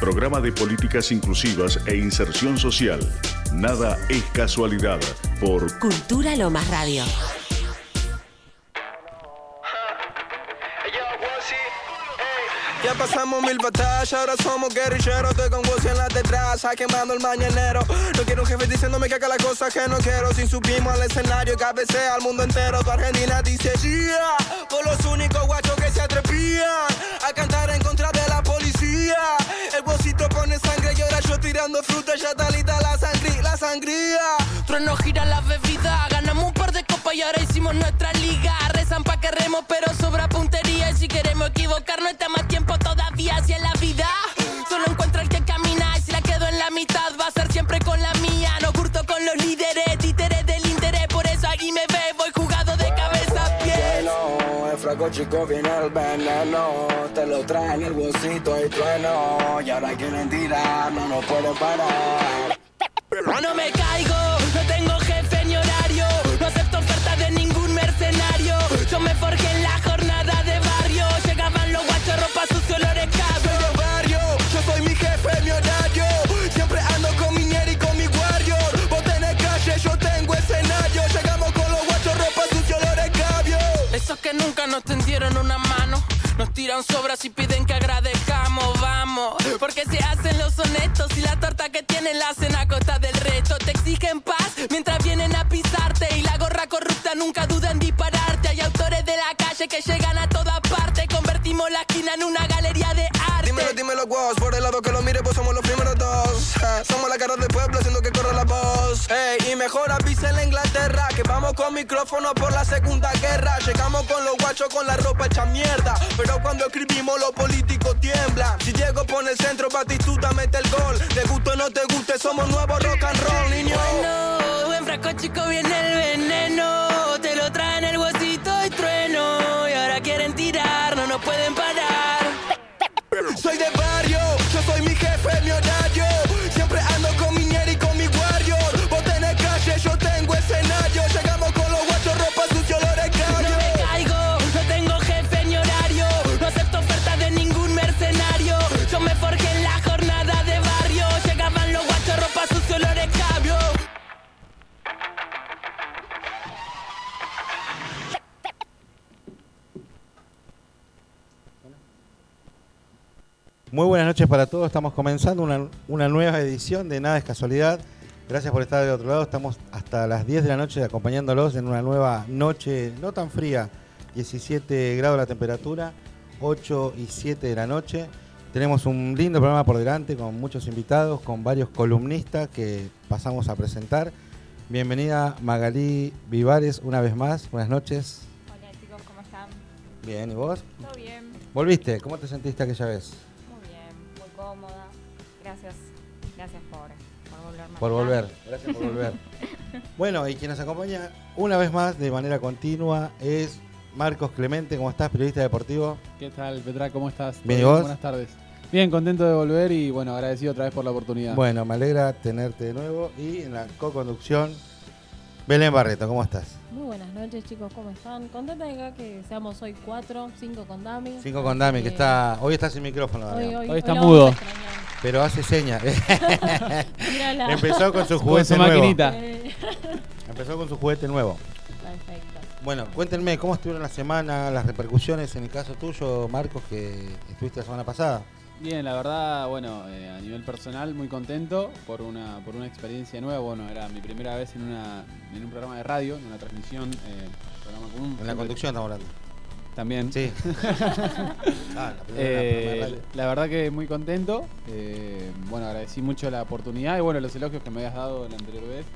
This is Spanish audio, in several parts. Programa de Políticas Inclusivas e Inserción Social. Nada es casualidad por Cultura Lomas Radio. Ya pasamos mil batallas, ahora somos guerrilleros. Estoy con Gucci en la detrás, quemando el mañanero. No quiero un jefe diciéndome que haga las cosas que no quiero. Sin subimos al escenario, cabecea al mundo entero. Tu Argentina dice, yeah, por los únicos guachos que se atrevían a cantar en contra de la policía. El bocito pone sangre y ahora yo tirando fruta, ya está lista la, sangría, la sangría. Trueno gira la bebida, ganamos un par de copas y ahora hicimos nuestra liga. Rezan pa' que remos, pero sobra puntería. Y si queremos equivocarnos, está más tiempo todavía hacia la vida. Solo encuentro el que camina y si la quedo en la mitad va a ser siempre con la mía. No curto con los líderes, títeres del interés, por eso ahí me ve, voy jugado de cabeza a pies. Bueno, el fraco chico viene el veneno, te lo traen el bolsito y trueno. Y ahora quieren tirar, no nos pueden parar. Pero no me caigo, no tengo jefe ni horario, no acepto ofertas de ningún mercenario. Yo me forjé en la jornada de barrio, llegaban los guachos, ropa sucio, olores cabros. Soy de barrio, yo soy mi jefe, mi horario. Siempre ando con mi nerd y con mi warrior. Vos tenés calle, yo tengo escenario. Llegamos con los guachos, ropa sucia, olores cabio. Esos que nunca nos tendieron una mano. Nos tiran sobras y piden que agradezcamos, vamos. Porque se hacen los honestos y la torta que tienen la hacen a costa del resto. Te exigen paz mientras vienen a pisarte. Y la gorra corrupta nunca duda en dispararte. Hay autores de la calle que llegan a todas partes. Convertimos la esquina en una galería de arte. Dímelo, dímelo, guas. Por el lado que lo mire, pues somos los primeros dos. Ja, Somos la cara del pueblo haciendo que corra la voz. Ey, y mejor avisa en la Inglaterra. Que vamos con micrófono por la segunda guerra. Llegamos con los guachos con la ropa hecha mierda. Pero cuando escribimos, los políticos tiemblan. Si llego por el centro, Batistuta mete el gol. Te gusto o no te guste, somos nuevos rock and roll, niño. Bueno, en frasco chico viene el veneno. Te lo traen el huesito y trueno. Y ahora quieren tirar, no nos pueden parar. Soy de barrio, yo soy mi jefe, mi horario. Siempre ando con mi ñeri y con mi warrior. Vos tenés calle, yo tengo escenario. Llegamos con los guachos, ropa sucia, olores No cabrio. me caigo, no tengo jefe ni horario. No acepto ofertas de ningún mercenario. Yo me forjé en la jornada de barrio. Llegaban los guachos, ropa sucio, olores cabrio. Muy buenas noches para todos. Estamos comenzando una, una nueva edición de Nada es Casualidad. Gracias por estar de otro lado. Estamos hasta las 10 de la noche acompañándolos en una nueva noche no tan fría. 17 grados la temperatura, 8 y 7 de la noche. Tenemos un lindo programa por delante con muchos invitados, con varios columnistas que pasamos a presentar. Bienvenida Magalí Vivares una vez más. Buenas noches. Hola chicos, ¿cómo están? Bien, ¿y vos? ¿Todo bien? Volviste. ¿Cómo te sentiste aquella vez? Muy bien, muy cómoda. Gracias, gracias por, por volverme. Por acá. volver, gracias por volver. Bueno, y quien nos acompaña una vez más de manera continua es Marcos Clemente, ¿cómo estás? Periodista deportivo. ¿Qué tal, Petra? ¿Cómo estás? Bien, ¿y ¿Todo vos? Buenas tardes. Bien, contento de volver y bueno, agradecido otra vez por la oportunidad. Bueno, me alegra tenerte de nuevo y en la co-conducción Belén Barreto, ¿cómo estás? Muy buenas noches chicos, ¿cómo están? Contenta de acá que seamos hoy cuatro, cinco con Dami. Cinco con Dami, que Eh, está hoy está sin micrófono, Hoy, Damián, hoy, Hoy está lo vamos a mudo. extrañar. pero hace señas. Mirá la- Empezó con su Con juguete su nuevo. maquinita. Eh, Empezó con su juguete nuevo. Perfecto. Bueno, cuéntenme cómo estuvieron la semana, las repercusiones en el caso tuyo, Marcos, que estuviste la semana pasada. Bien, la verdad, bueno, eh, a nivel personal muy contento por una por una experiencia nueva. Bueno, era mi primera vez en una en un programa de radio, en una transmisión, eh, programa común. En la Siempre- conducción estamos hablando. También. Sí. Ah, la primera- la Eh, primera radio. la verdad que muy contento. eh, bueno, agradecí mucho la oportunidad y bueno, los elogios que me habías dado la anterior vez.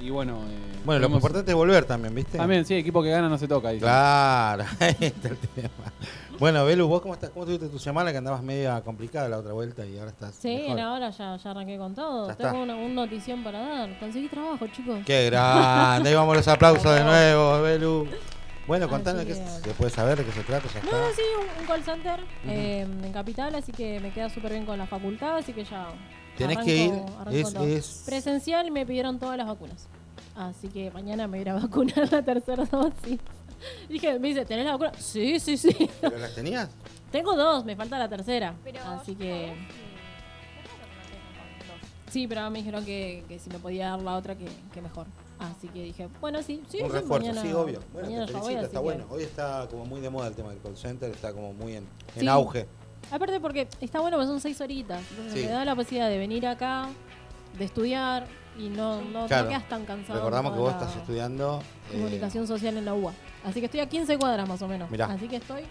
Y bueno, eh, Bueno, lo tuvimos- importante es volver también, ¿viste? También, sí, equipo que gana no se toca. dicen. Claro, ahí está el tema. Bueno, Belu, ¿vos cómo estás? ¿Cómo tuviste tu semana que andabas media complicada la otra vuelta y ahora estás Sí, mejor? no, ahora ya, ya arranqué con Ya todo. está. Tengo una, una notición para dar. Conseguí trabajo chicos. Qué grande, ahí vamos los aplausos de nuevo, Belu. Bueno, contanos Así qué es. se puede saber de qué se trata, ya No, está. no, sí, un, un call center eh, en Capital, así que me queda súper bien con la facultad, así que ya... Tenés arranco- que ir, arranco es, todo. es- Presencial y me pidieron todas las vacunas. Así que mañana me voy a ir a vacunar la tercera dosis. Dije, me dice, ¿tenés la vacuna? Sí, sí, sí. ¿Pero las tenías? Tengo dos, me falta la tercera. Pero Así yo que. no, sí. Qué raro que no tengan dos. Sí, pero me dijeron que, que si me podía dar la otra, que, que mejor. Así que dije, bueno, sí, sí, un sí, refuerzo, mañana- sí, obvio. Bueno, mañana te ya voy, felicito, así está que- bueno. Hoy está como muy de moda el tema del call center, está como muy en, en Sí. auge. Aparte porque está bueno, porque son seis horitas. Entonces Sí. me da la posibilidad de venir acá, de estudiar y no, no, no Claro. quedas tan cansado. Recordamos con que vos la estás estudiando eh, Comunicación social en la UBA. Así que estoy a 15 cuadras más o menos. Mirá. Así que estoy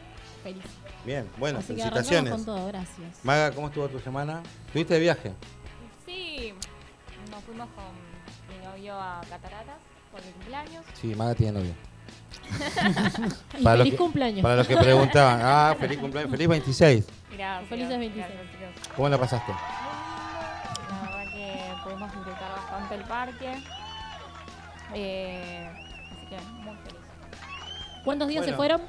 feliz. Bien, bueno, Así que arrancamos felicitaciones. con todo, gracias. Maga, ¿cómo estuvo tu semana? ¿Tuviste de viaje? Sí, nos fuimos con mi novio a Cataratas por mi cumpleaños. Sí, Maga tiene novio. Y Para los feliz que- cumpleaños. Para los que preguntaban, ah, feliz cumpleaños, feliz 26. Gracias. Felices 26. gracias, chicos. ¿Cómo la pasaste? La verdad que pudimos disfrutar bastante el parque. Eh, así que muy feliz. ¿Cuántos días se Bueno. fueron?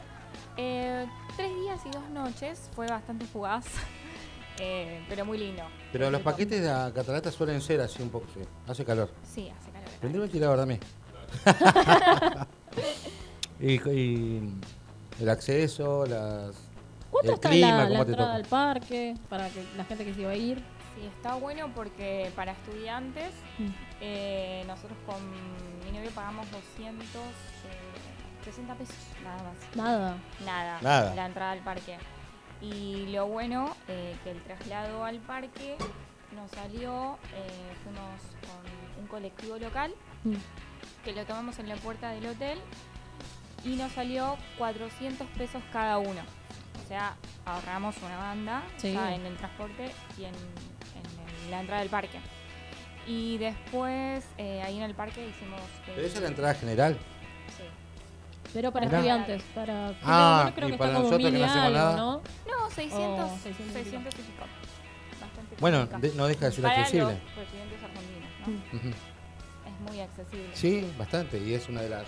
Eh, tres días y dos noches fue bastante fugaz, eh, pero muy lindo. Pero los Disfrutó. paquetes de la catarata suelen ser así un poco, sí. Hace calor. Sí, hace calor. acá. Prendí el ventilador también. y, y el acceso, las. ¿Cuánto el está clima, la, la cómo te entrada toca? al parque? Para que la gente que se iba a ir. Sí, está bueno porque para estudiantes, Mm. eh, nosotros con mi novio pagamos 200, eh, 60 pesos nada más. Nada. Nada, Nada. la entrada al parque. Y lo bueno, eh, que el traslado al parque nos salió, eh, fuimos con un colectivo local, Mm. que lo tomamos en la puerta del hotel, y nos salió 400 pesos cada uno. O sea, ahorramos una banda Sí. ya en el transporte y en, en- en la entrada del parque. Y después, eh, ahí en el parque hicimos... eh, Pero esa es la entrada general. sí. Pero para Mirá. estudiantes, para... Ah, no creo y que para está como mil nosotros que no y hacemos algo, nada. ¿no? No, 600, Oh, 600 y pico. 600 y pico. Bastante Bueno, económica. de- no deja de ser Para accesible. los residentes argentinos, ¿no? Ujú. Mm. Es muy accesible. Sí, bastante. Y es una de las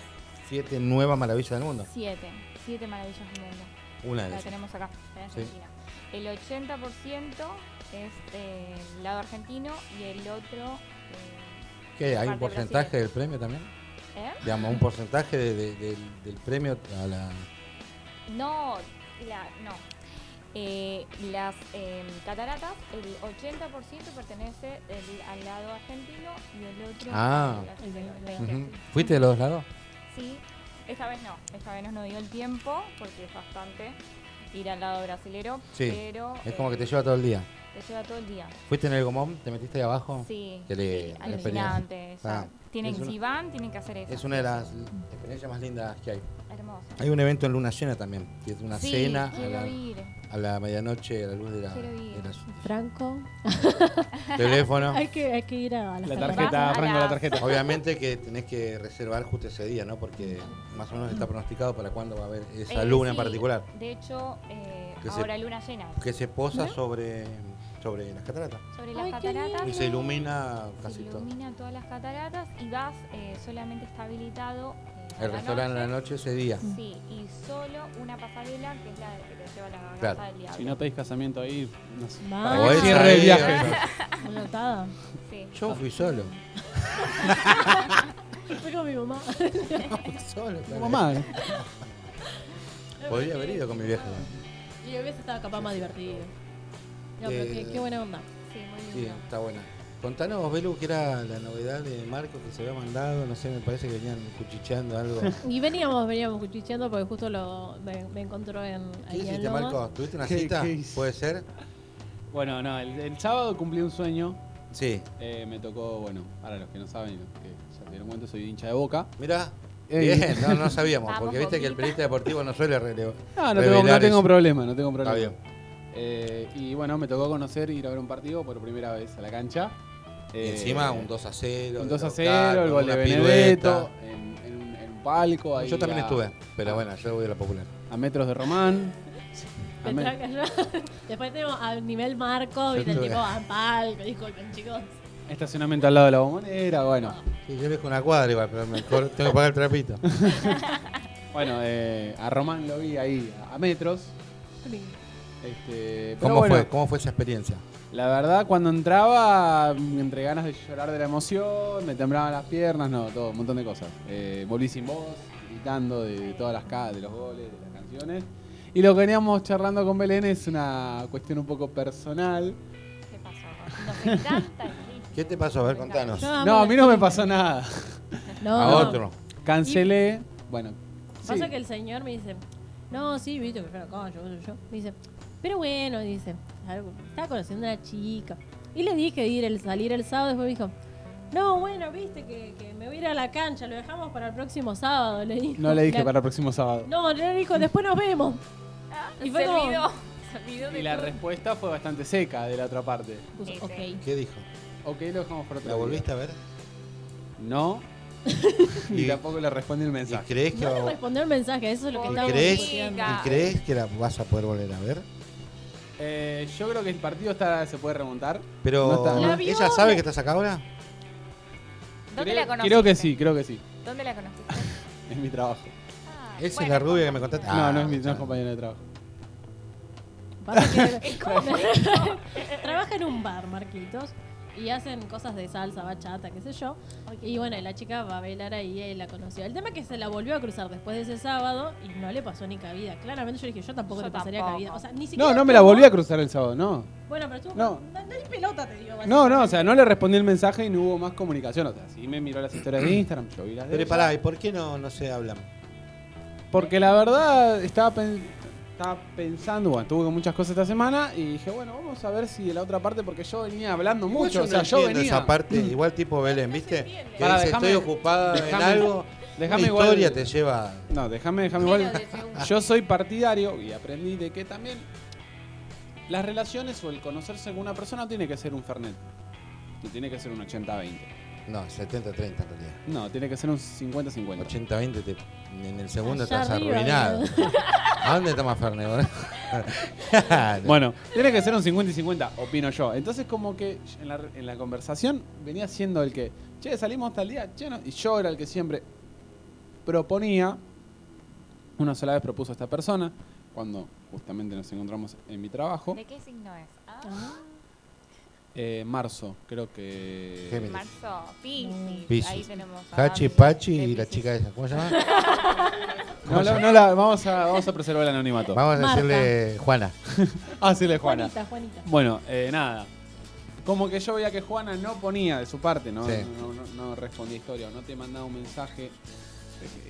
siete nuevas maravillas del mundo. Siete, siete maravillas del mundo. Una de La ellas. tenemos acá, en Argentina. El 80% es eh, el lado argentino y el otro... eh, ¿Qué? ¿Hay un Parte porcentaje Brasil. del premio también? ¿eh? Digamos, un porcentaje de- de- del, del premio a la. No, la, no. Eh, las eh, cataratas, el 80% pertenece el- al lado argentino y el otro Ah. al argentino. Ujú. Veinte, Ujú. sí. ¿Fuiste de los dos lados? Sí, esta vez no, esta vez no dio el tiempo porque es bastante ir al lado brasilero, Sí, pero Es como eh, que te lleva todo el día. te lleva todo el día. ¿Fuiste en el Gomón? ¿Te metiste ahí abajo? Sí, Qué sí, lindo, la alucinante. experiencia. o sea, Ah, tienen, es una- si van, tienen que hacer eso. Es una de las experiencias más lindas que hay. Hermoso. Hay un evento en Luna Llena también, que es una Sí, cena a Quiero la, ir. a la medianoche a la luz de la, Quiero ir. de la- Franco. teléfono. Hay que, hay que ir a las La cataratas. tarjeta, Vas a Franco, la- la tarjeta. Obviamente que tenés que reservar justo ese día, ¿no? Porque más o menos está pronosticado para cuándo va a haber esa Eh, luna en sí, particular, De hecho, eh, Que se- ahora luna llena. que se posa sobre, sobre las cataratas. Sobre las Ay, qué cataratas. Y se ilumina casi se todo. ilumina todas las cataratas y vas, eh, solamente está habilitado. eh, a El la restaurante a la noche ese día. Sí, y solo una pasarela que es la que te lleva a la garganta Claro. del diablo. Si no pedís casamiento ahí, no sé. Va. para O que esa cierre el ahí, viaje. Una notada. Sí. Yo fui solo. Fue con mi mamá. Fui solo. claro. Como madre. Podría haber ido con mi vieja. Y a veces estaba capaz más divertido. No, Eh, pero qué, qué buena onda. Sí, muy Sí, lindo. está buena. Contanos, Belu, que era la novedad de Marco que se había mandado, no sé, me parece que venían cuchicheando algo. Y veníamos, veníamos cuchicheando porque justo lo, me, me encontró en, ¿Qué ahí en hiciste, Lomas. Marco? ¿Tuviste una ¿Qué- cita? qué hice? ¿Puede ser? Bueno, no, el, el sábado cumplí un sueño. Sí. Eh, me tocó, bueno, para los que no saben, los que ya se dieron cuenta, soy hincha de boca. Eh. Mirá. Ey. Bien, no, no sabíamos, Vamos, porque viste que el Boquita. periodista deportivo no suele relevar. No, no tengo, no tengo problema, no tengo Está problema. bien. Eh, y bueno, me tocó conocer ir a ver un partido por primera vez a la cancha. Y Eh, encima un 2 a 0. un 2 a 0, el gol de Benedetto, eh, en, en un, en un palco. Ahí Yo también a- estuve, pero ah. bueno, yo voy a la popular. A metros de Román. A Me me- traca yo. Después tenemos al nivel Marco, Yo viste, el estuve. tipo a palco, disculpen chicos. Estacionamiento al lado de la bombonera, bueno. Sí, yo dejo una cuadra igual, pero mejor tengo que pagar el trapito. Bueno, eh, a Román lo vi ahí a metros. Este, pero ¿Cómo, bueno, fue, ¿Cómo fue esa experiencia? La verdad, cuando entraba, entre ganas de llorar de la emoción, me temblaban las piernas, no, todo, un montón de cosas. Eh, volví sin voz, grité, gritando de, de todas las ca- de los goles, de las canciones. Y lo que veníamos charlando con Belén es una cuestión un poco personal. ¿Qué pasó? Nos encanta el ritmo. ¿Qué te pasó? A ver, contanos. Yo amo No, a la mí no me gente. pasó nada. No, A no. otro. Cancelé. Bueno. Pasa sí. que el señor me dice, no, sí, viste, que yo la callo, qué sé yo. Me dice, pero bueno, dice, algo- estaba conociendo a una chica. Y le dije ir el, salir el sábado, después me dijo, no, bueno, viste que, que me voy a ir a la cancha, lo dejamos para el próximo sábado, le dije. No le dije La- para el próximo sábado. No, le dijo, después nos vemos. Y Y fue fue Ah, se como- olvidó. Se olvidó de Y la todo. respuesta fue bastante seca de la otra parte. Puso, Ese. ok. ¿Qué dijo? Ok, lo dejamos para otro ¿La día. volviste a ver? No. y Y- tampoco le respondí el ¿Y mensaje. crees que, No va- le respondió el mensaje, eso es lo que ¿Y estábamos crees? discutiendo. Chica. ¿y crees que la vas a poder volver a ver? Eh, yo creo que el partido está, se puede remontar. Pero No está- La vio. ella sabe que estás acá ahora. ¿Dónde creo, la conociste? Creo que sí, creo que sí. ¿Dónde la conociste? Es mi trabajo. Ah, Esa es bueno, la rubia que me contaste. Ah, no, no es mi no es compañero. compañero de trabajo. Pasa que- ¿Cómo? Trabaja en un bar, Marquitos, y hacen cosas de salsa, bachata, qué sé yo. Y bueno, la chica va a bailar ahí y la conoció. El tema es que se la volvió a cruzar después de ese sábado y no le pasó ni cabida. Claramente yo le dije, yo tampoco Yo le pasaría tampoco. cabida. O sea, ni siquiera. No, no me la estuvo- volví a cruzar el sábado, no. Bueno, pero estuvo. No. No, ni pelota te digo. No, no, o básicamente. sea, no le respondí el mensaje y no hubo más comunicación. O sea, sí me miró las historias de Instagram, yo vi las de Pero ella. pará, ¿y por qué no, no se hablan? Porque la verdad estaba, pen- estaba pensando, bueno, tuve muchas cosas esta semana y dije, bueno, vamos a ver si de la otra parte, porque yo venía hablando Igual mucho. yo o sea, no yo entiendo venía. Mm. esa parte, igual tipo Belén, ¿viste? entiende. Que Pará, dice, dejame- estoy ocupada dejame- en algo. dejame una igual- historia te lleva. No, déjame, déjame Menos igual. de segundo. Yo soy partidario y aprendí de que también las relaciones o el conocerse con una persona no tiene que ser un Fernet. No tiene que ser un 80-20. No, 70-30 en realidad. No, tiene que ser un 50-50. 80-20 te- en el segundo Allá estás arriba, arruinado. ¿A dónde tomas Fernet? boludo? Claro. Bueno, tiene que ser un 50 y 50, opino yo. Entonces, como que en la, en la conversación venía siendo el que, che, salimos tal día, che, no. Y yo era el que siempre proponía. Una sola vez propuso esta persona, cuando justamente nos encontramos en mi trabajo. ¿De qué signo es? Ah, Ah, Eh, marzo, creo que. Géminis. marzo. Piscis. Piscis. Ahí tenemos. a Hachi, Gaby. Pachi De y la Piscis. chica esa. ¿Cómo se llama? No, la- no la- vamos, a, vamos a preservar el anonimato. Vamos a Marta. decirle Juana. Hacele Ah, Juana. Juanita, Juanita. Bueno, eh, nada. Como que yo veía que Juana no ponía de su parte, no, Sí. no, no- no respondía historia, o no te mandaba un mensaje.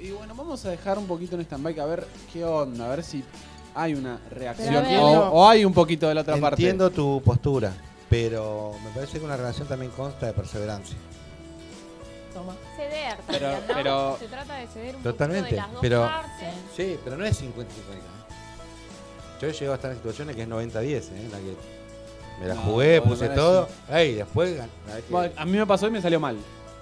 Y bueno, vamos a dejar un poquito en stand-by a ver qué onda, a ver si hay una reacción Pero a ver. o, o hay un poquito de la otra Entiendo tu postura, pero me parece que una relación también consta de perseverancia. Toma. Ceder. Pero- también, ¿no? pero- Se trata de ceder un Totalmente, poquito de las dos pero- partes. Sí, pero no es 50-50. ¿eh? Yo he llegado a estar en situaciones que es 90-10, ¿eh? la que me la No, jugué, bueno, puse no es- todo. Ey, después gan- la vez parte. que- Bueno, a mí me pasó y me salió mal.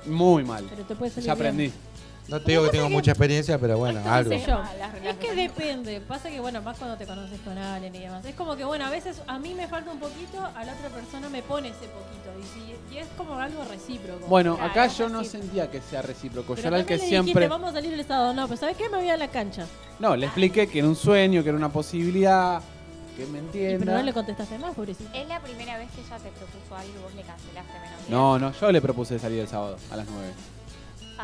Muy mal. Pero te puede salir. Ya aprendí. bien. No te digo que tengo mucha experiencia, pero bueno, algo. Qué sé yo. Ah, las Es que relaciones. depende. Pasa que, bueno, más cuando te conoces con alguien y demás. Es como que, bueno, a veces a mí me falta un poquito, a la otra persona me pone ese poquito. Y, si- y es como algo recíproco. Bueno, Claro, acá yo así. no sentía que sea recíproco. Pero yo era el también que le siempre. dijiste, vamos a salir el sábado. No, pero ¿sabes qué? Me voy a la cancha. No, le expliqué que era un sueño, que era una posibilidad, que me Y, pero no entienda. le contestaste más, pobrecito. Es la primera vez que ella te propuso algo y vos le cancelaste menos No, no, yo le propuse salir el sábado a las 9. bien.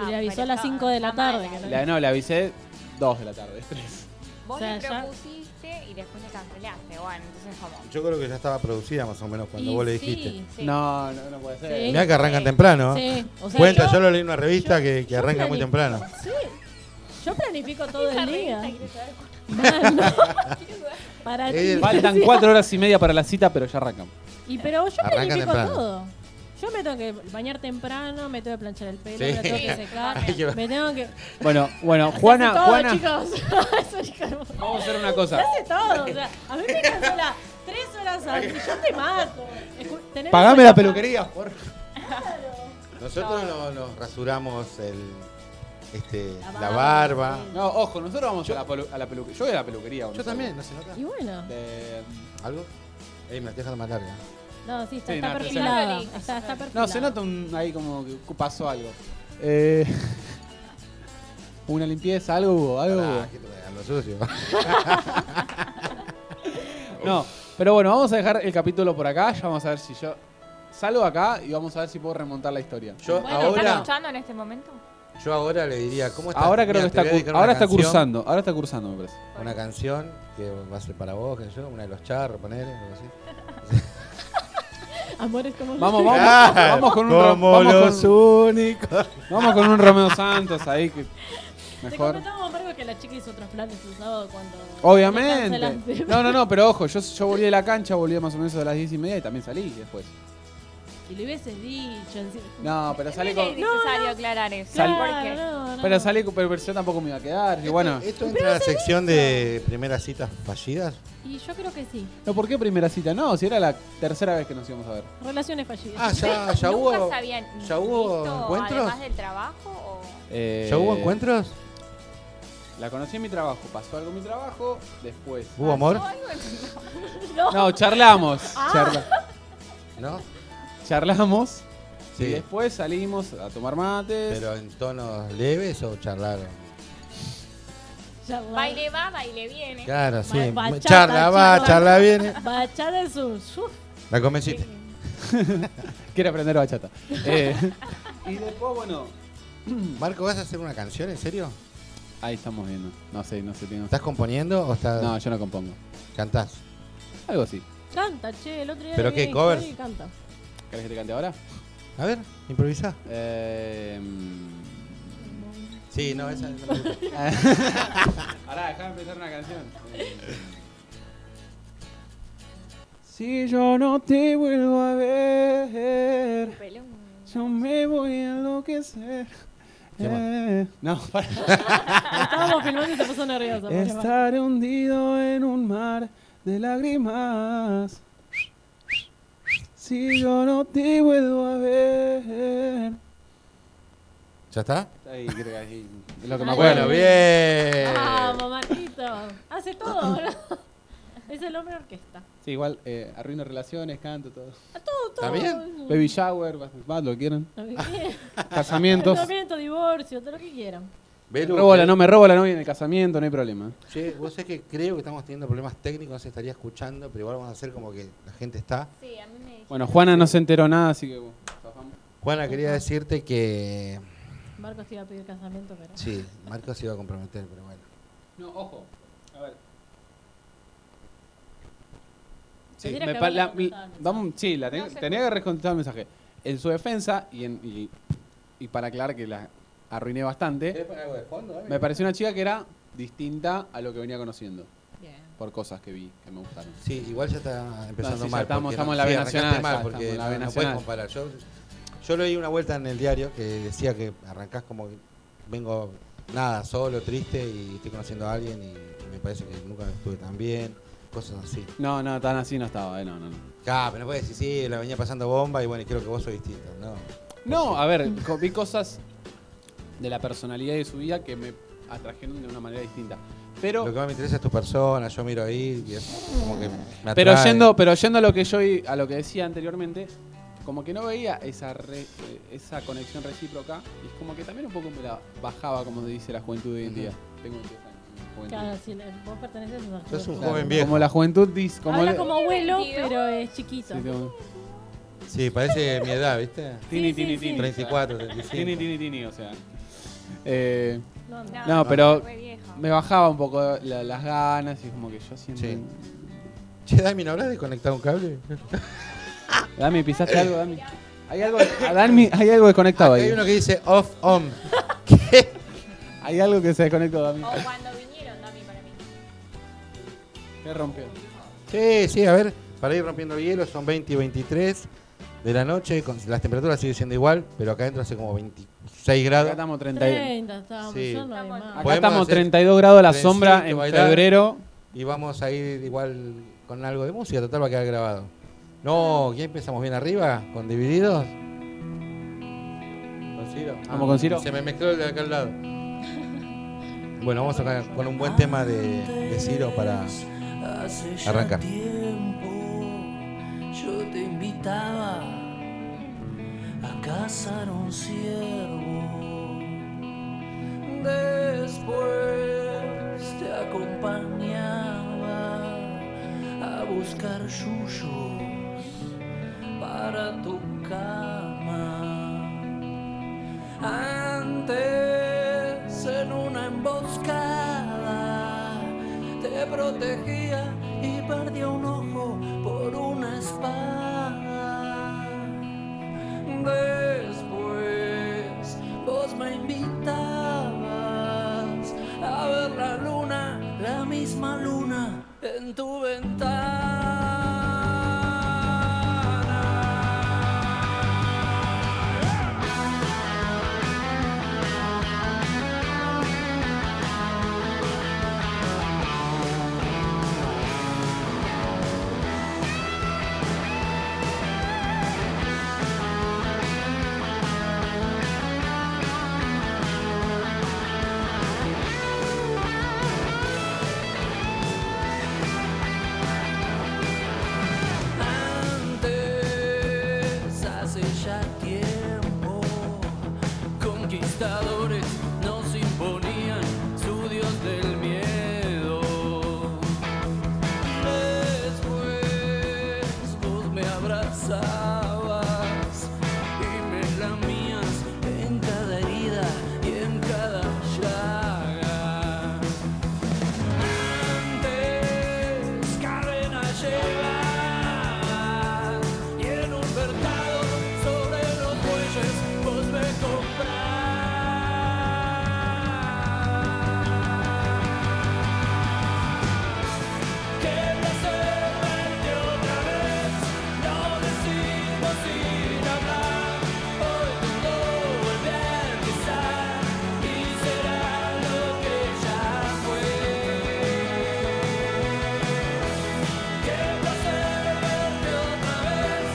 Y le avisó Ah, pero a las está- cinco de la está mala. tarde que La, no, le avisé 2 de la tarde, 3. Vos O sea, le ya- propusiste y después le cancelaste. Bueno, entonces como... Yo creo que ya estaba producida más o menos cuando Y vos le sí, dijiste. Sí. No, no, no puede ser. Sí. Mirá que arrancan Sí. temprano. ¿eh? Sí, o sea, Cuenta, yo, yo, lo leí en una revista yo- que, que yo arranca muy planifico. temprano. sí, yo planifico todo Esa el revista día. quiere saber cuánto- Mal, ¿no? Para Es ti. el- Faltan 4 horas y media para la cita, pero ya arrancan. Y pero yo Arranca planifico temprano. todo. Yo me tengo que bañar temprano, me tengo que planchar el pelo, Sí. me tengo que secar, Hay que ver. me tengo que... Bueno, bueno, O sea, Juana, hace todo, Juana, chicos. Eso, chicos. vamos a hacer una Se cosa. hace todo, o sea, a mí me cancela tres horas antes, yo te mato. Escu- tenés Pagame una la capa- peluquería, por Nosotros no- nos rasuramos el, este, La la barba, barba. sí. No, ojo, nosotros vamos a la, pelu- a la peluquería. Yo voy a la peluquería. Yo nosotros. también, no se nota. Y bueno, De- mm, ¿Algo? Ey, me la estoy dejando más larga. no, sí, está, Sí, está nada, perfilada. sí. Está, está perfilada. No, se nota un- ahí como que pasó algo. Eh, una limpieza, algo hubo, algo hubo. Pará, ¿qué te voy a dar? Lo sucio. No, pero bueno, vamos a dejar el capítulo por acá. Ya vamos a ver si yo salgo acá y vamos a ver si puedo remontar la historia. Yo Bueno, ¿están ahora. escuchando en este momento? Yo ahora le diría, ¿cómo estás? Ahora creo que Mira, te está, voy a cu- dedicar una ahora está canción, cursando, ahora está cursando, me parece. Una canción que va a ser para vos, que yo, una de los charros, ponele, algo así. Amores como Vamos, vamos, Claro, vamos con un ro- Como vamos con- los únicos. Vamos con un Romeo Santos ahí que Te mejor. comentamos, Marco, que la chica hizo otros planes el sábado cuando. Obviamente. No, No, no, no, pero ojo, yo, yo volví de la cancha, volví más o menos a las 10 y media y también salí después. Y le hubieses dicho encima. No, pero salí Es con. necesario aclarar eso. Sal- porque no, no. Pero salí con. Pero yo tampoco me iba a quedar. Y bueno. ¿Esto entra en la sección de primeras citas fallidas? Y yo creo que sí. No, ¿por qué primera cita? No, si era la tercera vez que nos íbamos a ver. Relaciones fallidas. Ah, ya, ya ¿Nunca hubo. se habían ya hubo visto encuentros? además del trabajo? O... Eh, ¿Ya hubo encuentros? La conocí en mi trabajo, pasó algo en mi trabajo, después. Ah, ¿Hubo amor? ¿Pasó algo en- No, charlamos. charla- ¿No? charlamos. Sí. Y después salimos a tomar mates. ¿Pero en tonos leves o charlaron? Ya va. Baile va, baile viene. Claro, sí. Ba- bachata, charla va, charla. charla viene. Bachada es un. uf, La convenciste. Quiere aprender bachata. Eh, y después, bueno. Marco, ¿vas a hacer una canción, en serio? Ahí estamos viendo. No sé, no sé. Tengo... ¿Estás componiendo o estás... No, yo no compongo. cantás? Algo así. Canta, che, el otro día. ¿Pero le qué, vi covers? y Canta. ¿Querés que te cante ahora? A ver, improvisa. Eh, mm. Sí, no, esa no me gusta. Ahora dejá empezar una canción. Si yo no te vuelvo a ver, Pelón. yo me voy a enloquecer. Qué mal. Eh, no, para. Estábamos filmando y se puso nerviosa. porque va. Estaré hundido en un mar de lágrimas. Si yo no te vuelvo a ver. ¿Ya está? Ahí, creo que ahí. Es lo que me Ay, acuerdo. bueno, Ah. bien. Vamos, Marquito. Hace todo, boludo. Es el hombre orquesta. Sí, igual eh, arruino relaciones, canto, todo. Todo, todo. ¿Está bien? Baby shower, más lo que quieran. Lo que quieran. Casamientos. Casamiento, divorcio, todo lo que quieran. Me Belu, robo la eh, no, me robo la novia en el casamiento, no hay problema. Che, vos sabés que creo que estamos teniendo problemas técnicos, no se estaría escuchando, pero igual vamos a hacer como que la gente está. Sí, a mí me dijeron. Bueno, Juana no se enteró nada, así que bueno, zafamos. Juana, quería decirte que... Marcos te iba a pedir casamiento, pero. Sí, Marco se iba a comprometer, pero bueno. No, ojo. A ver. Sí, Tendría me que pa- haberle la- contestado el mensaje. vamos- sí, la ten- No se tenía que recontestar el mensaje. En su defensa, y, en, y, y para aclarar que la arruiné bastante, poner algo de fondo? ¿eh? me pareció una chica que era distinta a lo que venía conociendo, Bien. por cosas que vi que me gustaron. Sí, igual ya está empezando No, sí, ya mal. estamos- porque estamos no- en la sí, B arrancaste Nacional, mal, ya porque estamos en la no- B no, puedes Nacional. comparar. Yo, yo leí una vuelta en el diario que decía que arrancás como que vengo nada, solo, triste y estoy conociendo a alguien y me parece que nunca estuve tan bien, cosas así. No, no, tan así no estaba, eh, no, no, no. Claro, pero no puedes decir, sí, la venía pasando bomba y bueno, y creo que vos sos distinto, ¿no? No, a ver, co- vi cosas de la personalidad y de su vida que me atrajeron de una manera distinta. Pero, Lo que más me interesa es tu persona, yo miro ahí y es como que me pero atrae. yendo, pero yendo a lo que yo i- a lo que decía anteriormente, como que no veía esa re- eh, esa conexión recíproca y es como que también un poco me la bajaba, como dice la juventud de hoy en día. Tengo 23 años. juventud. Claro, si le- vos perteneces a esa Sos un juventud. joven viejo. Como la juventud dice, como, Como Habla le- como abuelo, 22. pero es chiquito. Sí, tengo- Sí, parece mi edad, ¿viste? Tini, Sí, sí, tini, sí. tini. 34, Tini, 35. tini, tini, o sea. Eh, No, no. No, pero re viejo. me bajaba un poco la- las ganas y como que yo siento. Sí. Che, Dami, ¿no hablas de conectar un cable? Dami, pisaste algo, Dami. Hay algo, a Dami, hay algo desconectado Acá ahí. Hay uno que dice off, on. Hay algo que se desconectó, Dami. O cuando vinieron, Dami, para mí. Se rompió. Sí, sí, a ver, para ir rompiendo el hielo son 20 y 23 de la noche. con- las temperaturas siguen siendo igual, pero acá adentro hace como 26 Acá grados. estamos 30, 30, estábamos, Sí. yo no hay Estamos- más. acá Podemos estamos hacer 32 grados a la sombra trencito, en bailar. febrero. Y vamos a ir igual con algo de música, total va a quedar grabado. No, ¿quién empezamos bien arriba? ¿Con divididos? ¿Con Ciro? Vamos con Ciro. Se me mezcló el de acá al lado. Bueno, vamos acá con un buen tema de, de Ciro para arrancar. tiempo yo te invitaba a cazar un ciervo. Después te acompañaba a buscar yuyos para tu cama. Antes protegía y perdió un ojo por una espada. Después vos me invitabas a ver la luna, la misma luna en tu ventana. Antes, hace ya tiempo, conquistadores nos imponían su dios del miedo. Después vos me abrazabas y me lamías en cada herida y en cada llaga. Antes cadena lleva y en un mercado sobre los bueyes vos me comprás. Que placer verte otra vez, no decimos sin hablar. Hoy todo vuelve a empezar y será lo que ya fue. Qué placer verte otra vez,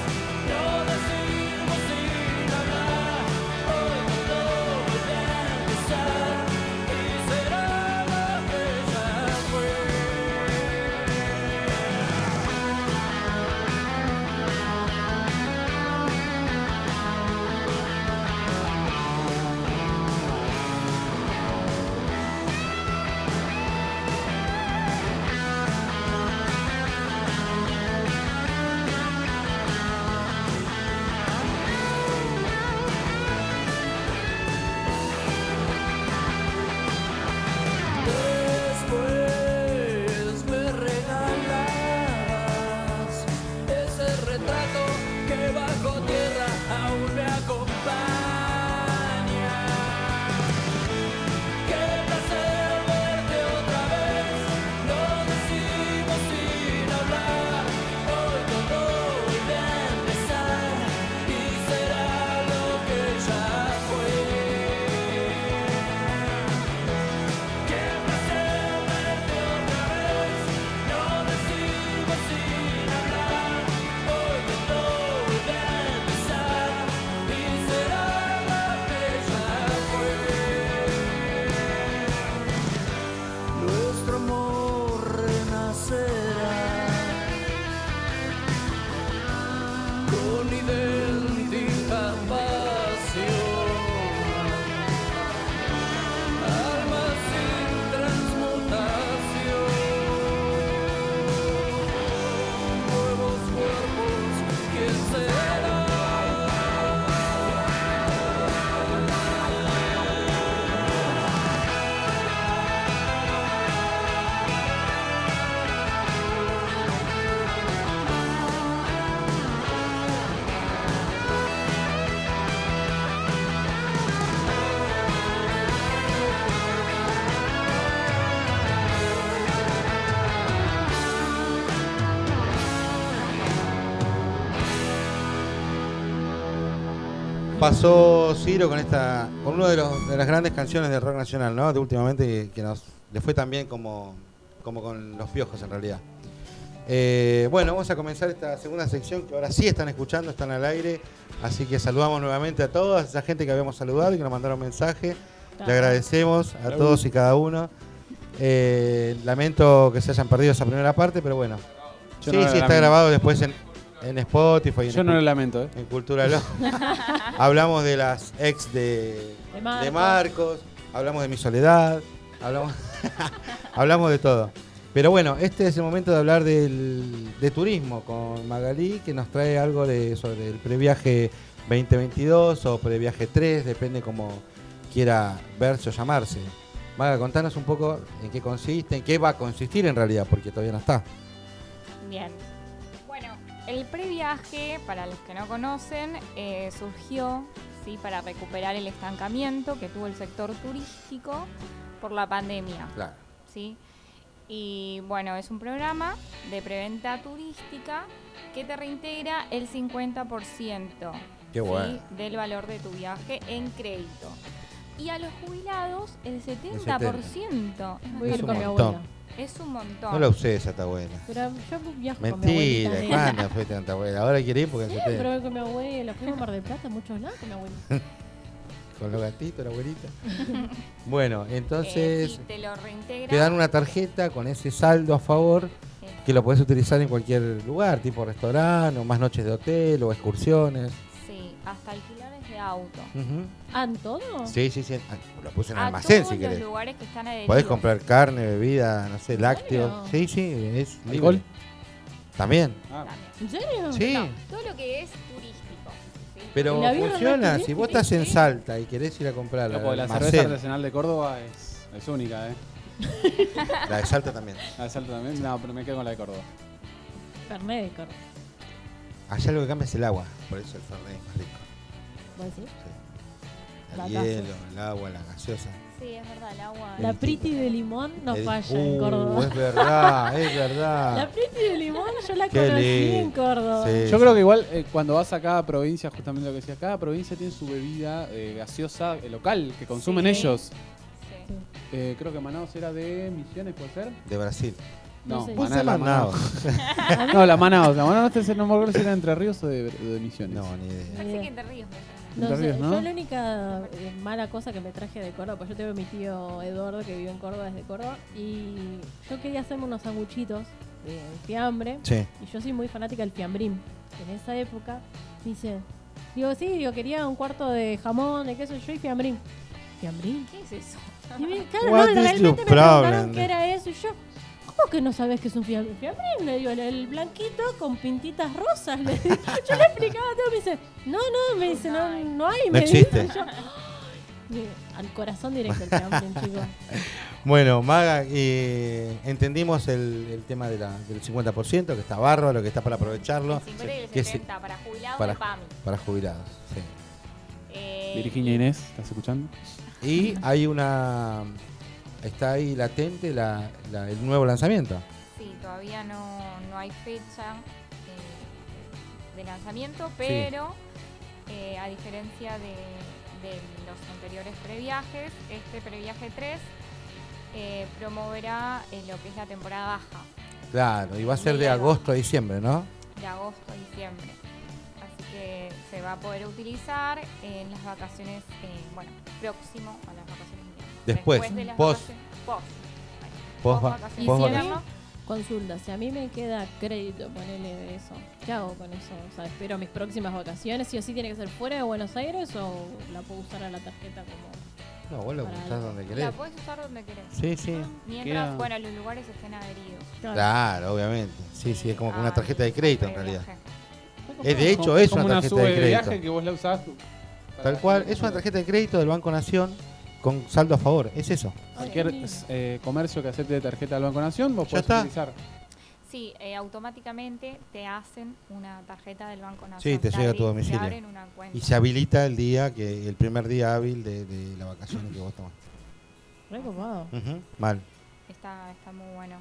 no decimos sin hablar, hoy todo vuelve a empezar y será lo que ya fue. Después me regalabas ese retrato que bajo tierra aún me acompaña. Qué placer verte otra vez, no decimos sin hablar. Hoy todo vuelve a empezar y será lo que ya fue. Que placer verte otra vez, no decimos sin hablar, hoy te doy de empezar y será la bella fue. Nuestro amor renacerá con idéntica pasión. Almas sin transmutación, nuevos cuerpos, ¿quién será? Pasó Ciro con esta, con una de, los- de las grandes canciones del rock nacional, ¿no? De últimamente que, que nos le fue tan bien como, como con los piojos en realidad. Eh, bueno, vamos a comenzar esta segunda sección que ahora sí están escuchando, están al aire, así que saludamos nuevamente a toda esa gente que habíamos saludado y que nos mandaron mensaje. Le agradecemos a todos y cada uno. Eh, lamento que se hayan perdido esa primera parte, pero bueno. Yo sí, no la sí, está lamento. grabado después en, en Spotify. y en Yo no lo lamento, ¿eh? en Cultura Lo. hablamos de las ex de, De Marcos. de Marcos, hablamos de mi soledad, hablamos, hablamos de todo. Pero bueno, este es el momento de hablar del, de turismo con Magalí, que nos trae algo de, sobre el previaje 2022 o previaje 3, depende como quiera verse o llamarse. Maga, contanos un poco en qué consiste, en qué va a consistir en realidad, porque todavía no está. Bien. Bueno, el previaje, para los que no conocen, eh, surgió ¿sí? para recuperar el estancamiento que tuvo el sector turístico por la pandemia. Claro. ¿sí? Y bueno, es un programa de preventa turística que te reintegra el 50% Qué bueno. del valor de tu viaje en crédito. Y a los jubilados el 70%. Voy a Es ir un con mi montón. abuela. Es un montón. No la usé esa está buena. Pero yo viajo Mentira, con mi abuelita. ¿cuándo fue tanta abuela? Ahora quiere ir porque se Siempre te... voy con mi abuela. Fuimos a Mar del Plata, muchos lados con mi abuela. con los gatitos, la abuelita. bueno, Eh, entonces sí, te lo reintegra. te dan una tarjeta con ese saldo a favor que lo podés utilizar en cualquier lugar, tipo restaurante, o más noches de hotel, o excursiones. Sí, hasta alquileres de auto. Ujú. ¿Han ¿Ah, todo? Sí, sí, sí. Ah, Lo puse en Oh. a almacén todos si los querés. lugares que están adheridos. Podés comprar carne, bebida, no sé, lácteos. serio? Sí, sí, es libre. ¿Alcohol? También. Ah, ¿En serio? Sí, No, todo lo que es turístico. ¿sí? pero ¿El avión no funciona. tiene? Si vos estás en Sí. Salta y querés ir a comprar loco, al la cerveza almacén, artesanal de Córdoba es, es única, ¿eh? la de Salta también. La de Salta también. No, pero me quedo con la de Córdoba. Fernet de Córdoba. Allá lo que cambia es el agua, por eso el Fernet es más rico. ¿Vos decís? El Batazo. hielo, el agua, la gaseosa. Sí, es verdad, el agua. La priti de limón no El- falla en Uh, Córdoba. Es verdad, es La verdad. priti de limón yo la Qué conocí lindo. en Córdoba. Sí, Yo sí. creo que igual eh, cuando vas a cada provincia, justamente lo que decías, cada provincia tiene su bebida eh, gaseosa eh, local que consumen Sí. ellos. Sí. Eh, creo que Manaos era de Misiones, ¿puede ser? De Brasil. No No, sé. Vos Manaos, sos la Manaos. Manaos. No, la Manaos. La Manaos no, sé, no me acuerdo si era de Entre Ríos o de, de Misiones. No, ni idea. Así que te ríes. ¿verdad? No Entre sé, Ríos, ¿no? yo la única eh, mala cosa que me traje de Córdoba, pues yo tengo a mi tío Eduardo que vive en Córdoba desde Córdoba y yo quería hacerme unos sanguchitos de fiambre Sí. y yo soy muy fanática del fiambrín. En esa época me dice, digo, sí, digo, quería un cuarto de jamón, de queso, yo y fiambrín. ¿Fiambrín? ¿Qué es eso? Y me, claro, What no, is realmente your me preguntaron problem? qué era eso y yo, ¿cómo que no sabes que es un fiambrín? Fiambrín, le digo, el, el blanquito con pintitas rosas. le digo. yo le explicaba todo, me dice, no, no, me dice, no, no hay. No me dice. existe. Y yo, "Ay". al corazón directo el fiambrín, chicos. Bueno, Maga, eh, entendimos el, el tema de la- del 50%, que está bárbaro, que está para aprovecharlo, El 50 y el que se- 70 para jubilados para- de PAMI. para jubilados. sí. Eh, Virginia Inés, ¿estás escuchando? Y hay una. Está ahí latente la- la- el nuevo lanzamiento. Sí, todavía no, no hay fecha eh, de lanzamiento, pero eh, a diferencia de, de los anteriores previajes, este previaje 3 eh, promoverá eh, lo que es la temporada baja, Claro, y va a ser de agosto a diciembre, ¿no? de agosto a diciembre. Así que se va a poder utilizar en las vacaciones, eh, bueno, próximo a las vacaciones. de invierno. Después, de las post. vacaciones- Post. Post- vacaciones Y de Vos si a volvés. mí, invierno. consulta, si a mí me queda crédito, ponele de eso, ¿qué hago con eso? O sea, espero mis próximas vacaciones, sí o sí tiene que ser fuera de Buenos Aires o la puedo usar a la tarjeta como... No, vos lo Para usás algo. donde La querés. puedes usar donde querés. Sí, sí. Mientras, Queda- bueno, los lugares estén adheridos. Claro, obviamente. Sí, sí, es como una al tarjeta de crédito en realidad. previaje. Es de hecho, es una tarjeta sube de viaje que crédito. vos la usás. para- Tal cual, es una tarjeta de crédito del Banco Nación con saldo a favor. Es eso. Cualquier eh, comercio que acepte tarjeta del Banco Nación, vos Ya podés está. utilizar. Sí, eh, automáticamente te hacen una tarjeta del Banco Nacional. Sí, te llega a tu abri- domicilio. Ah, Te abren una cuenta. Y se habilita el día, que el primer día hábil de, de la vacación que vos tomás. Recopado. Ujú, Mal. Está, está muy bueno.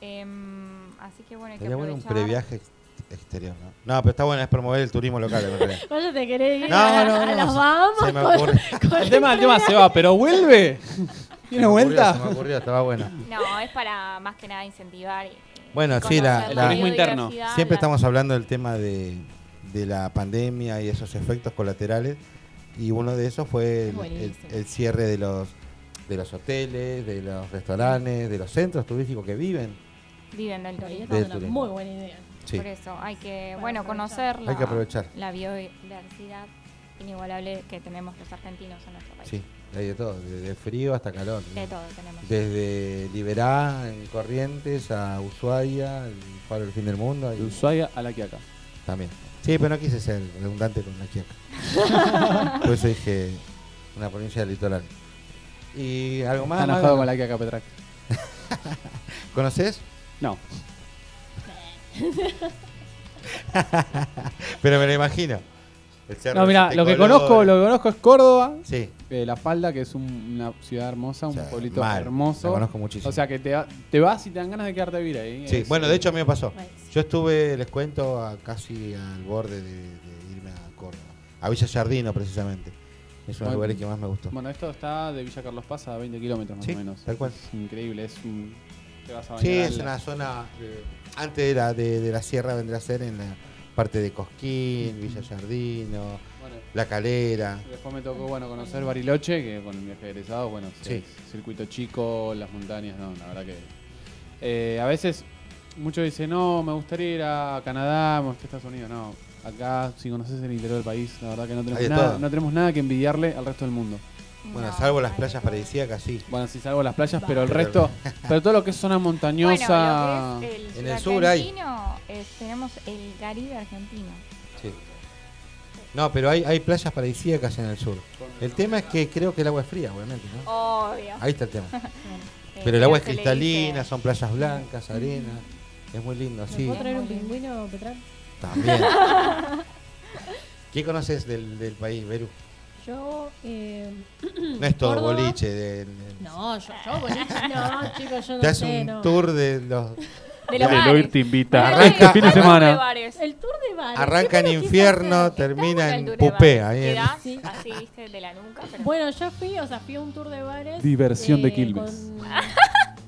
Em, así que bueno, hay que Sería bueno un aprovechar. previaje ex- exterior, ¿no? No, pero está bueno, es promover el turismo local. en realidad. Vos ya te querés ir No, a, no, a no, las se- Bahamas se me con- ocurre. con El tema, el tema se va, pero vuelve. Se me ¿Tiene ocurrió, vuelta? Se me ocurrió, estaba bueno. No, es para más que nada incentivar. eh, Bueno, sí, la- conocer la- El turismo interno. biodiversidad, Siempre la- estamos hablando del tema de, de la pandemia y esos efectos colaterales. Y uno de esos fue el, el- Buenísimo. el cierre de los, de los hoteles, de los restaurantes, de los centros turísticos que viven. Viven del Ahí turismo. está Del una turismo. muy buena idea. Sí. Por eso hay que, Para bueno, aprovechar. conocer la, Hay que aprovechar. la biodiversidad inigualable que tenemos los argentinos en nuestro país. Sí, hay de todo, desde frío hasta calor. De todo tenemos. Desde Liberá, en Corrientes, a Ushuaia, el Faro del Fin del Mundo, De y Ushuaia a la Quiaca. también. Sí, pero no quise ser redundante con la quiaca. Por eso dije una provincia del litoral. Y algo más. Está más enojado con la que acá Petrac. ¿Conoces? No. Pero me lo imagino. El cerro No, mira, de lo que Colores. conozco, lo que conozco es Córdoba, Sí. eh, La Falda, que es un- una ciudad hermosa, un Sí, pueblito mal. hermoso. La conozco muchísimo. O sea que te, va- te vas y te dan ganas de quedarte a vivir ahí. Sí, Es- bueno, de hecho a mí me pasó. Nice. Yo estuve, les cuento, a- casi al borde de, de irme a Córdoba. A Villa Jardino, precisamente. Es uno de los Bueno. lugares que más me gustó. Bueno, esto está de Villa Carlos Paz a 20 kilómetros más Sí, o menos. tal cual. Es increíble, es un. Te vas a Sí, bañar es al- una zona eh, antes de la, de, de la sierra vendría a ser en la parte de Cosquín, Villa Jardino, Bueno, La Calera. después me tocó bueno conocer Bariloche, que con el viaje de egresado, bueno, sí, Sí. es circuito chico, las montañas, no, la verdad que. eh, a veces muchos dicen, no, me gustaría ir a Canadá, me gustaría a Estados Unidos, no. Acá, si conoces el interior del país, la verdad que no Hay tenemos, de nada, todo. no tenemos nada que envidiarle al resto del mundo. Bueno, No, salvo las ay, playas no. paradisíacas, sí. Bueno, sí, salvo las playas, pero el Pero- resto, pero todo lo que es zona montañosa. Bueno, lo que es el En el sur sur hay. argentino, es- tenemos el Caribe argentino. sí. No, pero hay, hay playas paradisíacas en el sur. El tema es que creo que el agua es fría, obviamente. ¿no? Obvio. Ahí está el tema. Eh, Pero el agua es se le dice- cristalina, son playas blancas, arena. Es muy lindo, ¿Me así. puedo traer un Muy bien. pingüino, Petrán? También. ¿Qué conoces del, del país, Perú? Yo, eh, No es todo Córdoba. boliche. del- del- No, yo, yo, boliche, no, chicos, yo te no hace sé, un no. tour de los. De los bares. Deloitte te invita. Arranca- Este fin de semana. bares. El tour de bares. Arranca en siempre lo quise infierno, hacer. termina Está bueno en eh. el Dure Pupé. Bares. Ahí Que en- das Sí. así, viste, de la nuca. Pero... Bueno, yo fui, o sea, fui a un tour de bares. Diversión de eh, Quilmes. con-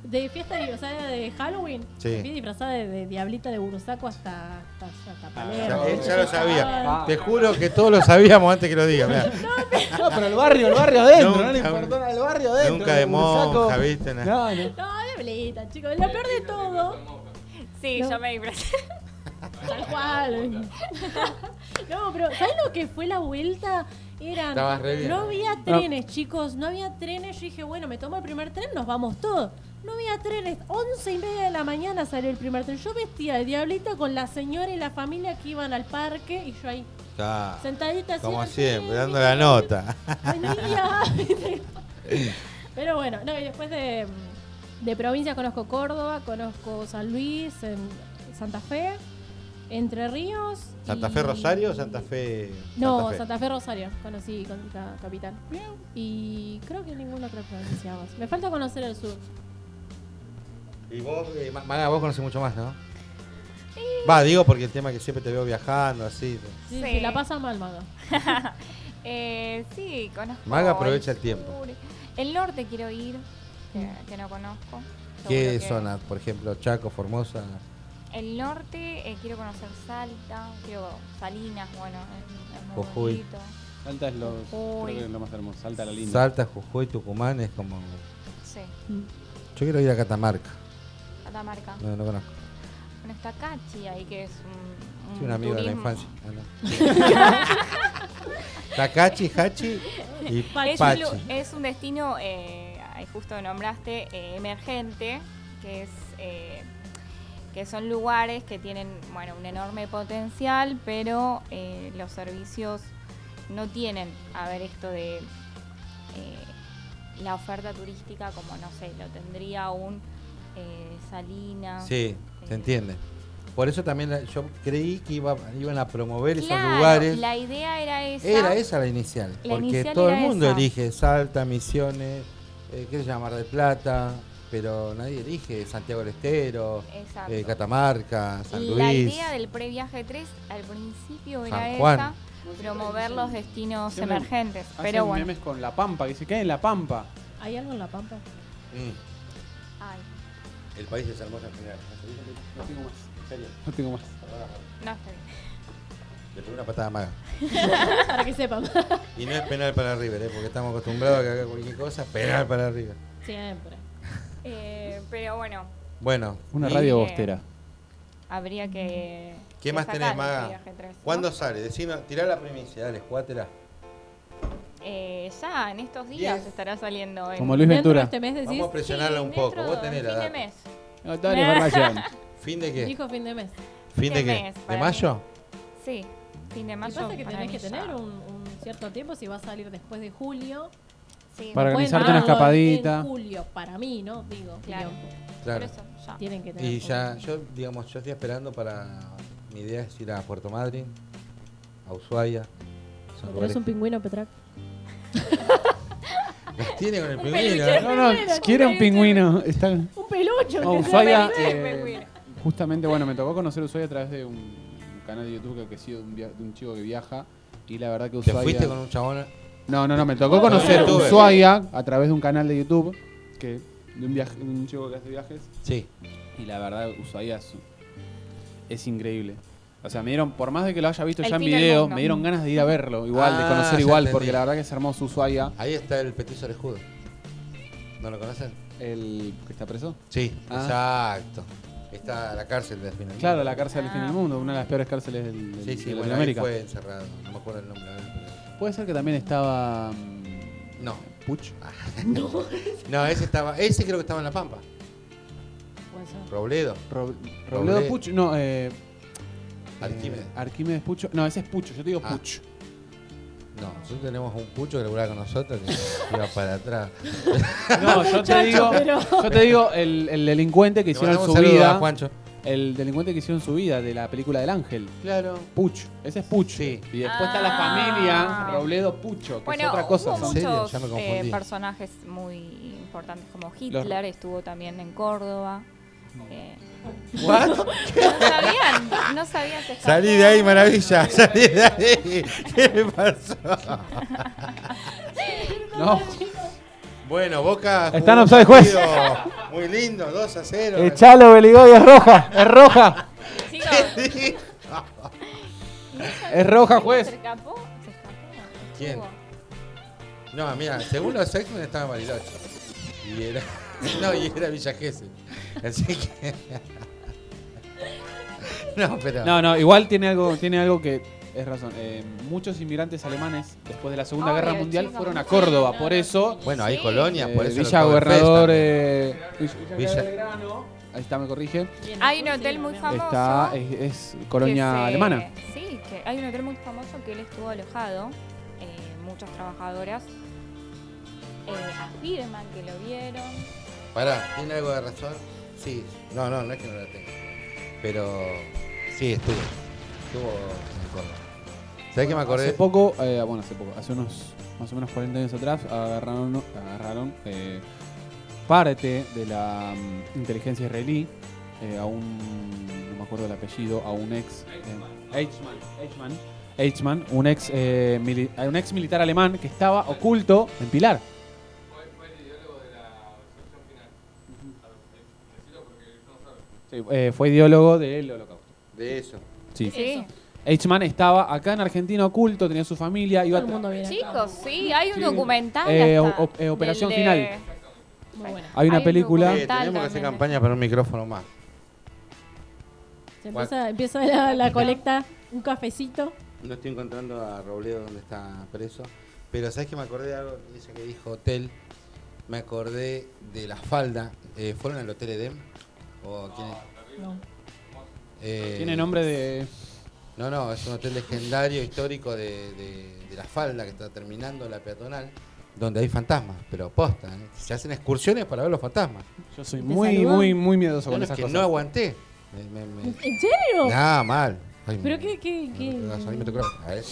de fiesta, y- o sea, de Halloween. Sí. Me Fui disfrazada de, de diablita de Bursaco hasta, hasta, hasta Palermo. Ya, él ya Ah, lo sabía. Ah. Te juro que todos lo sabíamos antes que lo diga. mirá. No, pero el barrio, el barrio adentro, no le Nunca- importó nada el barrio adentro. Nunca de un saco. monja, viste. na- No, no. No, diablita, chicos. Lo peor de todo, sí, no. yo me disfrazé. tal cual. No, pero ¿sabes lo que fue la vuelta? Eran, Estabas re bien. no había trenes, chicos. No había trenes. Yo dije, bueno, me tomo el primer tren, nos vamos todos. No había trenes. Once y media de la mañana salió el primer tren. Yo vestía de diablita con la señora y la familia que iban al parque y yo ahí Ah, sentadita así. en Como el siempre, tren, dando ¿viste? la nota. Venía, ¿viste? Pero bueno, no, y después de, mm, de provincias conozco Córdoba, conozco San Luis, en Santa Fe, Entre Ríos. y- ¿Santa Fe Rosario o Santa Fe? No, Santa Fe? Fe, Rosario, conocí con ca- Capital. Y creo que ninguna otra provincia más. Me falta conocer el sur. Y vos, eh, Ma- Maga, vos conocés mucho más, ¿no? Va, digo porque el tema es que siempre te veo viajando, así. Sí, Sí. sí, la pasa mal, Mago. Eh, sí, conozco. Maga aprovecha el el tiempo. sur. El norte quiero ir, que, que no conozco. ¿Qué Seguro que- zona? Por ejemplo, Chaco, Formosa. El norte, eh, quiero conocer Salta, quiero Salinas, bueno, es, es muy Jujuy. bonito. Salta es lo, creo Uy. que es lo más hermoso. Salta la linda. Salta, Jujuy, Tucumán es como. Sí, Mm. Yo quiero ir a Catamarca. Catamarca. No, no conozco. Mm, Bueno, está Cachi ahí, que es un. Soy un amigo de la turismo. infancia. Ah, no. Takachi, Hachi y Es un, Pachi. lu- es un destino, eh, ahí justo nombraste, eh, emergente, que es eh, que son lugares que tienen bueno un enorme potencial, pero eh, los servicios no tienen, a ver, esto de eh, la oferta turística como, no sé, lo tendría un eh, Salina. Sí, se entiende. Por eso también la- yo creí que iba, iban a promover esos Claro, lugares. La idea era esa. Era esa la inicial. La porque inicial todo el era mundo esa. elige Salta, Misiones, eh, qué se llama, Mar del Plata, pero nadie elige Santiago del Estero, Exacto. eh, Catamarca, San Luis. La idea del previaje 3 al principio San era Juan. esa, promover los destinos Siempre emergentes. Hacen Pero bueno, memes con La Pampa, que se cae en La Pampa. ¿Hay algo en La Pampa? Mm, Ay, el país es hermoso en general. No tengo más, en serio. No tengo más. no está bien. Le pegó una patada maga. Para que sepan. Y no es penal para River, eh, porque estamos acostumbrados a que haga cualquier cosa, penal para River. Siempre. Eh, pero bueno, Bueno, Una ¿y radio que- bostera. habría que. ¿Qué que más sacar tenés, el Maga? previaje 3, ¿no? ¿Cuándo sale? Decime, tirá la primicia, dale, jugátela. Eh, ya, en estos días Diez. estará saliendo. En... Como Luis Dentro de Ventura. este mes decís. Vamos a presionarla Sí, un dentro poco. Vos de tenés la fin de data. mes. No, toda la información. ¿Fin de qué? Dijo fin de mes. ¿Fin de de qué? mes, ¿De para mí. mayo? Sí, fin de Y mayo. pasa que para tenés mí que ya. tener un, un cierto tiempo si va a salir después de julio. Sí, Para bueno, organizarte una pagarlo escapadita. En julio, para mí, ¿no? Digo, Claro. digo, por Claro. eso, ya. tienen que tener. Y ya, julio. yo, digamos, yo estoy esperando para. Mi idea es ir a Puerto Madryn, a Ushuaia. Son ¿Tenés lugares un pingüino, Petrac? que- Las tiene con el peluche. primero. No, no, quiere un pingüino. Está... Un peluche. que No, sea Oh, Ushuaia, peluche. eh, justamente, bueno, me tocó conocer Ushuaia a través de un, un canal de YouTube que ha sido un, via- de un chico que viaja. Y la verdad que Te Ushuaia. fuiste con un chabón. Ah, No, no, no, me tocó conocer YouTube. Ushuaia a través de un canal de YouTube que de un, viaje, un chico que hace viajes. Sí. Y la verdad, Ushuaia es, es increíble. O sea, me dieron, por más de que lo haya visto El ya en fin del video, mundo. me dieron ganas de ir a verlo, igual, de Ah, conocer ya igual, entendí. porque la verdad que es hermoso Ushuaia. Ahí está el petiso orejudo. ¿No lo conocen? El que está preso. Sí, Ah. exacto. Está la cárcel de Espinal. Claro, la cárcel del Ah. fin del mundo, una de las peores cárceles del, del- Sí, sí, de bueno, ahí Latinoamérica. fue encerrado. No me acuerdo el nombre. ahora, Puede ser que también estaba. mm, pero- No. Puch. No, eh, ese estaba, ese creo que estaba en La Pampa. Puede Pues ser. Robledo, Rob- Robledo. Robledo Puch. No, eh. Arquímedes. eh, Arquímedes Pucho. No, ese es Pucho, yo te digo Ah. Puch. No, nosotros tenemos un pucho que laburaba con nosotros que iba para atrás. No, yo te Muchacho, digo. pero- Yo te digo, el, el delincuente que Le hicieron mandamos su un saludo vida. a Juancho. El delincuente que hicieron su vida de la película del ángel. Claro. Puch. Ese es Puch. Sí. Y después está la Ah. familia Robledo Pucho, que es Bueno, otra cosa. hubo ¿En son- mucho- serio? muchos Ya me eh, confundí. personajes muy importantes como Hitler, estuvo también en Córdoba. eh, ¿What? no sabían, no sabían que estaba- Salí de ahí, maravilla. Salí de ahí. ¿Qué me pasó? No. Bueno, Boca. jugó Están un offside, juez. partido Muy lindo, 2 a 0. Echalo, Eh, Beligoy, es roja, es roja, Chicos, es roja, ¿Se juez. escapó? ¿Se escapó? ¿Quién? Estuvo. No, mira, según los X-Men estaba en Bariloche. Y era. No, y era Villa Gesell. Así que. No, pero. No, no, igual tiene algo, tiene algo que es razón. Eh, muchos inmigrantes alemanes después de la Segunda Obvio, Guerra Mundial chicos. fueron a Córdoba, por eso Bueno, hay Sí. colonias, por eh, eso. lo Villa acabo de Gobernador, Festa. eh, Villa, Villa- Belgrano, ahí está, me corrige, Bien, Hay un sí, hotel lo muy veo. famoso. está es, es que colonia se- alemana. Sí, que hay un hotel muy famoso que él estuvo alojado. eh, muchas trabajadoras eh, afirman que lo vieron. Pará, ¿tiene algo de razón? Sí. No, no, no es que no la tenga. Pero. Sí, estuvo. Estuvo en Córdoba. ¿Sabés qué me acordé? Hace poco, eh, bueno, hace poco, hace unos más o menos 40 años atrás, agarraron, agarraron eh, parte de la mm, inteligencia israelí eh, a un, no me acuerdo el apellido, a un ex... eh, Eichmann. Eichmann, un ex, eh, mili- a un ex militar alemán que estaba oculto en Pilar. Sí, eh, fue ideólogo del holocausto. De eso. Sí. Sí. Eichmann estaba acá en Argentina oculto, tenía su familia, iba Todo el tra- mundo viene. Chicos, sí, hay un Sí. documental. Eh, hasta o- o- eh, Operación del Final. de- Muy buena. Hay una Hay un película. documental. Tal, tenemos que hacer también. campaña para un micrófono más. Se empieza, empieza la, la colecta, un cafecito. No estoy encontrando a Robledo donde está preso. Pero ¿sabés que me acordé de algo? Eso que dijo Hotel. Me acordé de la falda. Eh, ¿Fueron al Hotel Edem? ¿O quién es? No. Eh, Tiene nombre de. No, no, es un hotel legendario, histórico de, de- de la falda que está terminando la peatonal, donde hay fantasmas, pero posta, ¿eh? se hacen excursiones para ver los fantasmas. Yo soy ¿Te muy, saludó? muy, muy miedoso Yo con no, es esas que cosas. no aguanté. Me, me- me- ¿En serio? Nada, mal. Ay, ¿Pero me- qué? qué, me- qué? me- a mí me tocó- a ver.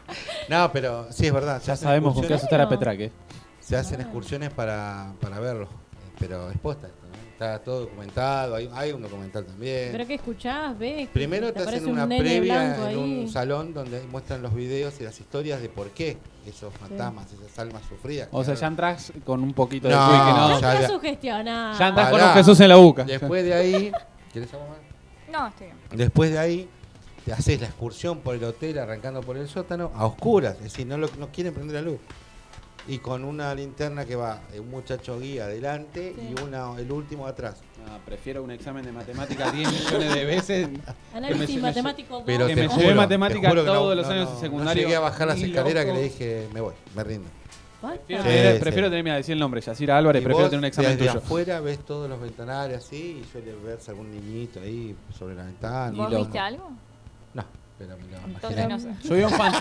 no, pero sí es verdad. se Ya hacen sabemos con qué excursiones- asustar a Petraque. Se hacen excursiones para, para verlos, eh, pero es posta. esto, ¿no? Está todo documentado, hay, hay un documental también. ¿Pero qué escuchás? ¿Ves? Primero te aparece hacen un una nene previa blanco en ahí. un salón donde muestran los videos y las historias de por qué esos fantasmas, esas almas sufridas. O sea, ya entras con un poquito de No. cuy que No no. Ya estás había- sugestionado. Ya entras con Pará. un Jesús en la boca. Después de ahí, ¿querés algo más? No, estoy bien. Después de ahí te haces la excursión por el hotel arrancando por el sótano a oscuras, es decir, no, lo- no quieren prender la luz. Y con una linterna que va eh, un muchacho guía adelante y una el último atrás. No, prefiero un examen de matemáticas 10 millones de veces. Análisis Que me- matemático dos. Pero Que te me juro, llevé te matemática juro que no- todos los no- años no- de secundario. No llegué a bajar las Ni escaleras que loco. le dije, me voy, me rindo. Basta. Prefiero, Sí, tener, sí. prefiero tener, mira, decirle el nombre, Yacira Álvarez, Y prefiero vos tener un examen desde tuyo. afuera ves todos los ventanales así y suele verse algún niñito ahí sobre la ventana. ¿Vos No, viste algo? No, pero me lo Entonces imaginé. no sé. Yo vi, un fan-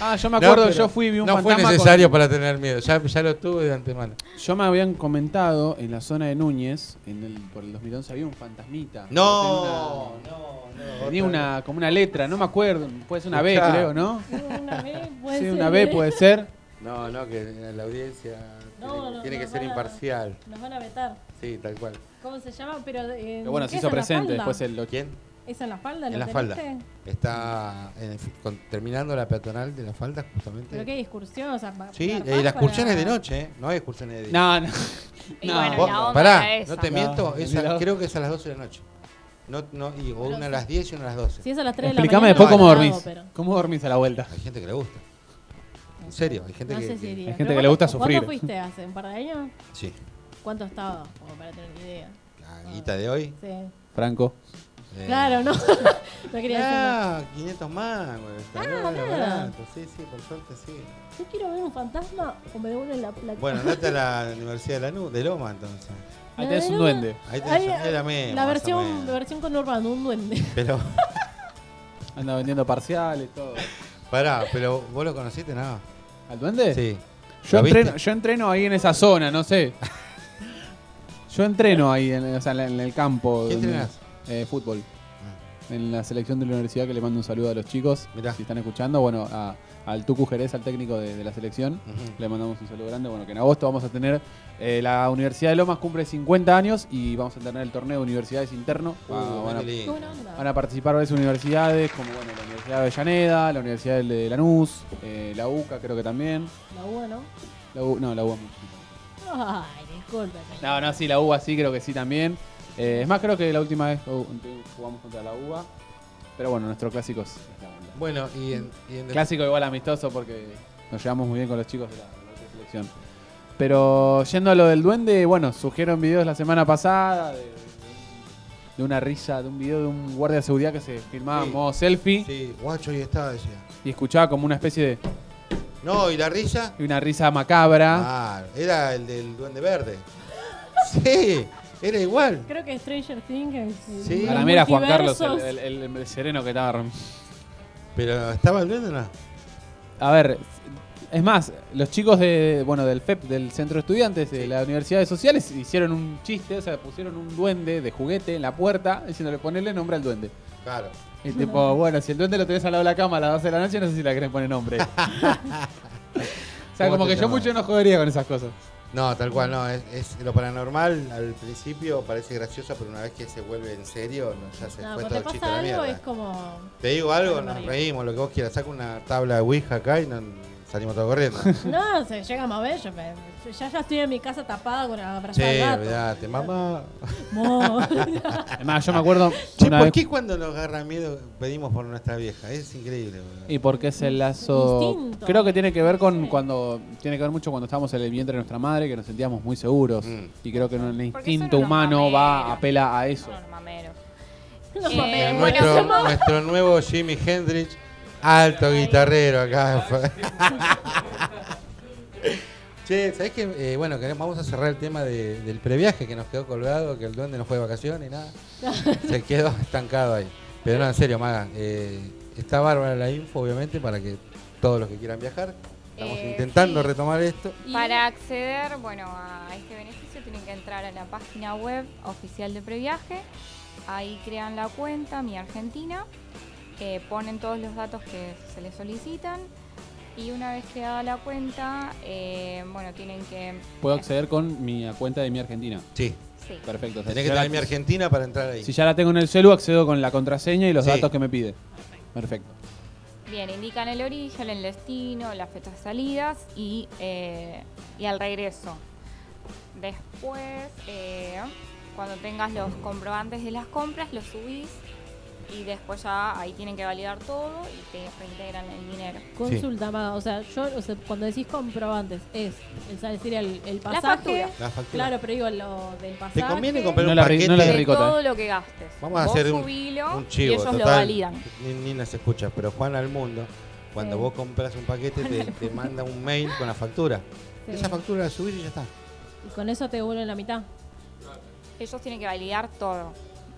Ah, yo me acuerdo, No, pero yo fui y vi un No fue fantasma con- necesario para tener miedo, ya, ya lo tuve de antemano. Yo me habían comentado en la zona de Núñez, en el, por el 2011, había un fantasmita. No, Tenía una, tenía una- como una letra, no me acuerdo. Puede ser una B, Escuchá. creo, ¿no? Una B puede Sí, ser. ¿eh? una B puede ser. No, no, que la audiencia No, tiene, no, tiene que no, ser no. imparcial. Nos van a vetar. Sí, tal cual. ¿Cómo se llama? Pero, eh, Pero bueno, ¿qué se es hizo en la presente falda? después el ¿Quién? ¿Es en la falda? En ¿Lo la falda. teniste? Está en el fi- con- terminando la peatonal de la falda, justamente. ¿Pero qué hay excursión? O sea, pa- Sí, eh, pa- y las para- excursiones de noche, ¿eh? No hay excursiones de día. No, no. Y bueno, Vos- la onda era pará, esa. no te No, miento, no, esa- ni la- creo que es a las 12 de la noche. No, no, y, o una a las 10 y una a las 12. Si es a las 3 de la Explícame mañana. después no cómo lo hago, dormís. pero- ¿Cómo dormís a la vuelta? Hay gente que le gusta. En serio, hay gente No que. sé si que- iría. Hay gente Pero que le gusta ¿cuánto- sufrir. ¿Cuánto fuiste hace un par de años? Sí. ¿Cuánto estaba? Como para tener idea. La guita de hoy. Sí. Franco. eh, Claro, no. no quería decirlo. Ah, 500 más, güey. Está Ah, bueno, nada. barato. Sí, sí, por suerte sí. Yo quiero ver un fantasma o me devuelven la plata. Bueno, andate a la Universidad de la de Loma entonces. Ahí No, tenés un no, duende. Ahí tenés Ahí, era menos, la más o versión, menos. la versión con Urban, un duende. Pero, Anda vendiendo parciales, todo. pará, pero vos lo conociste, ¿no? ¿Al duende? Sí. Yo ¿Lo viste? entreno, yo entreno ahí en esa zona, no sé. Yo entreno ahí, en, o sea, en el campo. ¿Qué donde- entrenás? Ah. Eh, fútbol. En la selección de la universidad que le mando un saludo a los chicos. Mirá. Si están escuchando, bueno, a- al Tucu Jerez, al técnico de, de la selección. Ujú. Le mandamos un saludo grande. Bueno, que en agosto vamos a tener. eh, la Universidad de Lomas cumple 50 años y vamos a tener el torneo de universidades interno. Uh, Ah, van a- qué lindo. Buena onda. Van a participar varias universidades, como bueno, la Universidad de Avellaneda, la Universidad de Lanús, eh, la UCA creo que también. La uva, ¿no? La U, no, la UBA. Ay, disculpe. No, no, sí, la UBA sí, creo que sí también. Eh, es más, creo que la última vez jug- jugamos contra la UBA. Pero bueno, nuestro clásico es es la banda. Bueno, y en, y en Clásico igual amistoso porque nos llevamos muy bien con los chicos de la, de la otra selección. Pero yendo a lo del duende, bueno, surgieron videos la semana pasada de, de una risa, de un video de un guardia de seguridad que se filmaba Sí. en modo selfie. Sí, guacho y estaba, decía. y escuchaba como una especie de No, y la risa. y una risa macabra. Ah, era el del Duende Verde. Sí, era igual. Creo que Stranger Things. Sí. los a la mera Juan Carlos, multiversos. el, el- el- el sereno que estaba. rom- Pero estaba el duende o no? A ver, es más, los chicos de bueno del FEP, del Centro de Estudiantes, de la Universidad de Sociales, hicieron un chiste, o sea, pusieron un duende de juguete en la puerta, diciéndole ponerle nombre al duende. Claro. Y tipo, bueno, si el duende lo tenés al lado de la cama a las 12 de la noche, no sé si la querés poner nombre. o sea, ¿Cómo como te que yo llamás? mucho no jodería con esas cosas. No, tal cual, no. Es, es lo paranormal al principio parece gracioso, pero una vez que se vuelve en serio, no, ya se No, fue cuando todo te el chiste a pasa la algo mierda. es como. Te digo algo, Bueno, nos María. reímos, lo que vos quieras. Saca una tabla de Ouija acá y nos salimos todos corriendo. No, se llega a ver. Yo me- ya, ya estoy en mi casa tapada con la Sí, brazada de gato. olvidate, mamá. Mo. Es más, yo me acuerdo. Ah. Che, una ¿por vez- qué cuando nos agarra miedo pedimos por nuestra vieja? Es increíble, boludo. Y porque es el lazo. Instinto. Creo que tiene que ver con Sí. cuando. Tiene que ver mucho cuando estábamos en el vientre de nuestra madre, que nos sentíamos muy seguros. Mm. Y creo que el Porque instinto son unos humano va, mameros. apela a eso. Son unos mameros. Los Eh, Eh, papeles. bueno, nuestro, somos- nuestro nuevo Jimi Hendrix, alto guitarrero acá. che, ¿sabés qué? Eh, bueno, queremos- vamos a cerrar el tema de- del previaje que nos quedó colgado, que el duende no fue de vacaciones y nada. Se quedó estancado ahí. Pero no, en serio, Maga, eh, está bárbara la info, obviamente, para que todos los que quieran viajar. Estamos Eh, intentando sí. retomar esto. Y- Para acceder bueno, a este beneficio tienen que entrar a la página web oficial de Previaje, ahí crean la cuenta Mi Argentina, eh, ponen todos los datos que se les solicitan y una vez creada la cuenta, eh, bueno, tienen que... Puedo acceder con mi cuenta de mi Argentina. Sí, Sí, Perfecto. o sea, tenés si que ya la- tener mi Argentina para entrar ahí. Si ya la tengo en el celu, accedo con la contraseña y los Sí. datos que me pide. Perfecto. bien, indican el origen, el destino, las fechas de salidas y, eh, y al regreso. Después, eh, cuando tengas los comprobantes de las compras, los subís y después ya ahí tienen que validar todo y te reintegran el dinero. Consulta, Maga. O sea, yo, o sea, cuando decís comprobantes, es, es decir, el, el pasaje. factura. La factura. Claro, pero digo, lo del pasaje. ¿Te conviene comprar No un la ri- paquete? no la De ricota, todo lo que gastes. Vamos a Vos hacer un, subilo un chivo. y ellos lo total, validan. Ni, ni las escuchas, pero Juan al Mundo, cuando Sí. vos compras un paquete, te, te manda un mail con la factura. Sí. Esa factura la subís y ya está. Y con eso te devuelven la mitad. Ellos tienen que validar todo.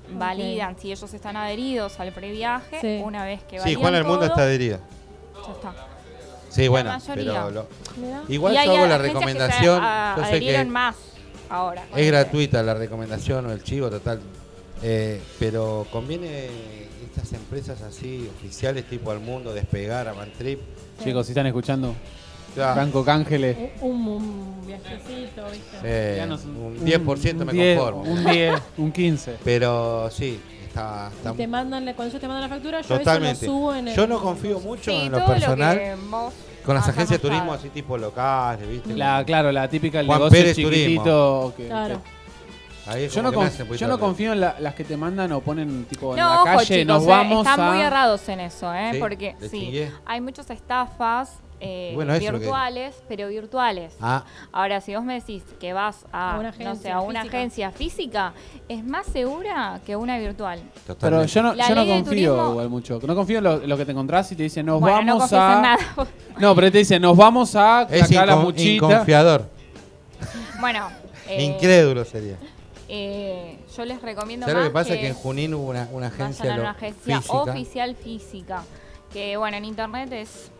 Validan si ellos están adheridos al previaje Sí. una vez que sí, validan Juan al Mundo todo, está adherido. ya está. Sí, bueno, mayoría. pero lo- Mirá. igual Y yo hay hago la agencias que se recomendación. a- yo sé que adherieron más ahora. con es esto. gratuita la recomendación o el chivo total, eh, pero conviene estas empresas así oficiales tipo al mundo despegar a Mantrip. Chicos, si están escuchando, ya, Franco Cángeles. Un, un viajecito, ¿viste? eh, Ya no son- un 10% un me 10, conformo. Un 10, un 15. Pero sí, está, Y está te mandan la- cuando ellos te mandan la factura, yo totalmente. eso lo subo en el. Yo no confío mucho Sí, en lo todo personal que vos con las has agencias de anotado. turismo así tipo locales, ¿viste? La, claro, la típica del Juan negocio Pérez chiquitito. que- Claro. Ahí que- es yo no, como que conf- me hace un poquito yo no de- confío en la- las que te mandan o ponen tipo en No, la ojo, calle, chicos, nos eh, vamos están a... muy errados en eso, ¿eh? Sí, Porque le sí, chingué. hay muchas estafas eh, Bueno, eso es lo que- virtuales, pero virtuales. Ah, Ahora, si vos me decís que vas a, A una no sé, agencia a una física. agencia física, es más segura que una virtual. Pero totalmente. yo no, La yo no ley de confío turismo- igual mucho. No confío en lo, lo que te encontrás y te dicen, nos bueno, no vamos confíes a... en nada. No, pero te dicen, nos vamos a es acá la inco- muchita. inconfiador. bueno, eh, Incrédulo sería. eh, yo les recomiendo ¿Sabes lo más que pasa? Que, en Junín hubo una, una vayan agencia, a lo- una agencia física. oficial física. Que bueno, en internet es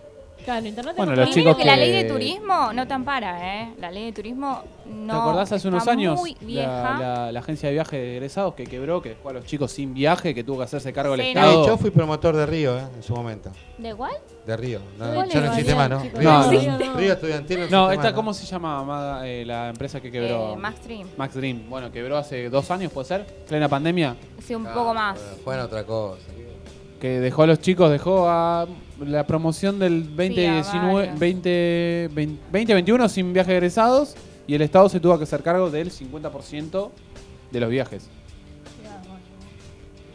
Claro, internet te Bueno, controla. los Primero chicos que, la que- ley de turismo no te ampara, ¿eh? La ley de turismo no. ¿Te acordás hace unos está años? Muy La, vieja. la- la agencia de viaje de egresados que quebró, que dejó a los chicos sin viaje, que tuvo que hacerse cargo el Sí, Eh, no. Estado. yo fui promotor de Río eh, en su momento. ¿De cuál? De Río. No, ¿Cuál ya no es? existe más, ¿no? Chicos, Río, no. no, Río- Río Estudiantil. existe No, más, esta, ¿cómo se llama Maga, eh, la empresa que quebró? Eh, Max Dream. Max Dream. Bueno, quebró hace dos años, ¿puede ser? Plena pandemia. Sí, un Ah, poco más. bueno, Fue en otra cosa. Que dejó a los chicos, dejó a la promoción del 2019, varios. 20, 20, 2021 sin viajes egresados y el Estado se tuvo que hacer cargo del 50% de los viajes. Mirá, bueno.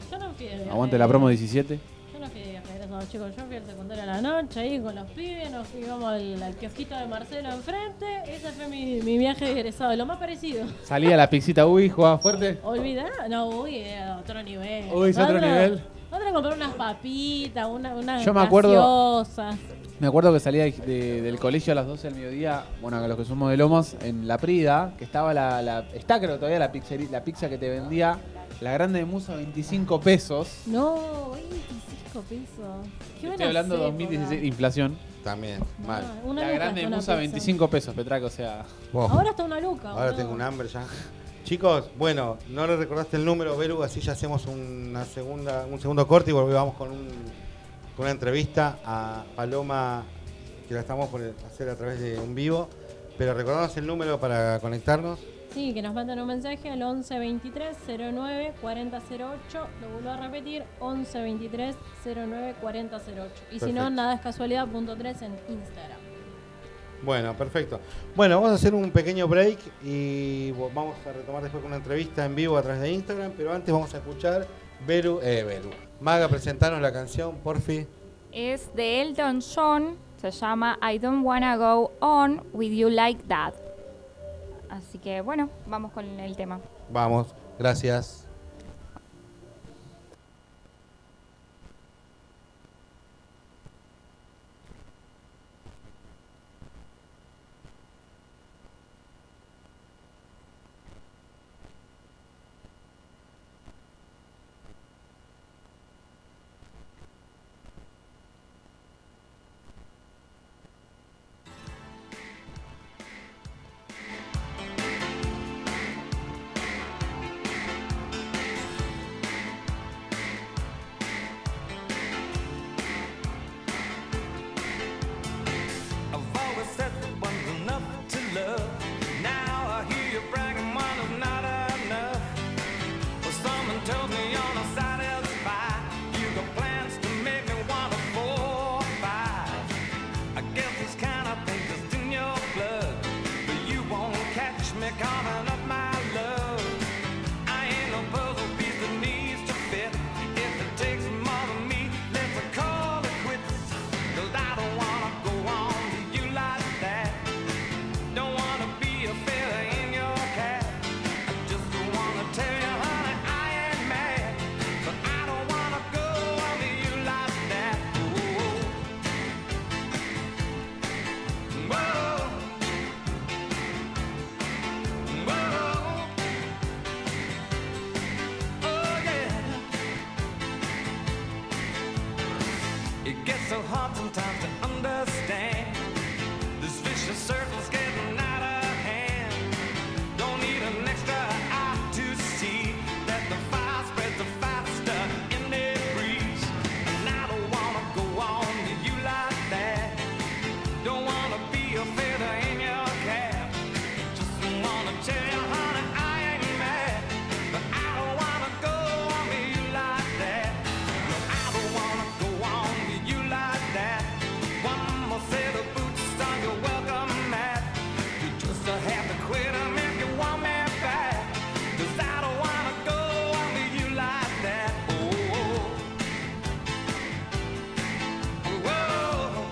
Yo no fui de viaje. Aguante la promo 17. Yo no fui de viaje, no, chicos. Yo fui al secundario a la noche ahí con los pibes. Nos fuimos al, al kiosquito de Marcelo enfrente. Ese fue mi, mi viaje de egresado, lo más parecido. Salía la pixita, uy, jugaba fuerte. Olvidá, no, uy, era otro nivel. Uy, es otro nivel. Otra comprar unas papitas, una, unas Yo me acuerdo- gaseosas. Me acuerdo que salía de- de- del colegio a las 12 del mediodía, bueno, a los que somos de Lomos, en La Prida, que estaba la, la- está creo todavía la, pizzeri- la pizza que te vendía, la grande de musa, 25 pesos. No, 25 pesos. Qué buena Estoy hablando de época. 2016, inflación. También, No, mal. Ah, una la luca grande de está una musa, pizza. 25 pesos, Petraco, o sea... Vos. Ahora está una luca. Ahora boludo. tengo un hambre ya. Chicos, bueno, no le recordaste el número, Belu, así ya hacemos una segunda, un segundo corte y volvemos con, un, con una entrevista a Paloma, que la estamos por hacer a través de un vivo. Pero recordamos el número para conectarnos. Sí, que nos mandan un mensaje al 11 23 09 40 08. Lo vuelvo a repetir: 11 23 09 40 08. Y si Perfecto. no, nada es casualidad. Punto 3 en Instagram. Bueno, perfecto. Bueno, vamos a hacer un pequeño break y vo- vamos a retomar después con una entrevista en vivo a través de Instagram, pero antes vamos a escuchar Belu, eh, Belu. Maga, presentanos la canción, porfi. Es de Elton John. Se llama I Don't Wanna Go On With You Like That. Así que bueno, vamos con el tema. Vamos, gracias. I've always said that one's enough to love. Now I hear you bragging one is not enough. Well, someone told me you're not satisfied. You got plans to make me want a four or five. I guess this kind of thing just in your blood. But you won't catch me calling up my love. I ain't no puzzle piece that needs to fit. If it takes more than me, let's call it quits. 'Cause I don't wanna go on with you like that. Don't wanna be a feather in your cap. I just don't wanna tell you, honey, I ain't mad. But I don't wanna go on with you like that. Whoa. Whoa. Whoa. Oh yeah. It gets so hard sometimes to understand Oh, oh, oh,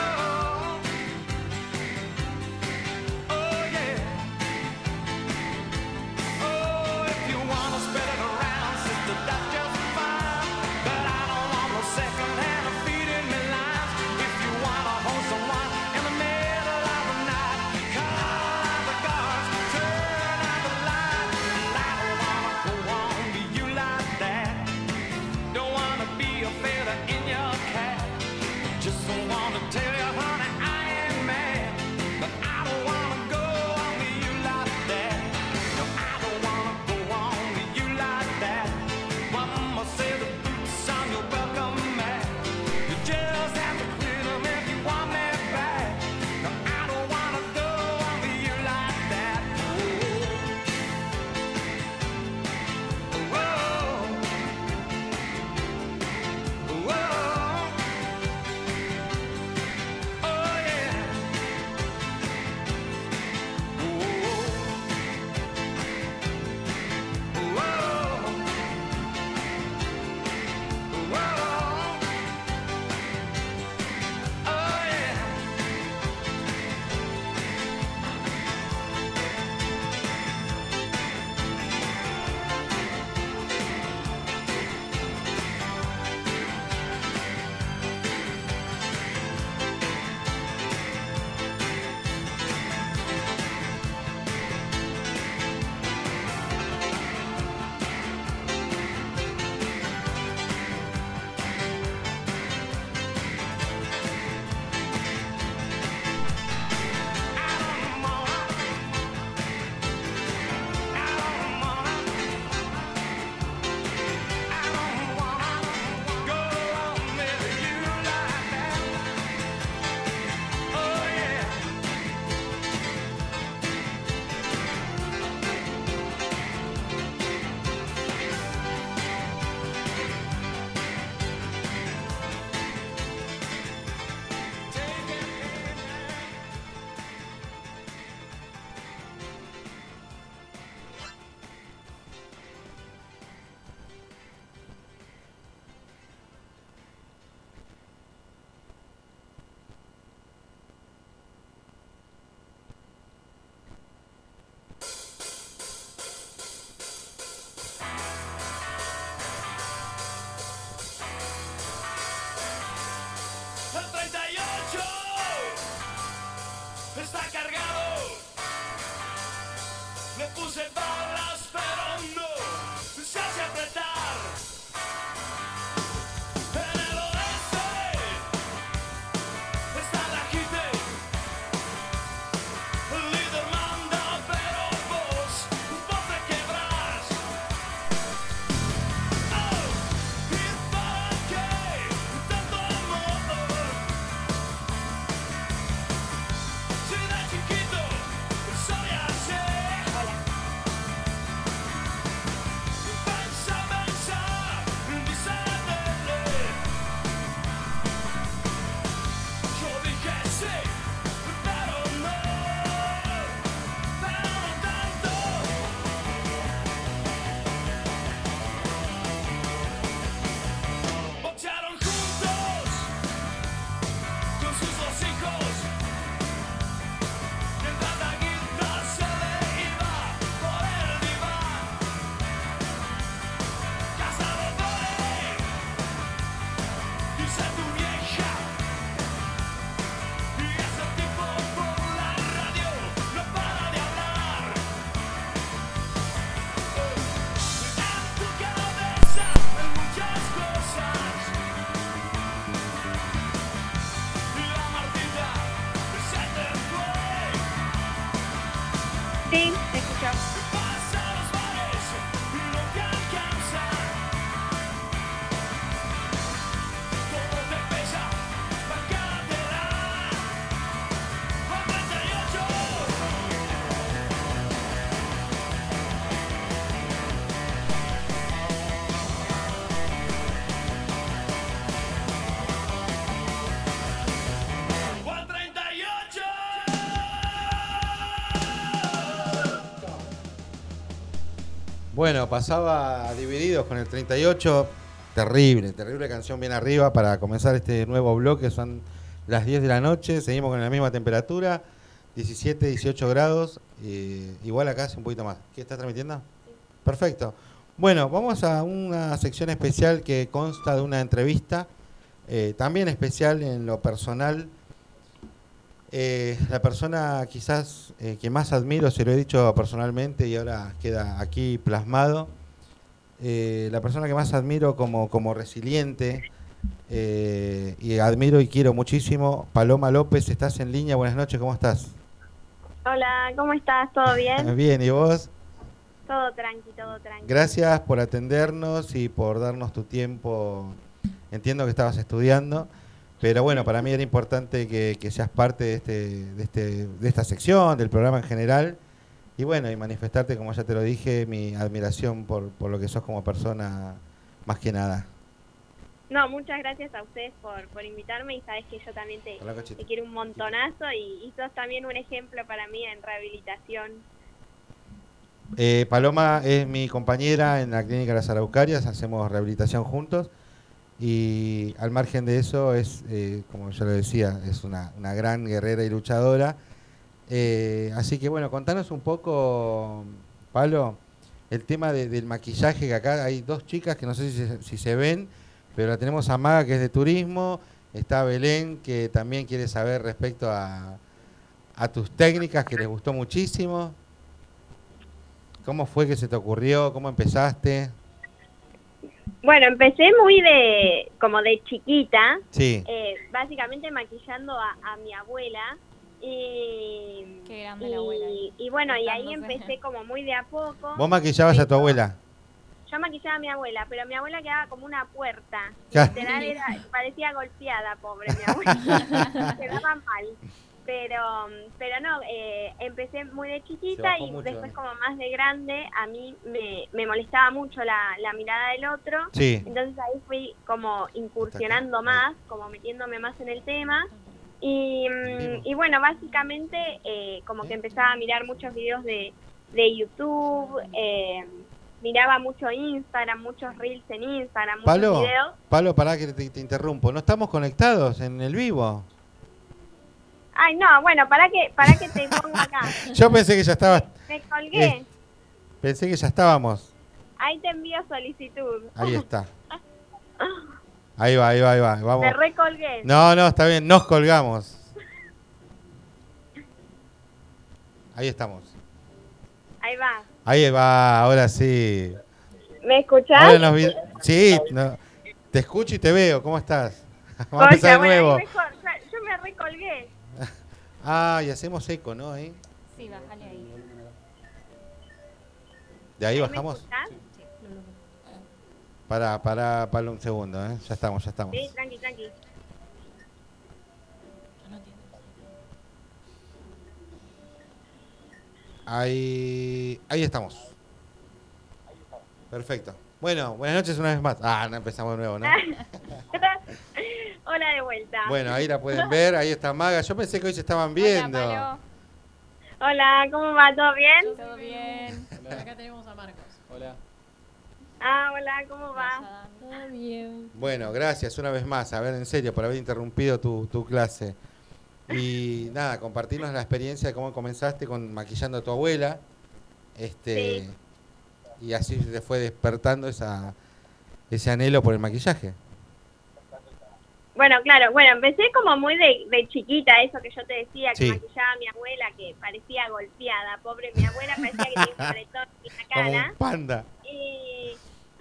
Oh, Oh, Oh, está cargado. Le puse balas, pero no se hace apretar. En el oeste está la gente. El líder manda, pero vos, vos te quebras. Oh, ¿y para qué tanto amor? Si de chiquito soy así Pensa, pensa, dice la tele Yo dije sí, pero no Pero no tanto Boxearon juntos con sus dos hijos. Mientras la guita se le iba por el diván. Casado por dice tu vieja. Y ese tipo por la radio no para de hablar. En tu cabeza hay muchas cosas. La martilla se te fue. Sí, te escucho. Vas a los bares y no te alcanza. Todo te pesa, bagatela. A 38. ¡Juan 38! Bueno, pasaba a divididos con el 38. Terrible, terrible canción bien arriba para comenzar este nuevo bloque. Son las 10 de la noche, seguimos con la misma temperatura, 17, 18 grados. eh, igual acá hace un poquito más. ¿Qué estás transmitiendo? Perfecto. Bueno, vamos a una sección especial que consta de una entrevista, eh, también especial en lo personal. Eh, la persona quizás eh, que más admiro, se lo he dicho personalmente y ahora queda aquí plasmado, eh, la persona que más admiro como, como resiliente eh, y admiro y quiero muchísimo, Paloma López, estás en línea, buenas noches, ¿cómo estás? Hola, ¿cómo estás? ¿Todo bien? Bien, ¿y vos? todo tranqui, todo tranqui. Ah. Gracias por atendernos y por darnos tu tiempo. Entiendo que estabas estudiando, pero bueno, para mí era importante que, que seas parte de, este, de, este, de esta sección, del programa en general. Y bueno, y manifestarte, como ya te lo dije, mi admiración por, por lo que sos como persona, más que nada. No, muchas gracias a ustedes por, por invitarme y sabes que yo también te, Hola, te Cachito. quiero un montonazo y, y sos también un ejemplo para mí en rehabilitación. Eh, Paloma es mi compañera en la clínica de las Araucarias, hacemos rehabilitación juntos y al margen de eso es, eh, como yo lo decía, es una, una gran guerrera y luchadora. Eh, así que bueno, contanos un poco, Palo, el tema de- del maquillaje, que acá hay dos chicas que no sé si se, si se ven, pero la tenemos a Maga que es de turismo, está Belén que también quiere saber respecto a, a tus técnicas que les gustó muchísimo. ¿Cómo fue que se te ocurrió? ¿Cómo empezaste? Bueno, empecé muy de como de chiquita, Sí, eh, básicamente maquillando a, a mi abuela y, Qué grande la abuela. eh. y, y bueno, y ahí Cortándose. empecé como muy de a poco. vos maquillabas a tu abuela. Yo maquillaba a mi abuela, pero mi abuela quedaba como una puerta. Claro. Literal, era- parecía golpeada, pobre mi abuela. Quedaba mal. Pero, pero no, eh, empecé muy de Se chiquita bajó y mucho, después eh. como más de grande, a mí me, me molestaba mucho la, la mirada del otro. Sí, Entonces ahí fui como incursionando Está acá. más, como metiéndome más en el tema. Y, En vivo. mm, y bueno, básicamente eh, como que empezaba a mirar muchos videos de, de YouTube, eh, miraba mucho Instagram, muchos reels en Instagram, muchos Palo. videos. Pablo, pará que te, te interrumpo. No estamos conectados en el vivo. Ay, no, bueno, para que, para que te pongo acá. Yo pensé que ya estabas, Me colgué. Eh. pensé que ya estábamos. Ahí te envío solicitud. Ahí está. Ahí va, ahí va, ahí va. Me Vamos. recolgué. No, no, está bien, nos colgamos. Ahí estamos. Ahí va. Ahí va, ahora sí. ¿Me escuchás? Ahora nos vi- Sí, no, te escucho y te veo. ¿Cómo estás? Vamos a Concha, empezar de bueno, ahí nuevo. mejor. Ya- Yo me recolgué. Ah, y hacemos eco, ¿no? Ahí. Sí, bájale ahí. De ahí ¿Me bajamos. escuchás? Para, para, para un segundo, ¿eh? Ya estamos, ya estamos. Sí, tranqui, tranqui. Ahí, ahí estamos. Perfecto. Bueno, buenas noches una vez más. Ah, no empezamos de nuevo, ¿no? Hola de vuelta. Bueno, ahí la pueden ver, ahí está Maga. Yo pensé que hoy se estaban viendo. Hola, Hola, ¿cómo va? ¿Todo Palo. bien? ¿Todo bien? Acá tenemos a Marcos. Hola. Ah, hola, ¿cómo va? Todo bien. Bueno, gracias una vez más, a ver, en serio, por haber interrumpido tu, tu clase. Y nada, compartirnos la experiencia de cómo comenzaste con maquillando a tu abuela. Este, Sí. Y así te fue despertando esa, ese anhelo por el maquillaje. Bueno, claro, bueno, empecé como muy de, de chiquita, eso que yo te decía, que Sí. maquillaba a mi abuela, que parecía golpeada, pobre mi abuela, parecía que tenía un paletón en la Como cara. un panda. Y,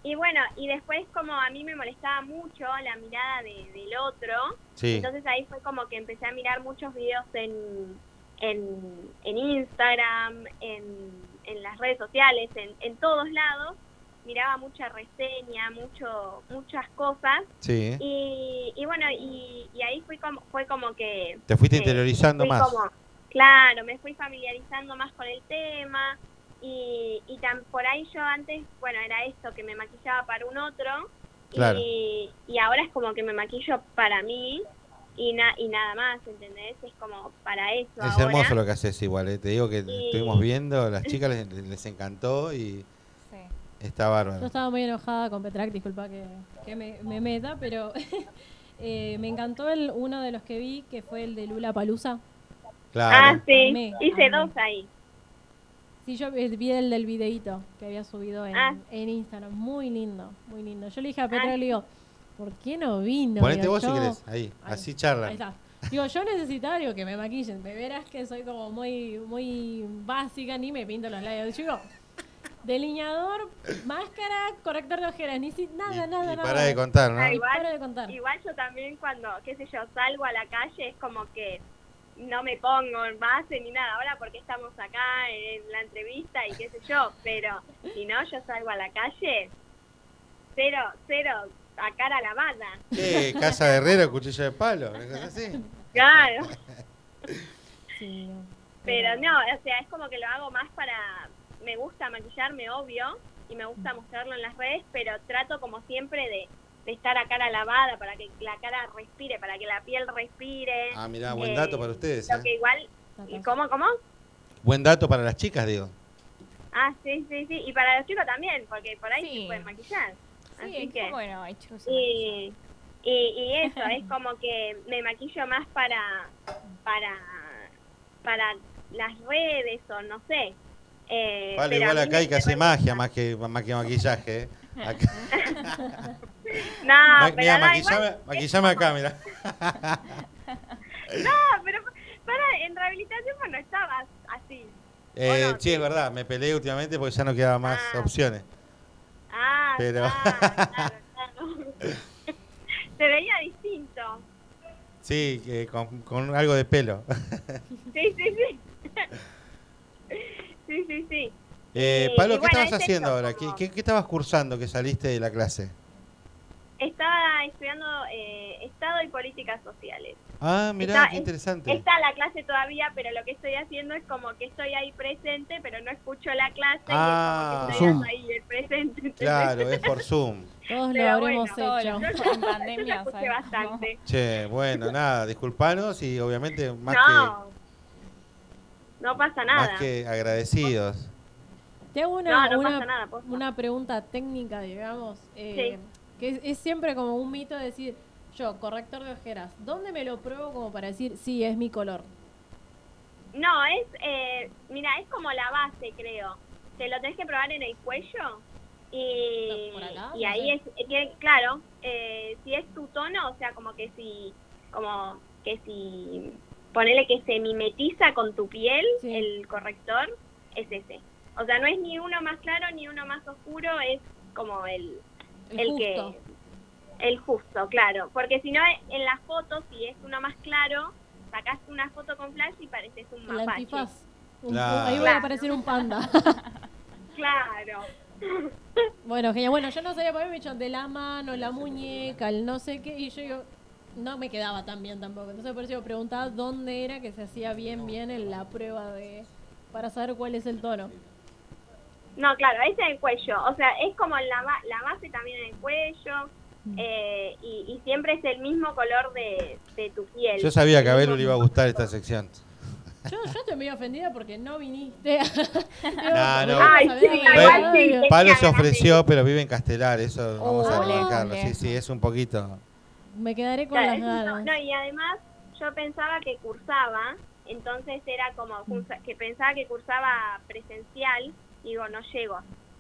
y bueno, y después como a mí me molestaba mucho la mirada de- del otro, Sí. entonces ahí fue como que empecé a mirar muchos videos en, en, en Instagram, en, en las redes sociales, en, en todos lados, miraba mucha reseña, mucho muchas cosas. Sí. Y, y bueno, y, y ahí fui como, fue como que... Te fuiste eh, interiorizando fui más. como- claro, me fui familiarizando más con el tema y, y tan, por ahí yo antes, bueno, era esto, que me maquillaba para un otro Claro. y, y ahora es como que me maquillo para mí y, na- y nada más, ¿entendés? Es como para eso. Es ahora. hermoso lo que haces igual, eh, te digo que Y- estuvimos viendo, a las chicas les, les encantó y Sí. está Yo bárbaro. estaba muy enojada con Petrac, disculpa que, que me, me meta, pero eh, me encantó el, uno de los que vi, que fue el de Lula Palusa. Ah, Claro. sí, Amé, hice amé. dos ahí. Sí, yo eh, vi el del videíto que había subido en, Ah. en Instagram. Muy lindo, muy lindo. Yo le dije a Ah. Petrac, le digo, ¿por qué no vino? Ponete Digo, vos si yo- querés, ahí, Ahí. así Ahí charlan. está. Digo, yo necesitaba digo, que me maquillen. Me verás que soy como muy, muy básica, ni me pinto los labios. Yo digo, delineador, máscara, corrector de ojeras, ni si, nada, Y, nada, y nada. para de contar, ¿no? Ay, Y para de contar. Ah, Igual yo también cuando, qué sé yo, salgo a la calle es como que no me pongo base ni nada ahora porque estamos acá en la entrevista y qué sé yo, pero si no yo salgo a la calle cero, cero, a cara lavada. ¿Qué? Casa de herrero, cuchillo de palo, una cosa así. Claro, Sí, no. pero no, o sea, es como que lo hago más para, me gusta maquillarme, obvio, y me gusta mostrarlo en las redes, pero trato como siempre de, de estar a cara lavada para que la cara respire, para que la piel respire. Ah, mirá, buen Eh, dato para ustedes. Lo ¿eh? que igual, ¿y ¿cómo, cómo? Buen dato para las chicas, digo. Ah, sí, sí, sí. Y para los chicos también, porque por ahí Sí. se pueden maquillar. Sí, Así es que. que bueno, hay chicos. Y, y, y eso, es como que me maquillo más para. para. para las redes o no sé. Eh, Palo, pero a igual mí acá hay me- que hacer magia más que, más que maquillaje. ¿eh? Acá- No, ma- pero mirá, no, maquillame, igual- maquillame acá, mirá. no, pero para, en rehabilitación no estabas así. Eh, no, sí, es verdad, me peleé últimamente porque ya no quedaba más Ah. opciones. Ah, Pero- ah, claro, claro. Se veía distinto. Sí, que con, con algo de pelo. Sí, sí, sí. Sí, sí, sí. Eh, Sí, Pablo, y bueno, ¿qué es estabas eso, haciendo ahora? ¿Qué, como- qué, qué estabas cursando que saliste de la clase? Estaba estudiando eh, Estado y Políticas Sociales. Ah, mirá, Está- qué interesante. Está la clase todavía, pero lo que estoy haciendo es como que estoy ahí presente, pero no escucho la clase. y es como Ah. que estoy Zoom. ahí el presente. Claro, es por Zoom. Todos lo Pero habremos bueno, hecho. todos Yo, En pandemia, yo la escuché ¿sabes? bastante. Che, bueno, nada, disculpanos y obviamente más, No, no pasa que, nada. más que agradecidos. Te hago una, No, no una, pasa nada. posta. una pregunta técnica, digamos, eh, que es, es siempre como un mito decir, yo, corrector de ojeras, ¿dónde me lo pruebo como para decir, sí, es mi color? No, es, eh, mira, es como la base, creo. Te lo tenés que probar en el cuello y, No, por acá, y no ahí sé. es, eh, tiene- claro, eh, si es tu tono, o sea, como que si, como que si ponele que se mimetiza con tu piel, Sí. el corrector, es ese. O sea, no es ni uno más claro ni uno más oscuro, es como el, El, el justo. que el justo, claro, porque si no en las fotos si es uno más claro, sacas una foto con flash y pareces un El mapache. antifaz. Un- Claro. Ahí voy a aparecer un panda. Claro. bueno, genial. Bueno, yo no sabía por mí me dijeron de la mano, la muñeca, el no sé qué. Y yo digo, no me quedaba tan bien tampoco. Entonces por eso yo preguntaba dónde era que se hacía bien, bien en la prueba de. para saber cuál es el tono. No, claro, ese es el cuello. O sea, es como la, ba- la base también en el cuello. Mm. eh, y, y siempre es el mismo color de, de tu piel. Yo sabía que a El Belu le mismo iba a gustar esta sección. Yo, yo estoy medio ofendida porque no viniste. No, no. Ay, sí, igual sí. Pablo se ofreció, pero vive en Castelar, eso vamos a Ah, Oh, remarcarlo. Sí, bien. sí, es un poquito. Me quedaré con Claro, las eso no- ganas. no, y además yo pensaba que cursaba, entonces era Mm. como cursa- que pensaba que cursaba presencial, digo, no llego,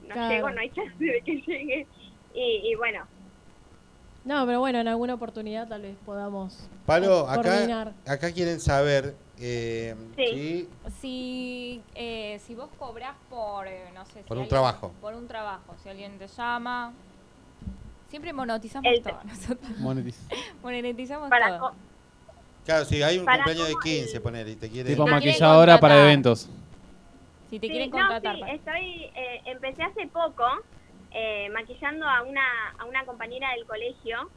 no Claro. llego, no hay chance de que llegue. Y, y bueno, No, pero bueno, en alguna oportunidad tal vez podamos. Pablo, Coordinar. acá, acá quieren saber eh, Sí. si Si, eh, si vos cobras por, eh, no sé, si Por un alguien- trabajo. Por un trabajo, si alguien te llama. Siempre monetizamos El- todo. Nosotros Monetiz. monetizamos para... todo. co- Claro, si hay un Para cumpleaños de cómo 15, poner, y te quiere... Tipo quieren maquilladora para contratar. eventos. Si te Sí, quieren no, contratar. sí, para- estoy, eh, empecé hace poco eh, maquillando a una, a una compañera del colegio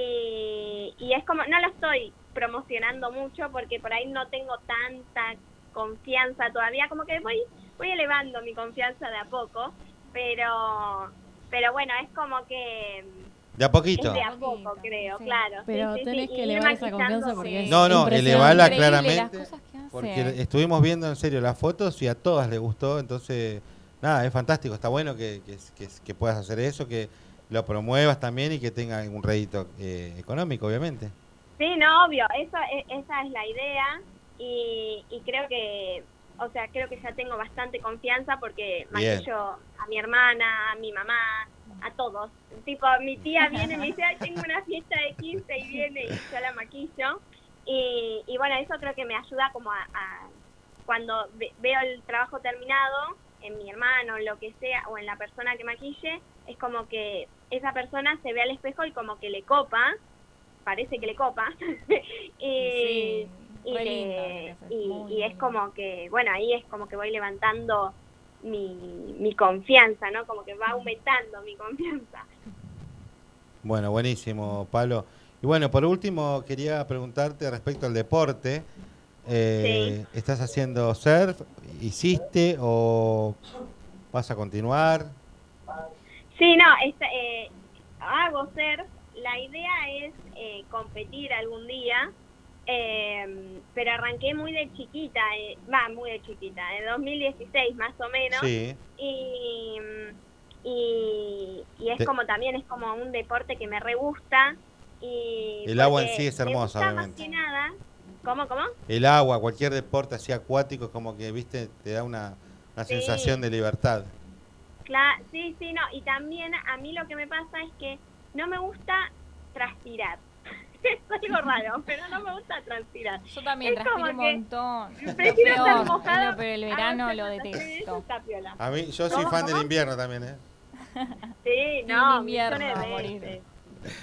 y, y es como, no lo estoy promocionando mucho porque por ahí no tengo tanta confianza todavía, como que voy, voy elevando mi confianza de a poco, pero, pero bueno, es como que mm, De a es poquito. de a poco, creo, Sí. claro. sí, Pero sí, sí, tenés y que ir elevar esa confianza maquillando, porque sí. es No, no, impresionante. elevala Increíble las claramente, cosas que hace. Porque estuvimos viendo en serio las fotos y a todas les gustó, entonces, nada, es fantástico, está bueno que, que- que- que puedas hacer eso, que lo promuevas también y que tenga un rédito eh, económico, obviamente. Sí, no, obvio, eso, e- esa es la idea y, y creo que, o sea, creo que ya tengo bastante confianza porque Bien. maquillo a mi hermana, a mi mamá, a todos. Tipo, mi tía viene y me dice, "Ay, tengo una fiesta de 15 y viene y yo la maquillo. Y, y bueno, eso creo que me ayuda como a, a- cuando ve- veo el trabajo terminado, en mi hermano, en lo que sea, o en la persona que maquille, es como que esa persona se ve al espejo y como que le copa, parece que le copa. y, Sí, y, re le- lindo lo que haces, y- muy, y es muy como que, bueno, ahí es como que voy levantando mi, mi confianza, ¿no? Como que Mm. va aumentando mi confianza. Bueno, buenísimo, Pablo. Y bueno, por último, quería preguntarte respecto al deporte. Eh, ¿Estás haciendo surf? ¿Hiciste o vas a continuar? Sí, no, esta- eh, hago surf. La idea es eh, competir algún día, eh, pero arranqué muy de chiquita, eh, va, muy de chiquita, en 2016 más o menos. Sí. Y, y, y es Te- como también, es como un deporte que me re gusta. Y El agua en porque sí es me hermosa, gusta más obviamente. que nada. ¿Cómo, cómo? El agua, cualquier deporte así acuático, es como que, viste, te da una, una Sí. sensación de libertad. Cla- sí, sí, no. Y también a mí lo que me pasa es que no me gusta transpirar. es algo raro, pero no me gusta transpirar. Yo también Es transpiro como un que montón. Lo prefiero estar peor, mojada es lo- pero el Ah, verano sí, lo sí, sí, eso detesto. está piola. A mí, yo soy ¿Cómo, fan del cómo? invierno también, ¿eh? Sí, Team no, invierno, millones de a morir. veces.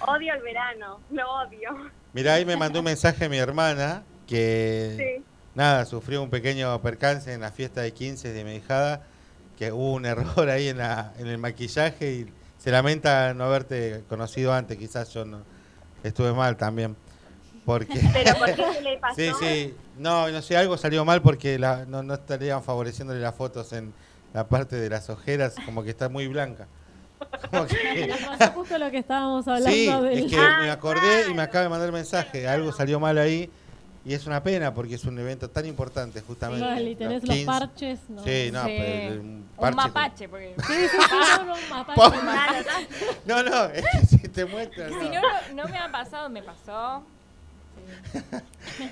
Odio el verano, lo odio. Mirá, ahí me mandó un mensaje mi hermana que, Sí. nada, sufrió un pequeño percance en la fiesta de 15 de mi hijada, que hubo un error ahí en, la- en el maquillaje y se lamenta no haberte conocido antes, quizás yo no estuve mal también. Porque, Pero ¿por qué se le pasó? sí, sí, no, no sé, algo salió mal porque la- no, no estarían favoreciéndole las fotos en la parte de las ojeras, como que está muy blanca. Como que- Nos pasó justo lo que estábamos hablando Sí, del- es que Ah, me acordé y me claro. acaba de mandar el mensaje. Algo salió mal ahí y es una pena porque es un evento tan importante, justamente. Mal, y tenés los 15. parches. No. eh, Sí, no, Sí. pero el- Un un parche. mapache, porque Ah. Sí, sí, sí, no, no, un mapache, Pobre. un mapache. Claro, ¿no? No, no, es que si te muestran. No. si no, no, no me ha pasado, me pasó.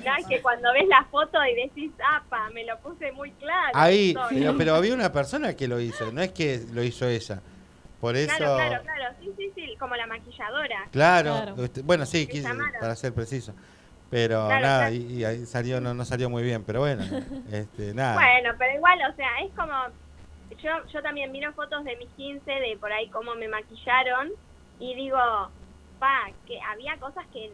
No, es que cuando ves la foto y decís, apa, Ah, me lo puse muy claro. Ahí, Sorry. pero, pero había una persona que lo hizo, no es que lo hizo ella. Por eso. Claro, claro, claro. Sí, sí, sí, como la maquilladora. Claro, Claro. este, bueno, sí, quise- llamaron. para ser preciso. Pero Claro, nada, claro. y, y ahí salió, no, no salió muy bien, pero bueno, este, nada. Bueno, pero igual, o sea, es como. Yo, yo también miro fotos de mis 15, de por ahí cómo me maquillaron, y digo, pa, que había cosas que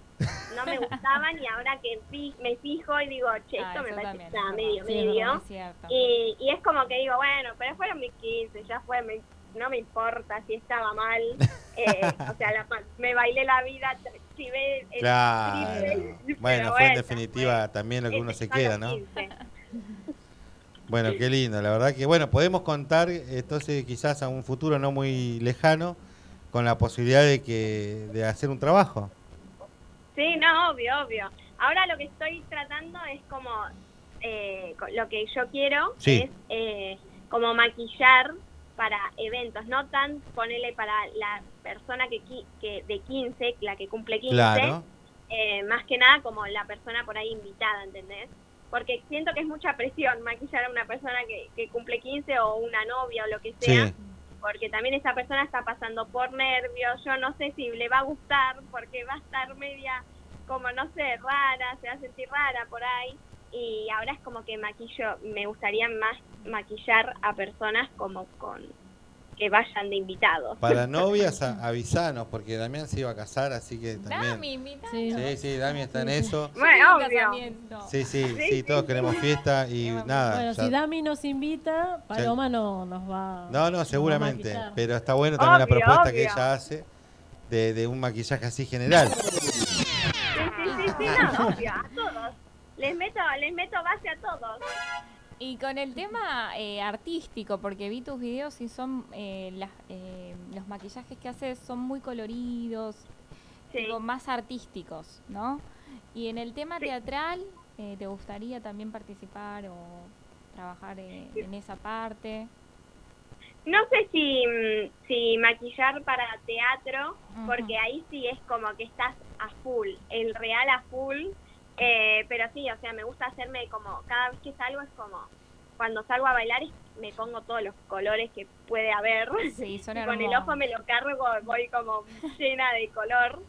no me gustaban, y ahora que fi- me fijo y digo, che, Ah, esto me eso parece que también, está medio, es Sí, es medio. Es cierto. Y, y es como que digo, bueno, pero fueron mis 15, ya fue, me- no me importa si estaba mal. eh, o sea, la pa- me bailé la vida, chivé el Claro. triple, pero Bueno, fue en definitiva también lo que fue- uno se este, son los queda, ¿no? 15. Bueno, qué lindo, la verdad que bueno, podemos contar entonces quizás a un futuro no muy lejano con la posibilidad de que de hacer un trabajo. Sí, no, obvio, obvio. Ahora lo que estoy tratando es como eh, co- lo que yo quiero Sí. es eh, como maquillar para eventos, no tan ponerle para la persona que, qui- que de 15, la que cumple 15, Claro. eh, más que nada como la persona por ahí invitada, ¿entendés? Porque siento que es mucha presión maquillar a una persona que, que cumple 15 o una novia o lo que sea Sí. porque también esa persona está pasando por nervios, yo no sé si le va a gustar porque va a estar media como no sé, rara, se va a sentir rara por ahí y ahora es como que maquillo, me gustaría más maquillar a personas como con que vayan de invitados. Para novias a- avisanos porque Damián se iba a casar, así que también. Dami, mira. Sí, Sí, sí, Dami está en eso. Bueno, Un obvio. casamiento. Sí, sí, sí, todos queremos fiesta y Bueno, nada. Bueno, si ya- Dami nos invita, Paloma no nos va. nos No, va no, a seguramente, maquillar. pero está bueno también la Obvio, propuesta que obvio. ella hace de, de un maquillaje así general. Sí, sí, sí, sí, no, obvio, a todos. Les meto, les meto base a todos. Y con el tema eh, artístico, porque vi tus videos y son eh, las, eh, los maquillajes que haces son muy coloridos, Sí. digo, más artísticos, ¿no? Y en el tema Sí. teatral, eh, ¿te gustaría también participar o trabajar eh, en esa parte? No sé si, mm, si maquillar para teatro, Ujú. porque ahí sí es como que estás a full, el real a full, eh, pero sí, o sea, me gusta hacerme como, cada vez que salgo es como, cuando salgo a bailar es- me pongo todos los colores que puede haber, Sí, son Y con el hermosos. ojo me lo cargo, voy como llena de color,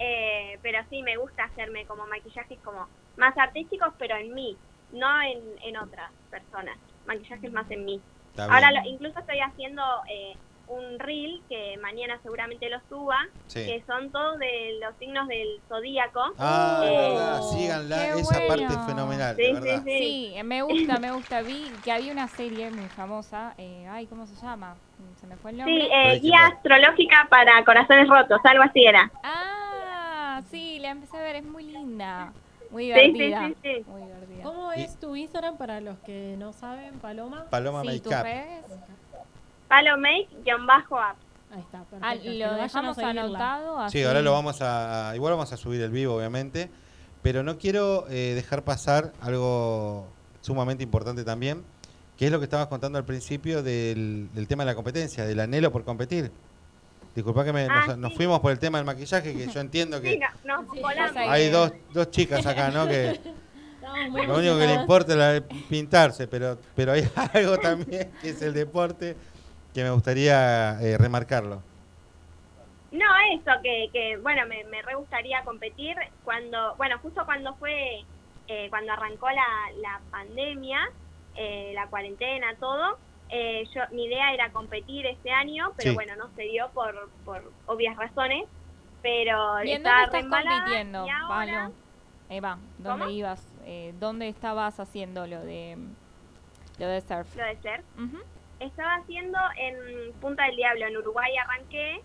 eh, pero sí me gusta hacerme como maquillajes como más artísticos, pero en mí, no en, en otras personas, maquillajes más en mí. Está Ahora bien, lo- incluso estoy haciendo eh, un reel que mañana seguramente lo suba, sí. que son todos de los signos del zodíaco. Eh, Ah, es verdad, Oh, síganla, qué esa parte es bueno. fenomenal, de Sí, sí, verdad. sí. Sí, me gusta, me gusta. Vi que había una serie muy famosa, eh, ay, ¿cómo se llama? Se me fue el Sí, nombre. eh, Breaking guía Bad. astrológica para corazones rotos, algo así era. Ah, sí, la empecé a ver, es muy linda, muy Sí, sí, divertida. sí, sí. Muy divertida. ¿Cómo Y- es tu Instagram para los que no saben, Paloma? Paloma Sí, tus Makeup. redes. Palomake-up. Ahí está, perfecto. Ah, Que lo vayan a dejamos seguirla. anotado. Sí, así- ahora lo vamos a. Igual vamos a subir el vivo, obviamente. Pero no quiero eh, dejar pasar algo sumamente importante también, que es lo que estabas contando al principio del, del tema de la competencia, del anhelo por competir. Disculpa que me- Ah, nos, nos sí. fuimos por el tema del maquillaje, que yo entiendo Sí, que no, nos Sí. volamos. Ahí. hay dos, dos chicas acá, ¿no? Que Estamos muy lo único que le emocionadas. importa es la de pintarse, pero, pero hay algo también que es el deporte que me gustaría eh, remarcarlo. No, eso, que, que bueno, me, me re gustaría competir. cuando Bueno, justo cuando fue, eh, cuando arrancó la, la pandemia, eh, la cuarentena, todo, eh, yo, mi idea era competir este año, pero Sí. bueno, no se dio por, por obvias razones. Pero ¿Y en estaba dónde re estás embalada, compitiendo, y ahora- Pablo? Eva, ¿dónde ¿Cómo? ibas? eh, ¿Dónde estabas haciendo lo de lo de surf? Lo de ser. Ujú. Estaba haciendo en Punta del Diablo, en Uruguay arranqué,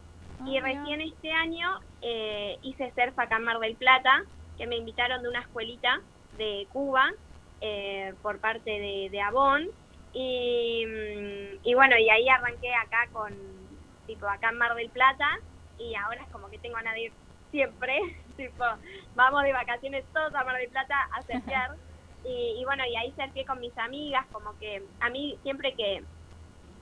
y Ah, mira. recién este año eh, hice surf acá en Mar del Plata, que me invitaron de una escuelita de Cuba eh, por parte de, de Avon. Y, mm, y bueno, y ahí arranqué acá con, tipo, acá en Mar del Plata. Y ahora es como que tengo a nadie siempre, tipo, vamos de vacaciones todos a Mar del Plata a surfear. y, y bueno, y ahí surfeé con mis amigas, como que a mí siempre que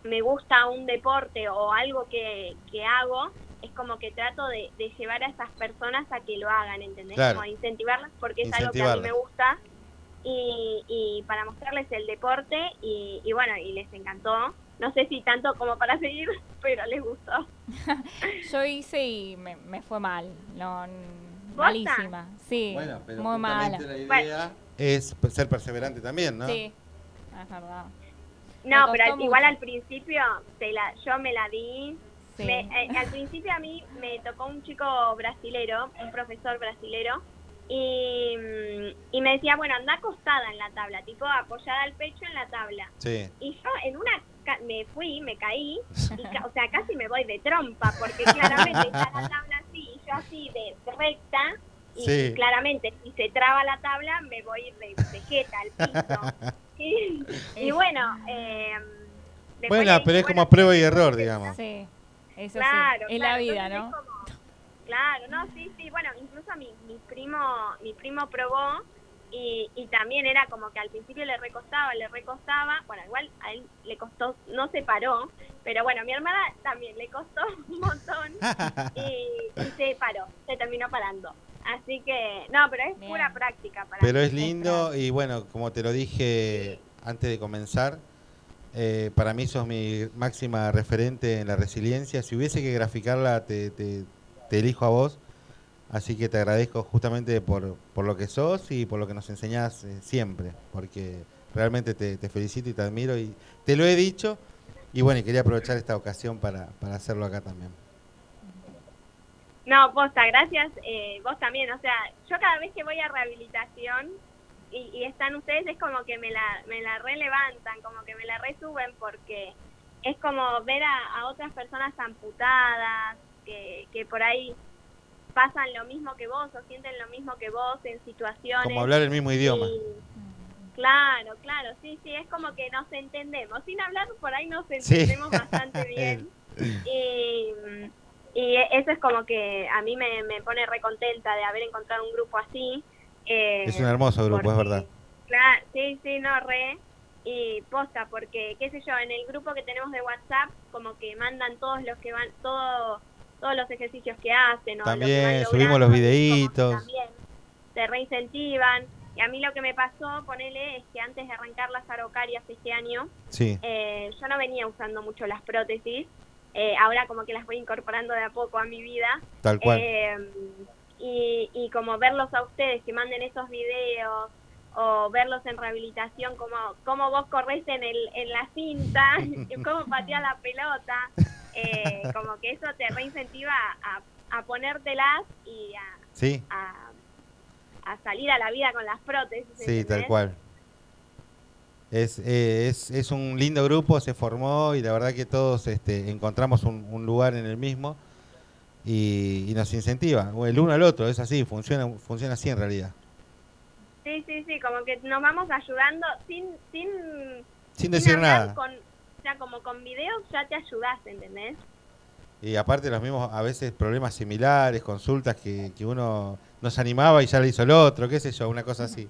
me gusta un deporte o algo que, que hago, es como que trato de, de llevar a esas personas a que lo hagan, ¿entendés? Claro. Como incentivarlas porque es algo que a mí me Incentivarlas. gusta. Y, y para mostrarles el deporte y, y bueno, y les encantó. No sé si tanto como para seguir, pero les gustó. Yo hice y me, me fue mal. No, n- Malísima. Sí, Bueno, pero muy mala. justamente la Bueno. idea es ser perseverante también, ¿no? Sí, es verdad. Me No, costó pero al- mucho. igual al principio se la, yo me la di. Sí. Me- eh, al principio a mí me tocó un chico brasilero, un profesor brasilero, y, mm, y me decía, bueno, anda acostada en la tabla, tipo apoyada al pecho en la tabla. Sí. Y yo en una ca- me fui, me caí, y ca- o sea, casi me voy de trompa, porque claramente está la tabla así, y yo así de recta, y Sí. claramente si se traba la tabla me voy de, de jeta al piso. Y, y bueno, eh, después le Bueno, dije, pero es como bueno, prueba y error, digamos. Sí, eso Claro, sí. Es claro, la vida, ¿no? entonces es como- claro, no, sí, sí. Bueno, incluso mi, mi primo mi primo probó y, y también era como que al principio le recostaba, le recostaba. Bueno, igual a él le costó, no se paró, pero bueno, a mi hermana también le costó un montón y, y se paró, se terminó parando. Así que, no, pero es Bien. pura práctica. Para Pero mí. es lindo y bueno, como te lo dije antes de comenzar, eh, para mí sos mi máxima referente en la resiliencia. Si hubiese que graficarla, te, te- te elijo a vos. Así que te agradezco justamente por, por lo que sos y por lo que nos enseñás eh, siempre, porque realmente te, te felicito y te admiro y te lo he dicho. Y bueno, y quería aprovechar esta ocasión para, para hacerlo acá también. No, posta, gracias. eh, vos también. O sea, yo cada vez que voy a rehabilitación y, y están ustedes, es como que me la, me la relevantan, como que me la resuben, porque es como ver a, a otras personas amputadas, que, que por ahí pasan lo mismo que vos o sienten lo mismo que vos en situaciones. Como hablar el mismo idioma. Y- Claro, claro, sí, sí, es como que nos entendemos. Sin hablar, por ahí nos entendemos bastante bien. Y, y eso es como que a mí me, me pone recontenta de haber encontrado un grupo así. eh, Es un hermoso grupo, es porque- verdad. Claro, sí, sí, no, re. Y posta, porque, qué sé yo, en el grupo que tenemos de WhatsApp, como que mandan todos los que van, todo, todos los ejercicios que hacen. O También, lo que van subimos los logrando, y como que videitos. También, te reincentivan. Y a mí lo que me pasó, ponele, es que antes de arrancar las araucarias este año, Sí. eh, yo no venía usando mucho las prótesis. Eh, ahora como que las voy incorporando de a poco a mi vida. Tal cual. Eh, y, y como verlos a ustedes que manden esos videos o verlos en rehabilitación, como, como vos corres en, el, en la cinta, cómo pateas la pelota, eh, como que eso te reincentiva a, a ponértelas y a, sí, a- a salir a la vida con las prótesis. sí, tal ¿entendés? cual. Es, eh, es, es un lindo grupo, se formó y la verdad que todos este, encontramos un, un lugar en el mismo y, y nos incentiva, o el uno al otro, es así, funciona, funciona así en realidad. Sí, sí, sí, como que nos vamos ayudando sin, sin, Sin sin decir hablar, nada. Con, o sea, como con videos ya te ayudás, ¿entendés? Y aparte los mismos, a veces problemas similares, consultas que, que uno nos animaba y ya le hizo el otro, qué sé yo, una cosa así.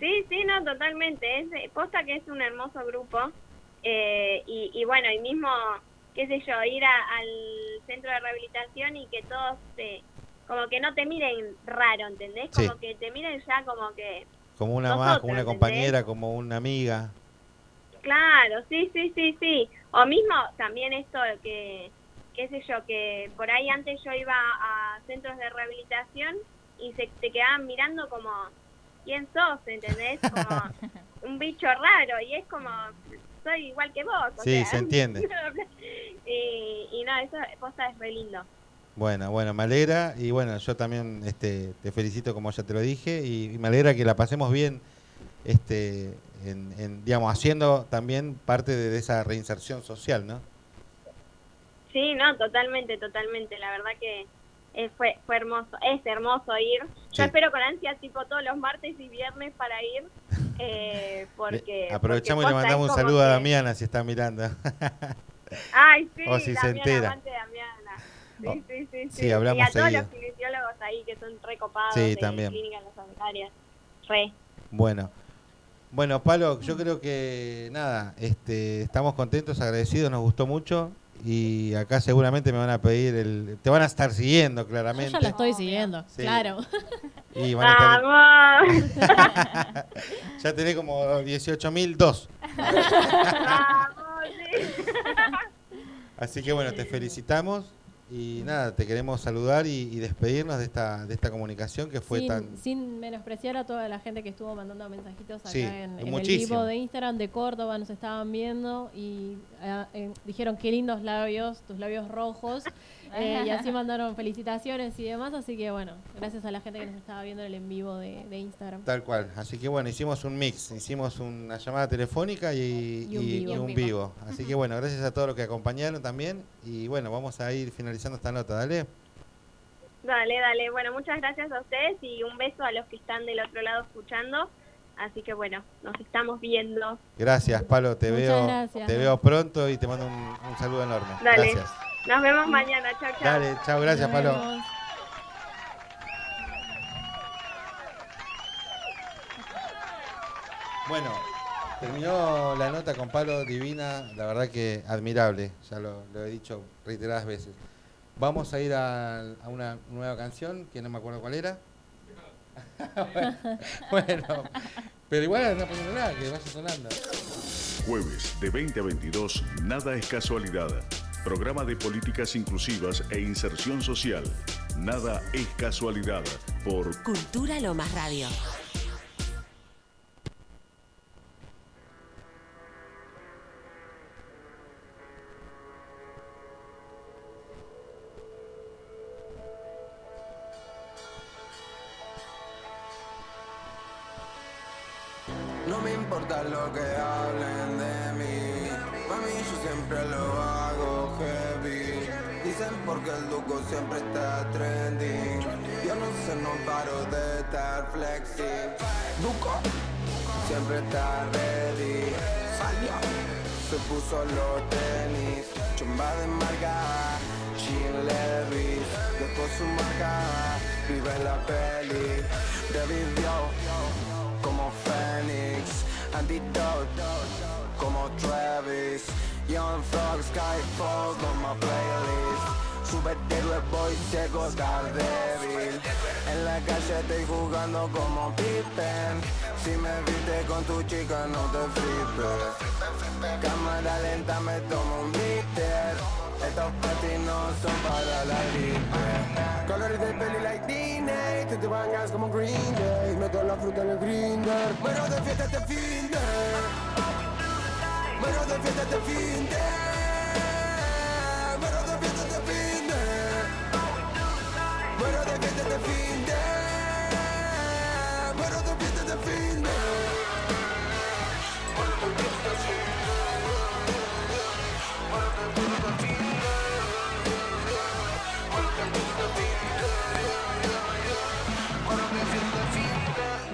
Sí, sí, no, totalmente. Es, eh, posta que es un hermoso grupo. Eh, y, y bueno, y mismo, qué sé yo, ir a- al centro de rehabilitación y que todos te, como que no te miren raro, ¿entendés? Como Sí. que te miren ya como que, Como una más, Nosotras, como una ¿entendés? compañera, como una amiga. claro, sí, sí, sí, sí. O mismo también esto que, qué sé yo, que por ahí antes yo iba a centros de rehabilitación y se te quedaban mirando como, ¿quién sos? ¿Entendés? Como un bicho raro y es como, soy igual que vos. o Sí, sea. se entiende. y, y no, eso posta es re lindo. Bueno, bueno, me alegra y bueno, yo también este, te felicito como ya te lo dije y, y me alegra que la pasemos bien, este, en, en, digamos, haciendo también parte de esa reinserción social, ¿no? Sí, no, totalmente, totalmente. La verdad que eh, fue, fue hermoso, es hermoso ir. Sí. Yo espero con ansia tipo todos los martes y viernes para ir. eh, porque Le- aprovechamos y porque le posta mandamos es como un saludo a que- Damiana si está mirando. Ay, sí, o Oh, si se Damiana, entera. aguante, Damiana. Sí, Oh, sí, sí, sí, sí. hablamos y a todos seguido. los kinesiólogos ahí que son recopados Sí, de también. clínica en las Américas. Re. Bueno, bueno, Palo, yo creo que nada, este, estamos contentos, agradecidos, nos gustó mucho y acá seguramente me van a pedir el, te van a estar siguiendo Yo claramente ya la estoy Obvio. siguiendo, Sí. claro. y van a Ah, estar- Vamos, ya tenés como 18.002. vamos, sí. Así que bueno, te felicitamos y, Y nada, te queremos saludar y, y despedirnos de esta, de esta comunicación que fue sin, tan... sin menospreciar a toda la gente que estuvo mandando mensajitos acá Sí, en, en el muchísimo. vivo de Instagram de Córdoba, nos estaban viendo y ah, eh, dijeron qué lindos labios, tus labios rojos, eh, y así mandaron felicitaciones y demás, así que bueno, gracias a la gente que nos estaba viendo en el en vivo de, de Instagram. Tal cual. Así que bueno, hicimos un mix, hicimos una llamada telefónica y, Y un vivo. y un vivo. Así que bueno, gracias a todos los que acompañaron también. Y bueno, vamos a ir finalizando esta nota, dale. Dale, dale. Bueno, muchas gracias a ustedes y un beso a los que están del otro lado escuchando. Así que bueno, nos estamos viendo. Gracias, Palo, te Muchas veo, gracias. te veo pronto y te mando un, un saludo enorme. Dale. Gracias. Nos vemos mañana. Chao, chao. Dale, chao, gracias, Nos Palo. vemos. Bueno, terminó la nota con Palo Divina, la verdad que admirable, ya lo, lo he dicho reiteradas veces. Vamos a ir a, a una nueva canción, que no me acuerdo cuál era. bueno, pero igual anda poniendo nada, que vaya sonando. Jueves de 20 a 22, Nada es casualidad. Programa de políticas inclusivas e inserción social. Nada es casualidad por Cultura Lomas Radio. No me importa lo que hablen de mí. Mami, yo siempre lo hago heavy. Dicen porque el Duco siempre está trending. Yo no sé, no paro de estar flexing. Duco siempre está ready. Salió, se puso los tenis. Chumba de marca, Jean Levis. Dejó su marca, vive la peli. Revivió como Phoenix, Antidote, como Travis, Young Frog, Skyfalls on my playlist. Superhéroe, voy ciego, débil. En la calle estoy jugando como Pippen. Si me viste con tu chica, no te flipes. Cámara lenta, me tomo un blister. Estos patis no son para la gripe. Colores de peli like Disney, tú te bañas como Green Day. Meto la fruta en el grinder. Bueno, de fiesta este fin de. Bueno, de fiesta este fin de. Bueno, de fiesta este fin de. Bueno, de fiesta este fin de. Bueno, de fiesta este fin de.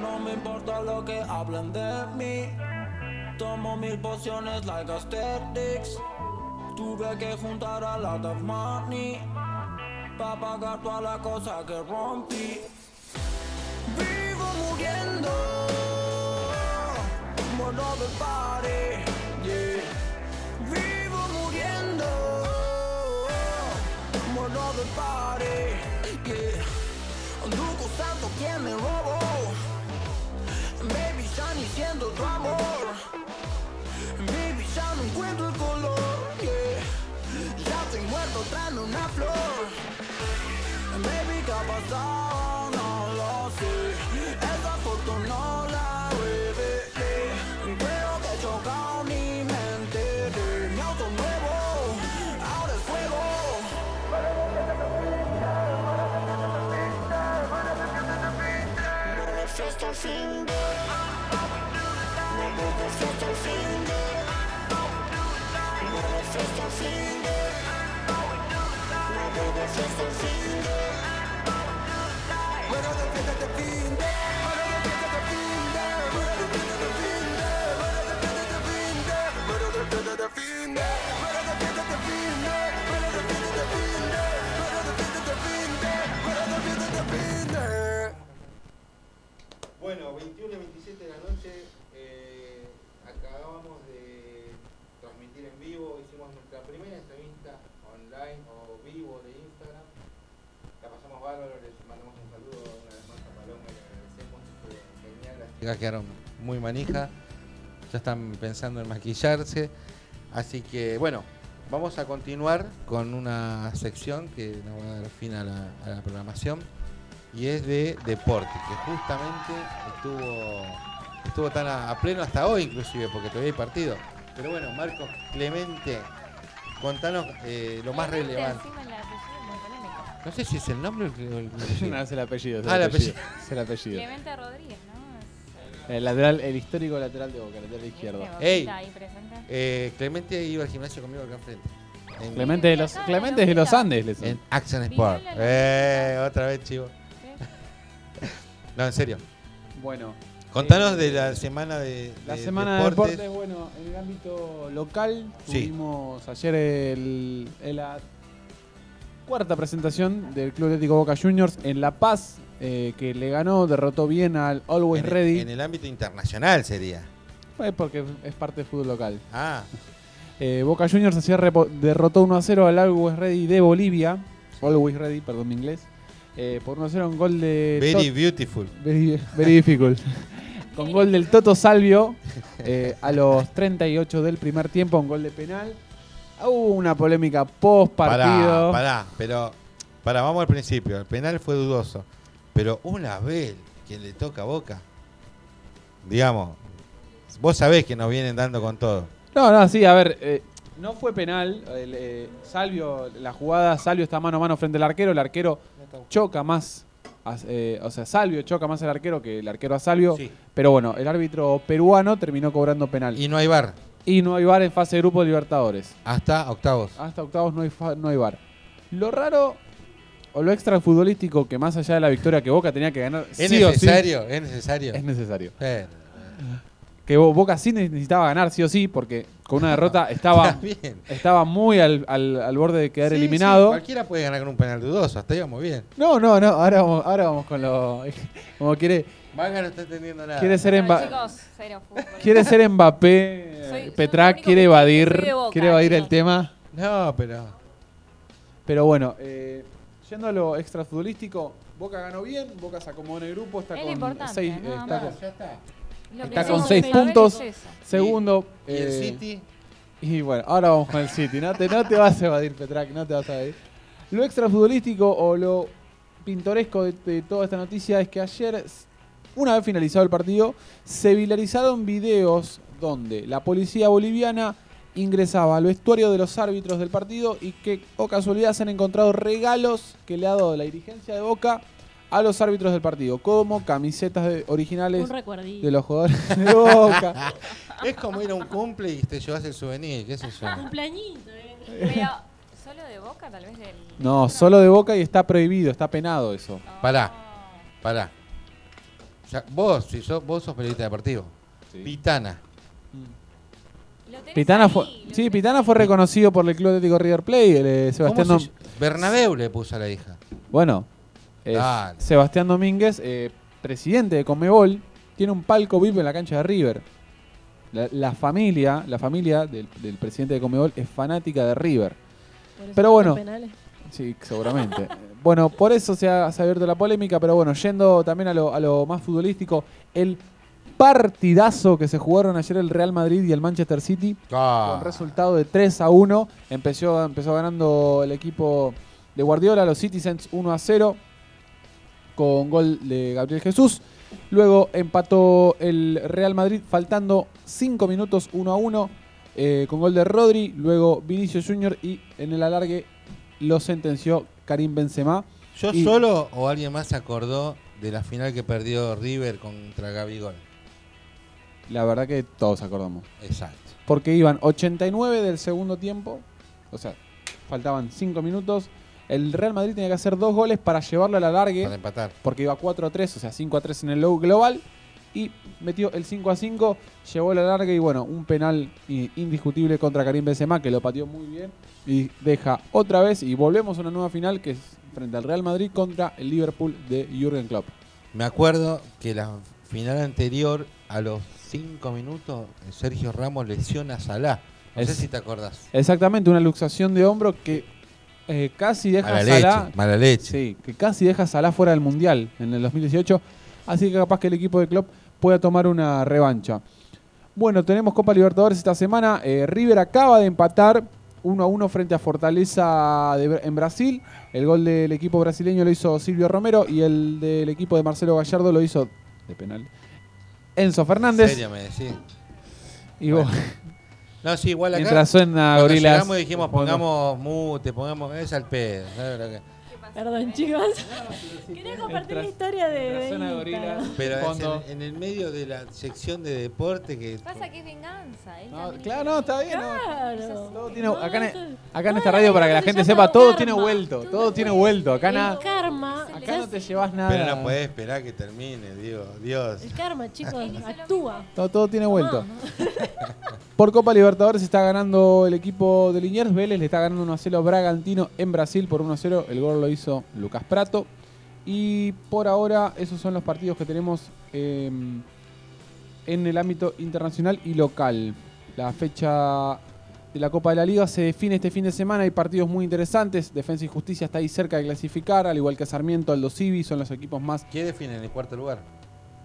No me importa lo que hablen de mí. Tomo mil pociones like aesthetics. Tuve que juntar a lot of money. Pa' pagar toda la cosa que rompí. Vivo muriendo. Muero de party. yeah. Vivo muriendo. Muero de party. Yeah. Duco santo que me robó. Baby, ya ni siento tu amor Baby, ya no encuentro el color yeah. Ya estoy muerto traendo una flor Baby, ¿qué ha pasado? No lo sé Esa foto no la revelé Creo que chocado ni me enteré Mi auto nuevo, ahora es fuego Bueno, 21 y 27 de la noche, eh, acabamos de transmitir en vivo, hicimos nuestra primera entrevista online o vivo de Instagram. La pasamos bárbaro, les mandamos un saludo una vez más a Paloma y le agradecemos, estuvo genial. Las chicas quedaron muy manija, ya están pensando en maquillarse, así que bueno, Vamos a continuar con una sección que nos va a dar fin a la, a la programación y es de deporte, que justamente estuvo, estuvo tan a, a pleno hasta hoy inclusive, porque todavía hay partido. Pero bueno, Marcos Clemente, contanos eh, lo más Realmente relevante. encima el apellido es muy polémico. No sé si es el nombre o el- o el- No, es el apellido. Es el Ah, el apellido. Es el apellido. Clemente Rodríguez, ¿no? Es- El lateral, el histórico lateral de Boca, lateral izquierdo. Este, Ey. Boquita ahí presente. Eh, Clemente iba al gimnasio conmigo acá enfrente. En, Clemente de los, Clemente es de los Andes. les- en Action Sport. Viola la Eh, otra vez, chivo. Sí. No, en serio. Bueno, Contanos de la semana de, Eh, La de semana de deportes, bueno, en el ámbito local Sí. tuvimos ayer el, el- la cuarta presentación del Club Atlético Boca Juniors en La Paz, eh, que le ganó, derrotó bien al Always en, el- Ready, en el ámbito internacional sería. Eh, porque es parte del fútbol local. Ah, Eh, Boca Juniors ayer repo- derrotó 1 a 0 al Always Ready de Bolivia, Always Ready, perdón mi inglés, eh, por 1 a 0 un gol de... Tot- very beautiful. Very, very difficult. Con gol del Toto Salvio eh, a los 38 del primer tiempo, un gol de penal. Ah, Hubo una polémica post partido. Pará, pará, pero pará, vamos al principio. El penal fue dudoso. Pero una vez que le toca a boca, digamos, vos sabés que nos vienen dando con todo. No, no, sí, a ver, eh, no fue penal. el, eh, Salvio, la jugada, Salvio está mano a mano frente al arquero. El arquero choca más. a- eh, o sea, Salvio choca más al arquero que el arquero a Salvio. Sí. Pero bueno, el árbitro peruano terminó cobrando penal. Y, Y no hay bar. no hay VAR en fase de grupo de Libertadores. Hasta octavos. Hasta octavos no hay, fa- no hay bar. Lo raro o lo extra futbolístico que más allá de la victoria que Boca tenía que ganar, ¿Es sí o sí, necesario? ¿Es necesario? es necesario. Eh, Que Bo- Boca sí necesitaba ganar, sí o sí, porque con una derrota estaba, está bien. estaba muy al, al- al borde de quedar Sí, sí, eliminado. cualquiera puede ganar con un penal dudoso, hasta ahí vamos bien. no, no, no, ahora vamos, ahora vamos con lo... Como quiere, Vaga no está entendiendo nada. quiere ser, Bueno, Mba- chicos, cero fútbol. quiere ser Mbappé, Soy- soy Petrac lo quiere único que sabe que evadir, soy de Boca, quiere evadir el chicos. tema. No, pero. Pero bueno, eh, yendo a lo extrafutbolístico, Boca ganó bien, Boca se acomodó en el grupo, está Es lo con importante, seis, eh, nada está más. con- ya está. Lo está tenemos con que seis saber puntos. es eso. Segundo, Y el eh, City. y bueno, ahora vamos con el City. No te, no te vas a evadir, Petrac, no te vas a evadir. Lo extrafutbolístico o lo pintoresco de, de toda esta noticia es que ayer, una vez finalizado el partido, se viralizaron videos donde la policía boliviana ingresaba al vestuario de los árbitros del partido y que, o casualidad, se han encontrado regalos que le ha dado la dirigencia de Boca a los árbitros del partido, como camisetas de- originales Un recuerdito. de los jugadores de Boca. Es como ir a un cumple y te llevas el souvenir, qué sé yo. Un plañito, eh. Pero, ¿solo de Boca tal vez del...? No, solo de Boca y está prohibido, está penado eso. No. Pará. Pará. Ya, vos, si sos, vos sos periodista deportivo. Pitana. Lo tenés Pitana ahí, fue, lo sí, tenés- Pitana fue reconocido por el Club Atlético River Plate. el, eh, Sebastián ¿Cómo Dom- se ll- Bernabéu le puso a la hija. bueno, eh, Dale. Sebastián Domínguez, eh, presidente de Comebol, tiene un palco VIP en la cancha de River. La, la familia, la familia del, del presidente de Comebol es fanática de River. Por eso Pero son bueno. penales. Sí, seguramente. bueno, por eso se ha, se ha abierto la polémica, pero bueno, yendo también a lo, a lo más futbolístico, el partidazo que se jugaron ayer el Real Madrid y el Manchester City. Ah, con resultado de 3 a 1. Empezó, empezó ganando el equipo de Guardiola, los Citizens 1 a 0, con gol de Gabriel Jesús. Luego empató el Real Madrid, faltando 5 minutos 1 a 1, eh, con gol de Rodri. Luego Vinicius Jr. y en el alargue lo sentenció Karim Benzema. ¿Yo y- solo o alguien más se acordó de la final que perdió River contra Gabigol? La verdad que todos acordamos. Exacto. porque iban 89 del segundo tiempo, o sea, faltaban 5 minutos. El Real Madrid tenía que hacer dos goles para llevarlo a la Para largue, empatar. porque iba 4 a 3, o sea, 5 a 3 en el low global. Y metió el 5 a 5, llevó la larga y bueno, un penal i- indiscutible contra Karim Benzema que lo pateó muy bien y deja otra vez y volvemos a una nueva final que es frente al Real Madrid contra el Liverpool de Jürgen Klopp. Me acuerdo que la final anterior, a los cinco minutos, Sergio Ramos lesiona a Salah. No sé Es- si te acordás. Exactamente, una luxación de hombro que eh, casi deja a Salah mala leche. Sí, que casi deja a Salah fuera del Mundial en el 2018. Así que capaz que el equipo de Klopp pueda tomar una revancha. Bueno, tenemos Copa Libertadores esta semana. Eh, River acaba de empatar 1 a 1 frente a Fortaleza de Bra- en Brasil. El gol del equipo brasileño lo hizo Silvio Romero y el del equipo de Marcelo Gallardo lo hizo de penal Enzo Fernández. serio me decís? Y vos, No, sí, igual acá. mientras suena cuando Gorilas. llegamos dijimos, pongamos mute, pongamos. Es al pedo. ¿sabes lo que? Perdón, chicos. Quería compartir la historia de. de Instagram. Pero es Fondo. en, en el medio de la sección de deporte que. Pasa que es venganza. es la No, milicia. claro, no, está bien. no. Claro. Todo tiene- acá, en, Todo- acá en toda esta la radio, para que vida la se gente llama sepa, todo karma. tiene vuelto. Todo Todo tiene es- vuelto. Acá, El na- karma. acá no te llevas nada. Pero no podés esperar que termine, digo, Dios. El karma, chicos, actúa. Todo, todo tiene vuelto. Por Copa Libertadores está ganando el equipo de Liniers. Vélez le está ganando 1 a 0 a Bragantino en Brasil por 1 a 0. El gol lo hizo Lucas Prato. Y por ahora, esos son los partidos que tenemos eh, en el ámbito internacional y local. La fecha de la Copa de la Liga se define este fin de semana. Hay partidos muy interesantes. Defensa y Justicia está ahí cerca de clasificar, al igual que Sarmiento, Aldo Civi, son los equipos más ¿Qué define en el cuarto lugar?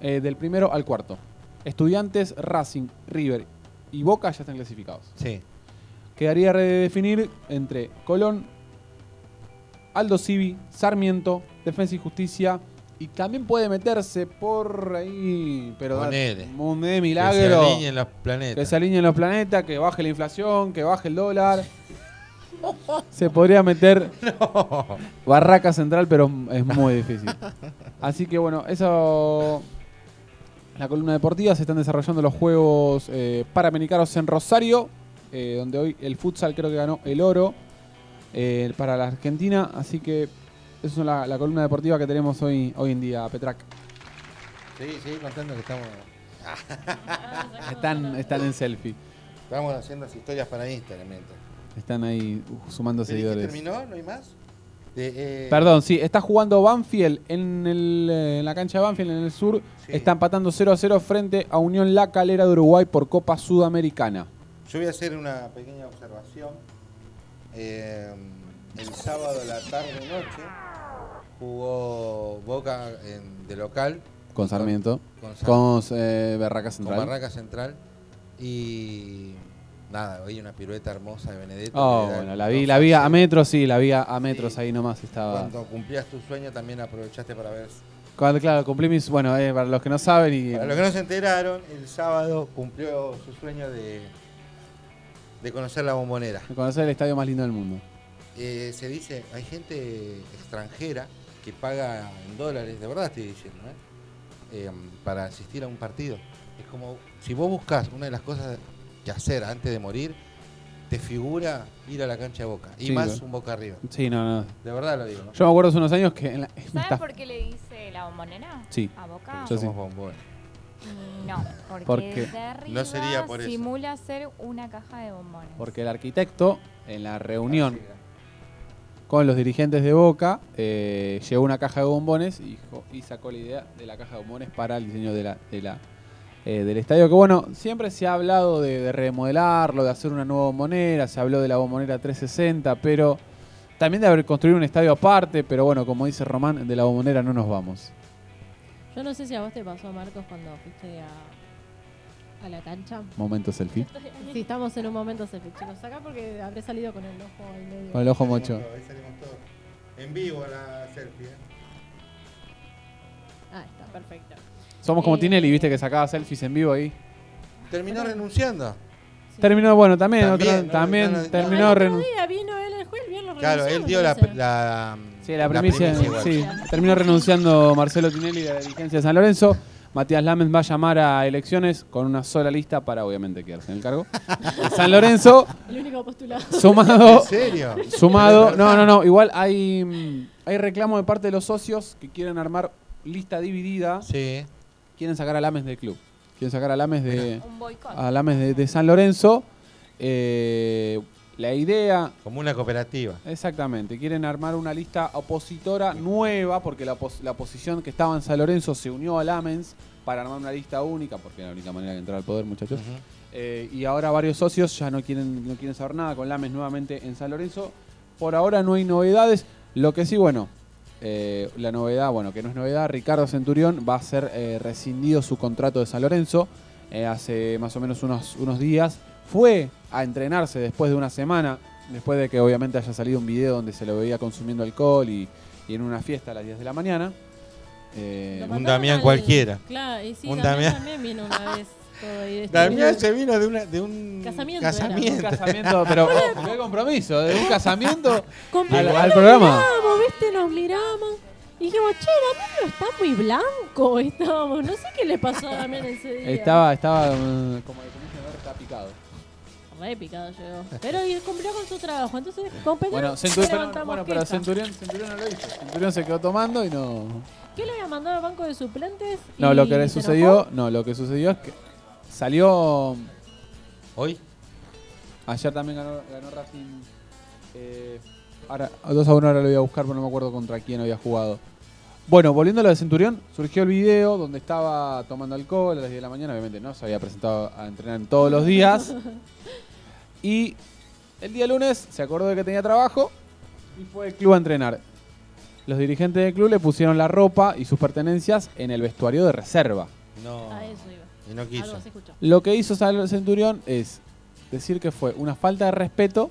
eh, del primero al cuarto. Estudiantes, Racing, River y Boca ya están clasificados. Sí. Quedaría redefinir entre Colón, Aldo Civi, Sarmiento, Defensa y Justicia. Y también puede meterse por ahí, pero da- Ponele. un de Que se milagro. alineen los planetas. Que se alineen los planetas, que baje la inflación, que baje el dólar. Se podría meter Barraca Central, pero es muy difícil. Así que bueno, eso. La columna deportiva se están desarrollando los Juegos eh, Panamericanos en Rosario, eh, donde hoy el futsal creo que ganó el oro eh, para la Argentina. Así que esa es la, la columna deportiva que tenemos hoy, hoy en día, Petrac. Sí, sí, contando que estamos, Ah, Están, están en selfie, estamos haciendo las historias para Instagram. mientras. están ahí uh, sumando ¿Pero y qué seguidores. terminó? ¿No hay más? De, eh, Perdón, sí, está jugando Banfield en, el, eh, en la cancha de Banfield en el sur. Sí. Está empatando 0 a 0 frente a Unión La Calera de Uruguay por Copa Sudamericana. Yo voy a hacer una pequeña observación. Eh, el sábado a la tarde noche jugó Boca en- de local Con Sarmiento. con, San- Con eh, Barraca con Central. Barraca Central y nada, hoy una pirueta hermosa de Benedetto. Oh, que era bueno, el la vi, 2 la vi a cero. metros, sí, la vi a, a metros Sí. ahí nomás estaba. Cuando cumplías tu sueño también aprovechaste para ver. Cuando, claro, cumplí mis. Bueno, eh, para los que no saben y. Para los que no se enteraron, el sábado cumplió su sueño de, de conocer la bombonera. Conocer el estadio más lindo del mundo. Eh, se dice, hay gente extranjera que paga en dólares, de verdad estoy diciendo, ¿eh? Eh, para asistir a un partido. Es como, si vos buscas una de las cosas que hacer antes de morir, te figura ir a la cancha de boca. Y Sí, más claro. un boca arriba. Sí, no, no. De verdad lo digo. ¿no? Yo me acuerdo hace unos años que. En la- me está- ¿Saben por qué le dice la bombonera? Sí. ¿A Boca? Yo sí. Somos bombones. No, porque Porque- de arriba No sería por eso. simula ser una caja de bombones. Porque el arquitecto, en la reunión con los dirigentes de Boca, eh, llevó una caja de bombones y, dijo- y sacó la idea de la caja de bombones para el diseño de la, de la, eh, del estadio. Que bueno, siempre se ha hablado de, de remodelarlo, de hacer una nueva bombonera, se habló de la bombonera 360, pero también de haber construido un estadio aparte, pero bueno, como dice Román, de la bombonera no nos vamos. Yo no sé si a vos te pasó, Marcos, cuando fuiste a, a la cancha. Momento selfie. Sí, estamos en un momento selfie, chicos. Acá porque habré salido con el ojo al medio. Con el ojo mocho. Ahí salimos todos. En vivo a la selfie. ¿eh? Ah, está, perfecto. Somos como Eh. Tinelli, viste que sacaba selfies en vivo ahí. Terminó renunciando. Sí. Terminó, bueno, también, También, otra- ¿no? también No, no, no. Al terminó otro renun- día vino él el juez, viernes Claro, él dio la, la, Sí, la primicia. igual. sí. Terminó renunciando Marcelo Tinelli de la dirigencia de San Lorenzo. Matías Lamens va a llamar a elecciones con una sola lista para, obviamente, quedarse en el cargo. De San Lorenzo, El único postulado. ¿En sumado. serio? Sumado. No, no, no. Igual hay, mm, hay reclamo de parte de los socios que quieren armar lista dividida. Sí. Quieren sacar a Lamens del club. Quieren sacar a Lamens de, Un boicot. a Lames de, de San Lorenzo. Eh, la idea Como una cooperativa. Exactamente, quieren armar una lista opositora nueva porque la, opos- la oposición que estaba en San Lorenzo se unió a Lamens para armar una lista única, porque era la única manera de entrar al poder, muchachos. Ujú. Eh, y ahora varios socios ya no quieren, no quieren saber nada con Lames nuevamente en San Lorenzo. Por ahora no hay novedades. Lo que sí, bueno, eh, la novedad, bueno, que no es novedad, Ricardo Centurión va a ser eh, rescindido su contrato de San Lorenzo eh, hace más o menos unos, unos días. Fue a entrenarse después de una semana después de que obviamente haya salido un video donde se lo veía consumiendo alcohol y, y en una fiesta a las 10 de la mañana. eh, Lo Un mandaron Damián al- cualquiera. Claro, y sí, Un Damián, Damián. también vino una vez. todo y estuvo- Damián se vino de, una, de un Casamiento un casamiento. casamiento, pero oh, qué compromiso, de un casamiento al, Completamente al programa. miramos, ¿viste? Nos miramos. Y dijimos, che, Damián no está muy blanco. Estábamos, no sé qué le pasó a Damián ese día. Estaba, estaba mm, como el comienzo de está picado. Re picado llegó. Pero y cumplió con su trabajo. Entonces, con Pedro Bueno, Centurión, pero, bueno, pero Centurión, Centurión no lo hizo. Centurión se quedó tomando y no. ¿Qué le había mandado al banco de suplentes? No, y lo que le se sucedió, enojó? no, lo que sucedió es que salió um, Hoy, ayer también ganó, ganó Racing. eh, ahora 2 a 1 ahora lo voy a buscar, pero no me acuerdo contra quién había jugado. Bueno, volviendo a lo de Centurión, surgió el video donde estaba tomando alcohol a las 10 de la mañana, obviamente no se había presentado a entrenar en todos los días. Y el día lunes se acordó de que tenía trabajo y fue al club a entrenar. Los dirigentes del club le pusieron la ropa y sus pertenencias en el vestuario de reserva. no. A eso iba. Y no Algo quiso. se escuchó. Lo que hizo Sal- Centurión es decir que fue una falta de respeto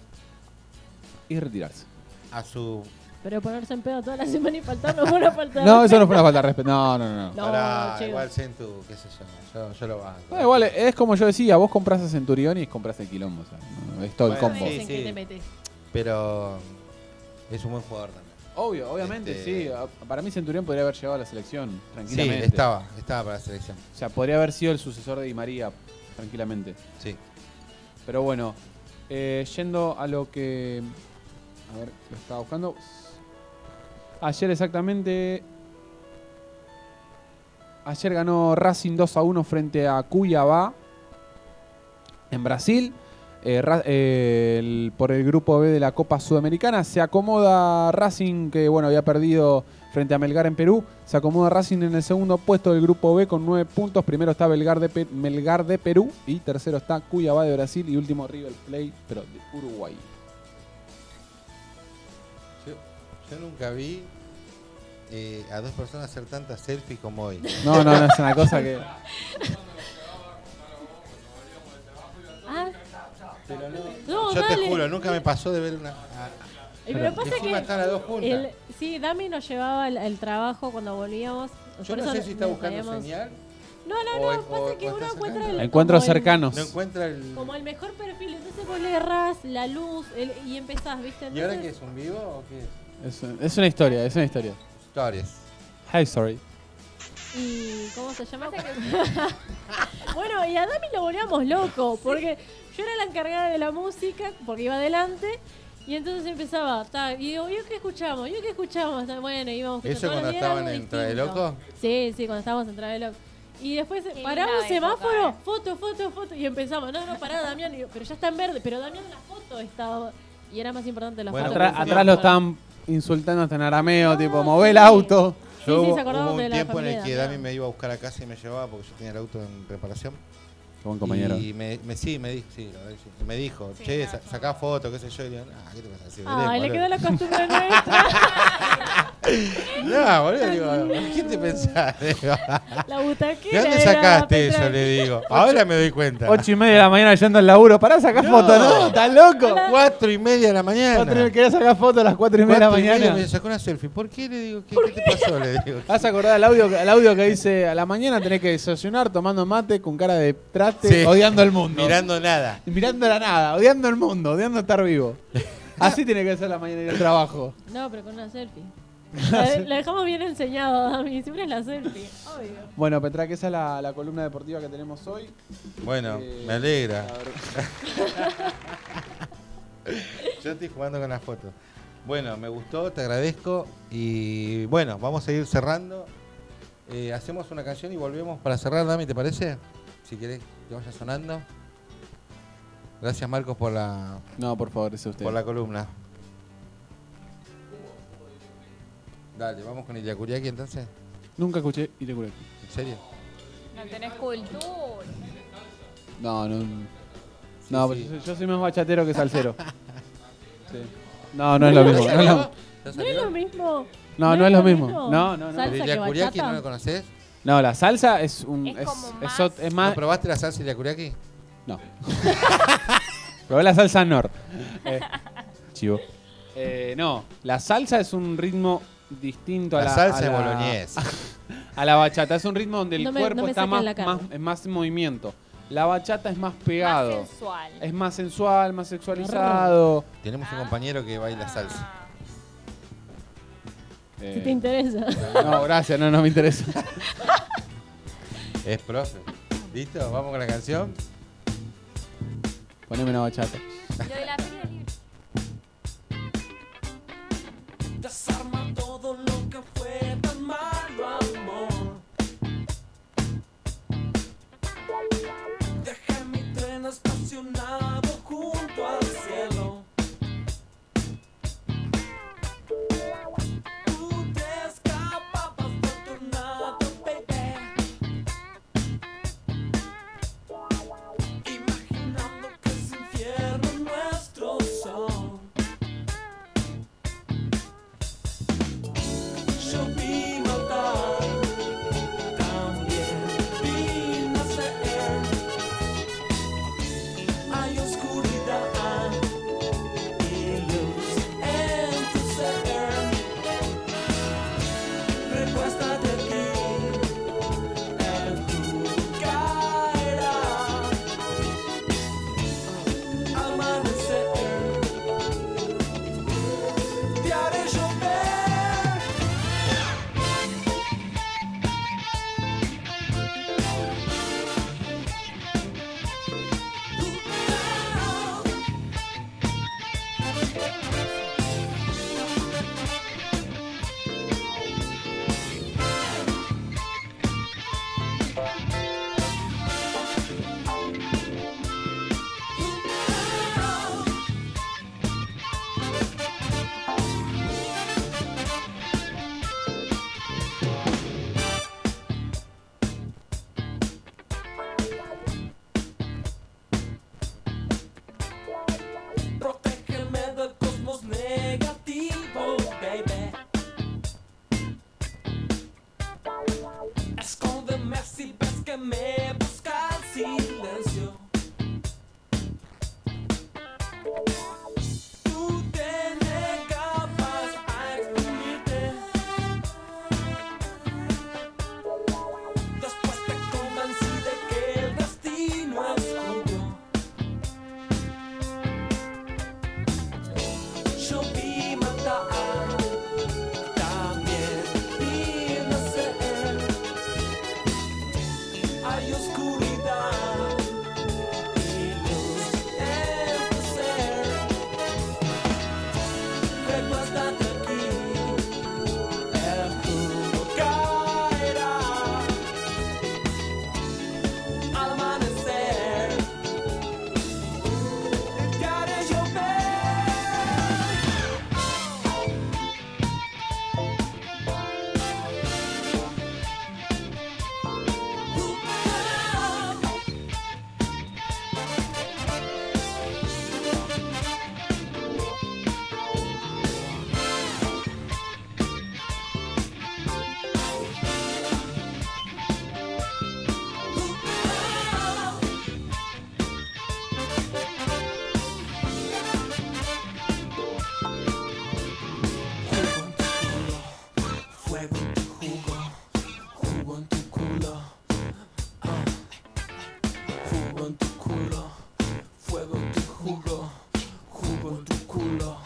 y retirarse. A su. Pero ponerse en pedo toda la semana y faltar no fue una falta de No, eso respeto. no fue una falta de respeto. No, no, no. no. No, Pará, chicos. igual Centu, qué sé yo. Yo, yo lo banco. No, igual es como yo decía, vos compras a Centurión y compras el quilombo. o sea, no, es todo el Bueno, combo. Dicen Sí, que sí. te metes. Pero es un buen jugador también. Obvio, obviamente, Este- sí. Ah, Para mí Centurión podría haber llegado a la selección Sí, tranquilamente. estaba, estaba para la selección. O sea, podría haber sido el sucesor de Di María tranquilamente. Sí. Pero bueno, eh, yendo a lo que. A ver, lo estaba buscando. Ayer exactamente. Ayer ganó Racing 2 a 1 frente a Cuiabá en Brasil. Eh, Ra- eh, el- por el grupo B de la Copa Sudamericana. Se acomoda Racing, que bueno, había perdido frente a Melgar en Perú. Se acomoda Racing en el segundo puesto del grupo B con nueve puntos. Primero está Belgar de Pe- Melgar de Perú. Y tercero está Cuiabá de Brasil. Y último River Plate, pero de Uruguay. Yo, yo nunca vi eh, a dos personas hacer tantas selfies como hoy. No, no, no, es una cosa que. Ah, Pero no, no, yo dale. te juro, nunca me pasó de ver una. a- Y pero pasa encima Ah, están las dos juntas. que el- sí, Dami nos llevaba al al trabajo cuando volvíamos. yo Por no eso sé si está nos buscando habíamos- señal. No, no, o no, en- pasa o- que o uno está encuentra sacando. el, Encuentros como el- cercanos. No encuentra el. como el mejor perfil, entonces vos le errás la luz el- y empezás, ¿viste? ¿Y ahora qué Entonces- es? ¿Un vivo o qué es? Es, es una historia, es una historia. Stories. Hey, sorry. ¿Y cómo se llama? bueno, y a Dami lo volvíamos loco, porque yo era la encargada de la música, porque iba adelante, y entonces empezaba, ta, y digo, ¿y qué escuchamos? ¿Y qué escuchamos? Ta, Bueno, íbamos ¿Eso cuando estaban en Entra de de Loco? Sí, sí, cuando estábamos en Travel Lock. Y después linda paraba un época, semáforo, eh. foto, foto, foto, y empezamos, no, no, pará, Damián, Y digo, pero ya está en verde, pero Damián la foto estaba, y era más importante la Bueno, foto. Atrás, que el atrás lo semáforo. estaban insultando hasta en arameo, No, tipo, move el sí. auto. Sí, Yo sí, hubo, se acordaban hubo de un la tiempo en el familia que de Dami Damián. me iba a buscar a casa y me llevaba porque yo tenía el auto en reparación. Qué buen compañero. Y me, me- sí, me dijo, sí, la verdad que sí. me dijo, Sí, che, claro, sa- yo- sacá foto, qué sé yo. Y le digo, ah, ¿qué te pasa? Sí, Ay, le boludo". quedó la costumbre nuestra. No, boludo, le digo, ¿qué te pensás? Le digo, La butaquera. ¿De dónde era sacaste Petra eso? Le digo. Ahora me doy cuenta. Ocho y media de la mañana yendo al laburo. Pará, sacar foto, ¿no? ¿Estás loco? Cuatro y media de la mañana. Cuatro y- Quería sacar foto a las cuatro y media de la Cuatro y media mañana. me sacó una selfie. ¿Por qué? Le digo, ¿qué, qué te pasó? Le digo. Vas a acordar el audio, el audio que dice a la mañana tenés que desayunar tomando mate con cara de traste, Sí. odiando el mundo. Mirando nada. Mirando la nada, odiando el mundo, odiando estar vivo. Así tiene que ser la mañana ir al trabajo. No, pero con una selfie. La, la dejamos bien enseñado, Dami. Siempre es la selfie. Obvio. Bueno, Petra, que esa es la, la columna deportiva que tenemos hoy. Bueno, Eh, me alegra. a ver. Yo estoy jugando con las fotos. Bueno, me gustó, te agradezco. Y bueno, vamos a ir cerrando. Eh, hacemos una canción y volvemos para cerrar, Dami, ¿te parece? Si querés que vaya sonando. Gracias, Marcos, por la, No, por favor, ese usted. por la columna. Dale, vamos con el Yakuriaki entonces. Nunca escuché Irekure. ¿En serio? No tenés cultura. No, no. No, no, pues, sí. yo, yo soy más bachatero que salsero. Sí. No, no es lo mismo. No, es lo- ¿Ya No es salió? lo mismo. no, no es lo mismo. No, no, no. Sal- ¿El salsa que Yakuriaki bachata. no lo conoces? No, la salsa es un. Es Es, como es más- ot- es ¿No más. probaste la salsa Yakuriaki? No. Probé la salsa Nor. Eh, ofensivo. Eh, no, la salsa es un ritmo distinto a La la salsa a es la- boloñesa. A la bachata es un ritmo donde el No me- cuerpo no me está saquen más, la carne. más, es más movimiento. La bachata es más Más pegado. sensual. es más sensual, más sexualizado. Tenemos un compañero que baila salsa. Ah, Eh, Si te interesa. no, gracias, no, no me interesa. Es profe. ¿Listo? ¿Vamos con la canción? Poneme una bachata. Lo de la feria libre. Desarma todo lo que fue tan malo amor. Deja mi tren estacionado junto al cielo. Tú te escapabas del tornado, baby. Imaginando que ese infierno es nuestro son. Yo vi matar, también vi nacer. Hay oscuridad y luz en tu ser. Repuesta de ti, en tu caerá. Amanecer, te haré llover. Protégeme del cosmos negativo, baby. Escóndeme si ves que me busca el silencio. Tú te negabas a exprimirte. Después te convencí de que el destino es justo. Yo vi matar, también vi nacer. Hay oscuridad y luz en tu ser. Recuérdate aquí, el mundo caerá al amanecer. Te haré llover. Fuego en tu jugo, jugo en tu culo. Ah. Jugo en tu culo, fuego en tu jugo, jugo en tu culo.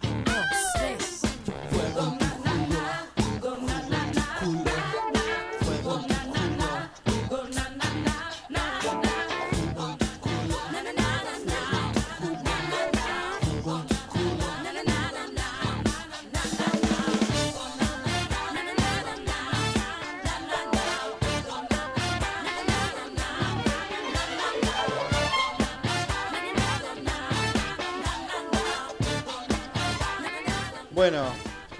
Fuego en tu culo, jugo en tu culo. Fuego en tu culo, Bueno,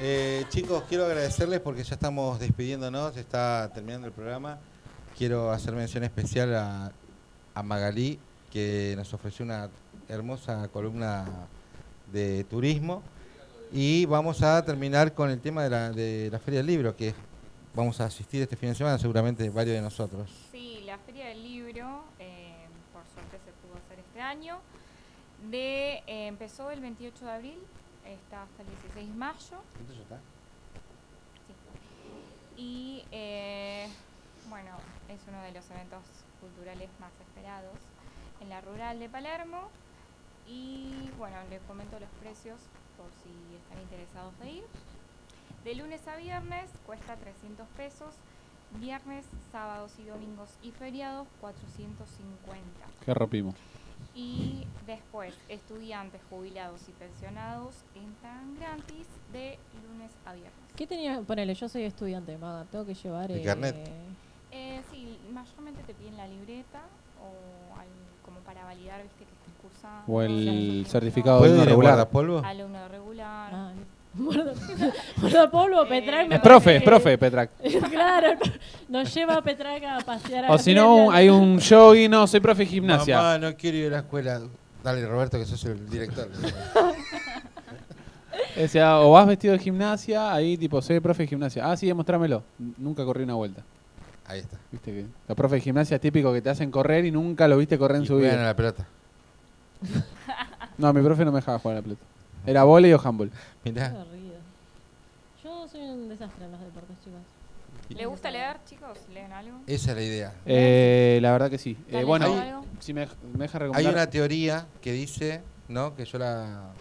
eh, chicos, quiero agradecerles porque ya estamos despidiéndonos, está terminando el programa. Quiero hacer mención especial a, a Magalí, que nos ofreció una hermosa columna de turismo. Y vamos a terminar con el tema de la, de la Feria del Libro, que vamos a asistir este fin de semana, seguramente varios de nosotros. Sí, la Feria del Libro, eh, por suerte se pudo hacer este año. de, eh, empezó el 28 de abril, está hasta el 16 de mayo. Entonces ya está. Y eh, bueno, es uno de los eventos culturales más esperados en la rural de Palermo. Y bueno, les comento los precios por si están interesados de ir. De lunes a viernes cuesta 300 pesos. Viernes, sábados y domingos y feriados 450. Qué rompimos. Y después, estudiantes, jubilados y pensionados entran gratis de lunes a viernes. ¿Qué tenía? Ponele, yo soy estudiante, maga. Tengo que llevar. El carnet. Eh, sí, mayormente te piden la libreta o al- como para validar, viste, que estás cursando. O el certificado. certificado ¿Puedo Alumno ir a regular. polvo? Alumno regular. Ah, Guarda- guarda polvo, Eh, Petrac me Es Profe, parece- profe, Petrac. claro, nos lleva a Petrac a pasear a O la si no, playa. hay un yogi, no, soy profe de gimnasia. Mamá, no quiero ir a la escuela. Dale, Roberto, que sos el director. O sea, o vas vestido de gimnasia, ahí tipo, soy profe de gimnasia. Ah, sí, demostrámelo. N- Nunca corrí una vuelta. Ahí está. Viste que los profes de gimnasia es típico que te hacen correr y nunca lo viste correr en Y su juegan a vida. la pelota. No, mi profe no me dejaba jugar a la pelota. Era volei o handball. Mirá. Aburrido. Yo soy un desastre en los deportes, chicos. ¿Le gusta leer, chicos? ¿Leen algo? Esa es la idea. Eh, la verdad que sí. Eh, ¿Están bueno, leyendo algo? si me, me deja Hay recomendar. una teoría que dice, ¿no? Que yo la,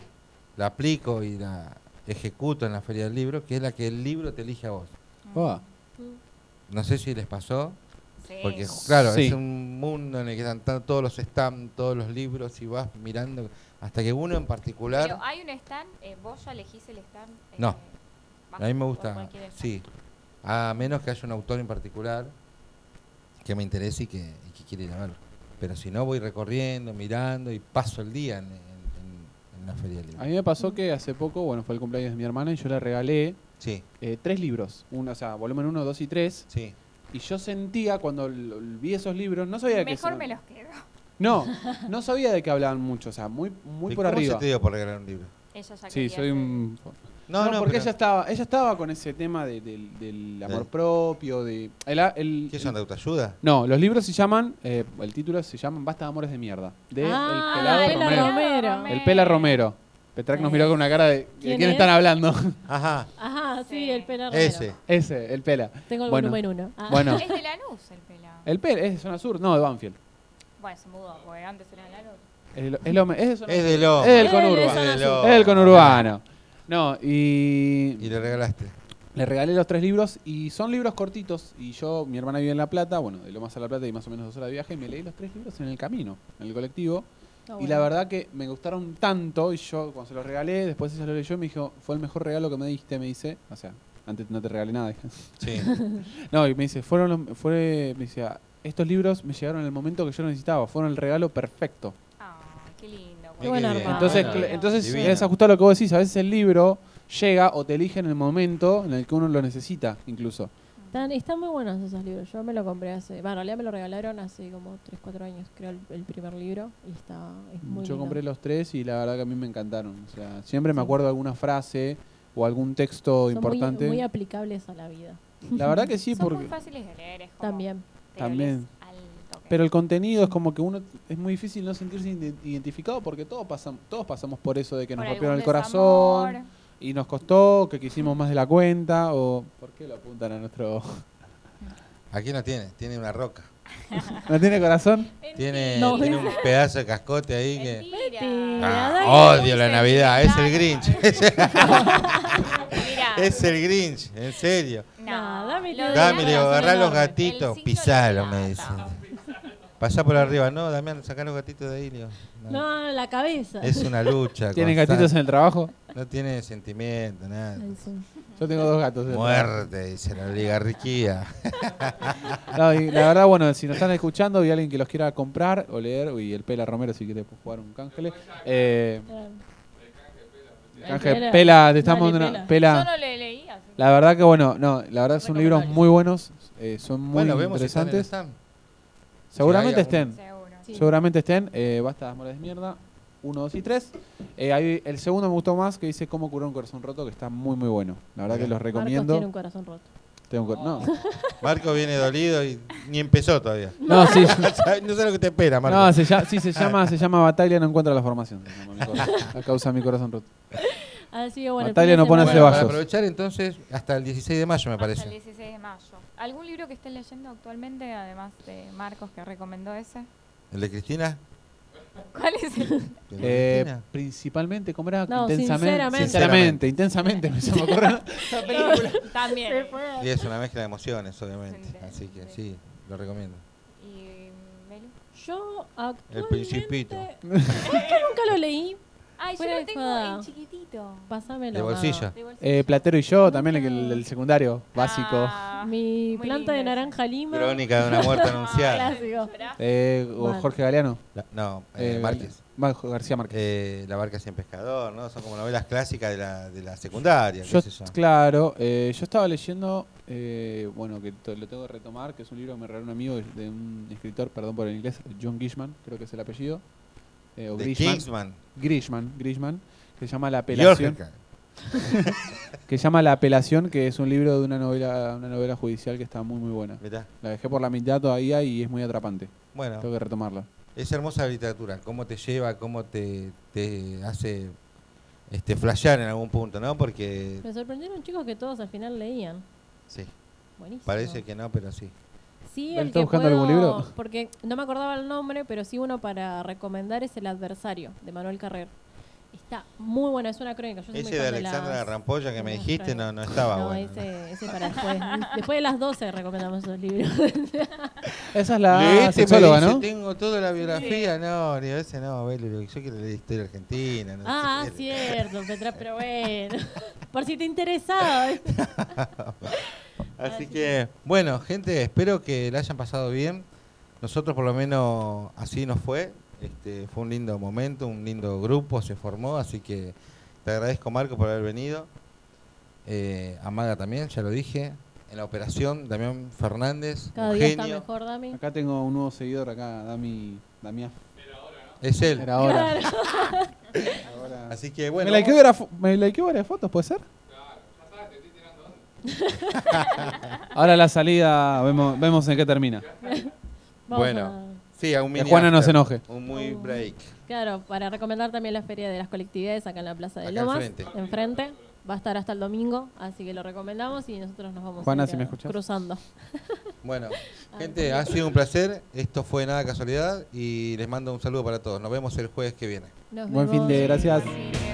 la aplico y la ejecuto en la Feria del Libro, que es la que el libro te elige a vos. Ah, No sé si les pasó, Sí. porque claro, Sí. es un mundo en el que están tan- todos los stamps, todos los libros y vas mirando hasta que uno en particular, Pero hay un stand, eh, vos ya elegís el stand. eh, No. vas a mí me por gusta, cualquier stand. sí, a menos que haya un autor en particular que me interese y que, y que quiera ir a verlo. Pero si no, voy recorriendo, mirando y paso el día en, en- en- en la Feria del a Libro. mí me pasó que hace poco, bueno, fue el cumpleaños de mi hermana y yo le regalé Sí, eh, tres libros. Uno, o sea, volumen 1, 2 y 3. sí. Y yo sentía cuando l- l- vi esos libros, no sabía de qué Mejor son- me los quedo. No, no sabía de qué hablaban mucho, o sea, muy, muy ¿Y por cómo arriba. se te dio por regalar un libro? Ella ya Sí, quería soy hacer- un. No, no, porque pero- ella estaba, ella estaba con ese tema de- del, del amor Del- propio, de. El, a- el- ¿Qué son de autoayuda? no, los libros se llaman, eh, el título se llaman Basta de amores de mierda. De ah, el pelado Pela Romero. Romero. Romero. Eh. El Pela Romero. Petrac nos miró con una cara de ¿de ¿Quién quién, es? están hablando? Ajá, Ajá, sí, Sí. el Pela Romero. ese. Ese, el Pela. Tengo el Bueno. volumen uno. Ah. Bueno, Es de Lanús el pelado. el Pela es de zona sur, no de Banfield. Bueno, se mudó, porque antes era de Lanús. Es, de lo- es lo- es de zona- Es de Loma. Es del conurbano. Es de Loma. es del conurbano. No, y. Y le regalaste. Le regalé los tres libros y son libros cortitos. Y yo, mi hermana vive en La Plata, bueno, de Lomas a La Plata y más o menos dos horas de viaje, y me leí los tres libros en el camino, en el colectivo. Ah, Y bueno. la verdad que me gustaron tanto. Y yo, cuando se los regalé, después ella lo leyó y me dijo, fue el mejor regalo que me diste, me dice. O sea, antes no te regalé nada. dije. Sí. No, y me dice, fueron los- fue, me dice, "Ah, estos libros me llegaron en el momento que yo necesitaba, fueron el regalo perfecto. Ah, qué lindo. Qué buen bueno. armado. Entonces, bueno. cl- entonces Divino. es ajustado a lo que vos decís. A veces el libro llega o te elige en el momento en el que uno lo necesita, incluso. Están, están muy buenos esos libros. Yo me lo compré hace. Bueno, en realidad me lo regalaron hace como 3-4 años, creo, el, el primer libro. Y está. Es muy Yo lindo. compré los tres y la verdad que a mí me encantaron. O sea, siempre me acuerdo de alguna frase o algún Son texto muy- importante. Muy, aplicables a la vida. la verdad que sí, Son muy porque. fáciles de leer, es como También. te lo También. lees al toque. Pero el contenido es como que uno es muy difícil no sentirse ide- identificado porque todos pasamos, todos pasamos por eso de que nos Por rompieron algún el corazón desamor. y nos costó, que quisimos más de la cuenta o ¿por qué lo apuntan a nuestro ojo? Aquí no tiene, tiene una roca. ¿No tiene corazón? Tiene, No, tiene un pedazo de cascote ahí que. Mentira. Ah, dale. odio la Navidad, es el Grinch. Mira. es el Grinch, en serio. No, Dame, lo tío. de Dame, Lanús le digo, es agarrá los enorme. gatitos, El signo pisalo, de me dice. plata. Pasá por arriba, no, Damián, sacá los gatitos de ahí, le digo. Ah. No, No, la cabeza. Es una lucha. ¿Tiene constante. gatitos en el trabajo? No tiene sentimiento, nada. Ay, sí. Yo tengo dos gatos. en el trabajo. Muerte, dice la oligarquía. No, y la verdad, bueno, si nos están escuchando y alguien que los quiera comprar o leer, y el Pela Romero si quiere pues, jugar un canje, eh, canje, Pela. Pela, te estamos Dale, dando una- Yo Pela. no le leí, así que- La verdad que bueno, no, la verdad son libros muy buenos, eh, son muy bueno, vemos si están en el interesantes. stand. Seguramente Si hay estén, Seguro. Sí. seguramente estén, eh, basta de amores de mierda, uno, dos y tres. Eh, ahí el segundo me gustó más que dice cómo curar un corazón roto, que está muy muy bueno. La verdad que Bien. los Marcos tiene un recomiendo. corazón roto. Tengo que- no. Marco viene dolido y ni empezó todavía. No, sí. no sé lo que te espera, Marco. No, se llama, sí, se Ah. llama, se llama Batalla no encuentra la formación. se llama mi cosa. La causa de mi corazón roto. Así que bueno. el Natalia fin de no pone semana- Bueno, para Ceballos. aprovechar entonces hasta el 16 de mayo, me Hasta el parece. 16 de mayo. ¿Algún libro que estés leyendo actualmente, además de Marcos que recomendó ese? ¿El de Cristina? ¿Cuál es el? ¿El de Eh, Cristina? principalmente, ¿cómo era? No, intensamente. sinceramente. Intensamente, intensamente, me se me ocurre. También. Y es una mezcla de emociones, obviamente. Entendé, Así que sí. sí, lo recomiendo. ¿Y Belu? Yo actualmente... El Principito. Es que nunca lo leí. Ay, yo Fuera lo de tengo joda. en chiquitito. Pásamelo. De bolsillo. De bolsillo. Eh, Platero y yo, también el, el- el secundario, básico. Ah, Mi muy lindo planta de ese. naranja lima. Crónica de una muerte anunciada. Clásico. Eh, o Mal. Jorge Galeano. La- no, eh, Eh, Márquez. Mar- García Márquez. Eh, la barca sin pescador, ¿no? Son como novelas clásicas de la, de la secundaria. Yo, qué sé yo. claro, eh, yo estaba leyendo, eh, bueno, que to- lo tengo que retomar, que es un libro que me regaló un amigo de un escritor, perdón por el inglés, John Gishman, creo que es el apellido. eh, o De Grishman, Kingsman. Grishman, Grishman, que se llama La apelación. York. que se llama La apelación, que es un libro de una novela, una novela judicial que está muy muy buena. Mirá. La dejé por la mitad todavía y es muy atrapante. Bueno, Tengo que retomarla. es hermosa la literatura. Cómo te lleva, cómo te, te hace este, flashear en algún punto, ¿no? Porque, Me sorprendieron chicos que todos al final leían. sí, Buenísimo. parece que no, pero sí. Sí, ¿Pero el está que buscando puedo- algún libro? Porque no me acordaba el nombre, pero sí uno para recomendar es El Adversario, de Manuel Carrer. Está muy buena, es una crónica. Yo soy muy Ese de fan de Alexandra las- Rampolla que me de las dijiste no, crónicas. no estaba no, bueno. ese, ese para después. después de las 12 recomendamos esos libros. Esa es Leíste, la me sexóloga, dice, ¿no? Tengo toda la biografía, no, ni a veces no, Belu, lo que yo quiero leer historia argentina. No ah, sé qué. cierto, Petra, pero bueno. Por si te interesaba. ¿viste? Así que, bueno, gente, espero que la hayan pasado bien. Nosotros por lo menos así nos fue. Este, fue un lindo momento, un lindo grupo se formó, así que te agradezco Marco por haber venido. Eh, a Maga también, ya lo dije. En la operación, Damián Fernández, Cada un día está genio. mejor, Dami. Acá tengo un nuevo seguidor acá, Dami, Damián. Es él. Era ahora. Ahora. Así que bueno. me likeó vamos- varias fo- me likeó varias fotos, ¿puede ser? Ahora la salida, vemos, vemos en qué termina. Vamos Bueno. Sí, a un Que mini Juana no after, se enoje. Un Oh. muy break. a- claro, para recomendar también la Feria de las Colectividades acá en la Plaza de Acá Lomas. enfrente. Enfrente. Va a estar hasta el domingo, así que lo recomendamos y nosotros nos vamos Juana, a ir, si me eh, escuchás. cruzando. Bueno, gente, ha sido un placer. Esto fue Nada Casualidad y les mando un saludo para todos. Nos vemos el jueves que viene. Nos Buen fin vemos. de, gracias. Sí,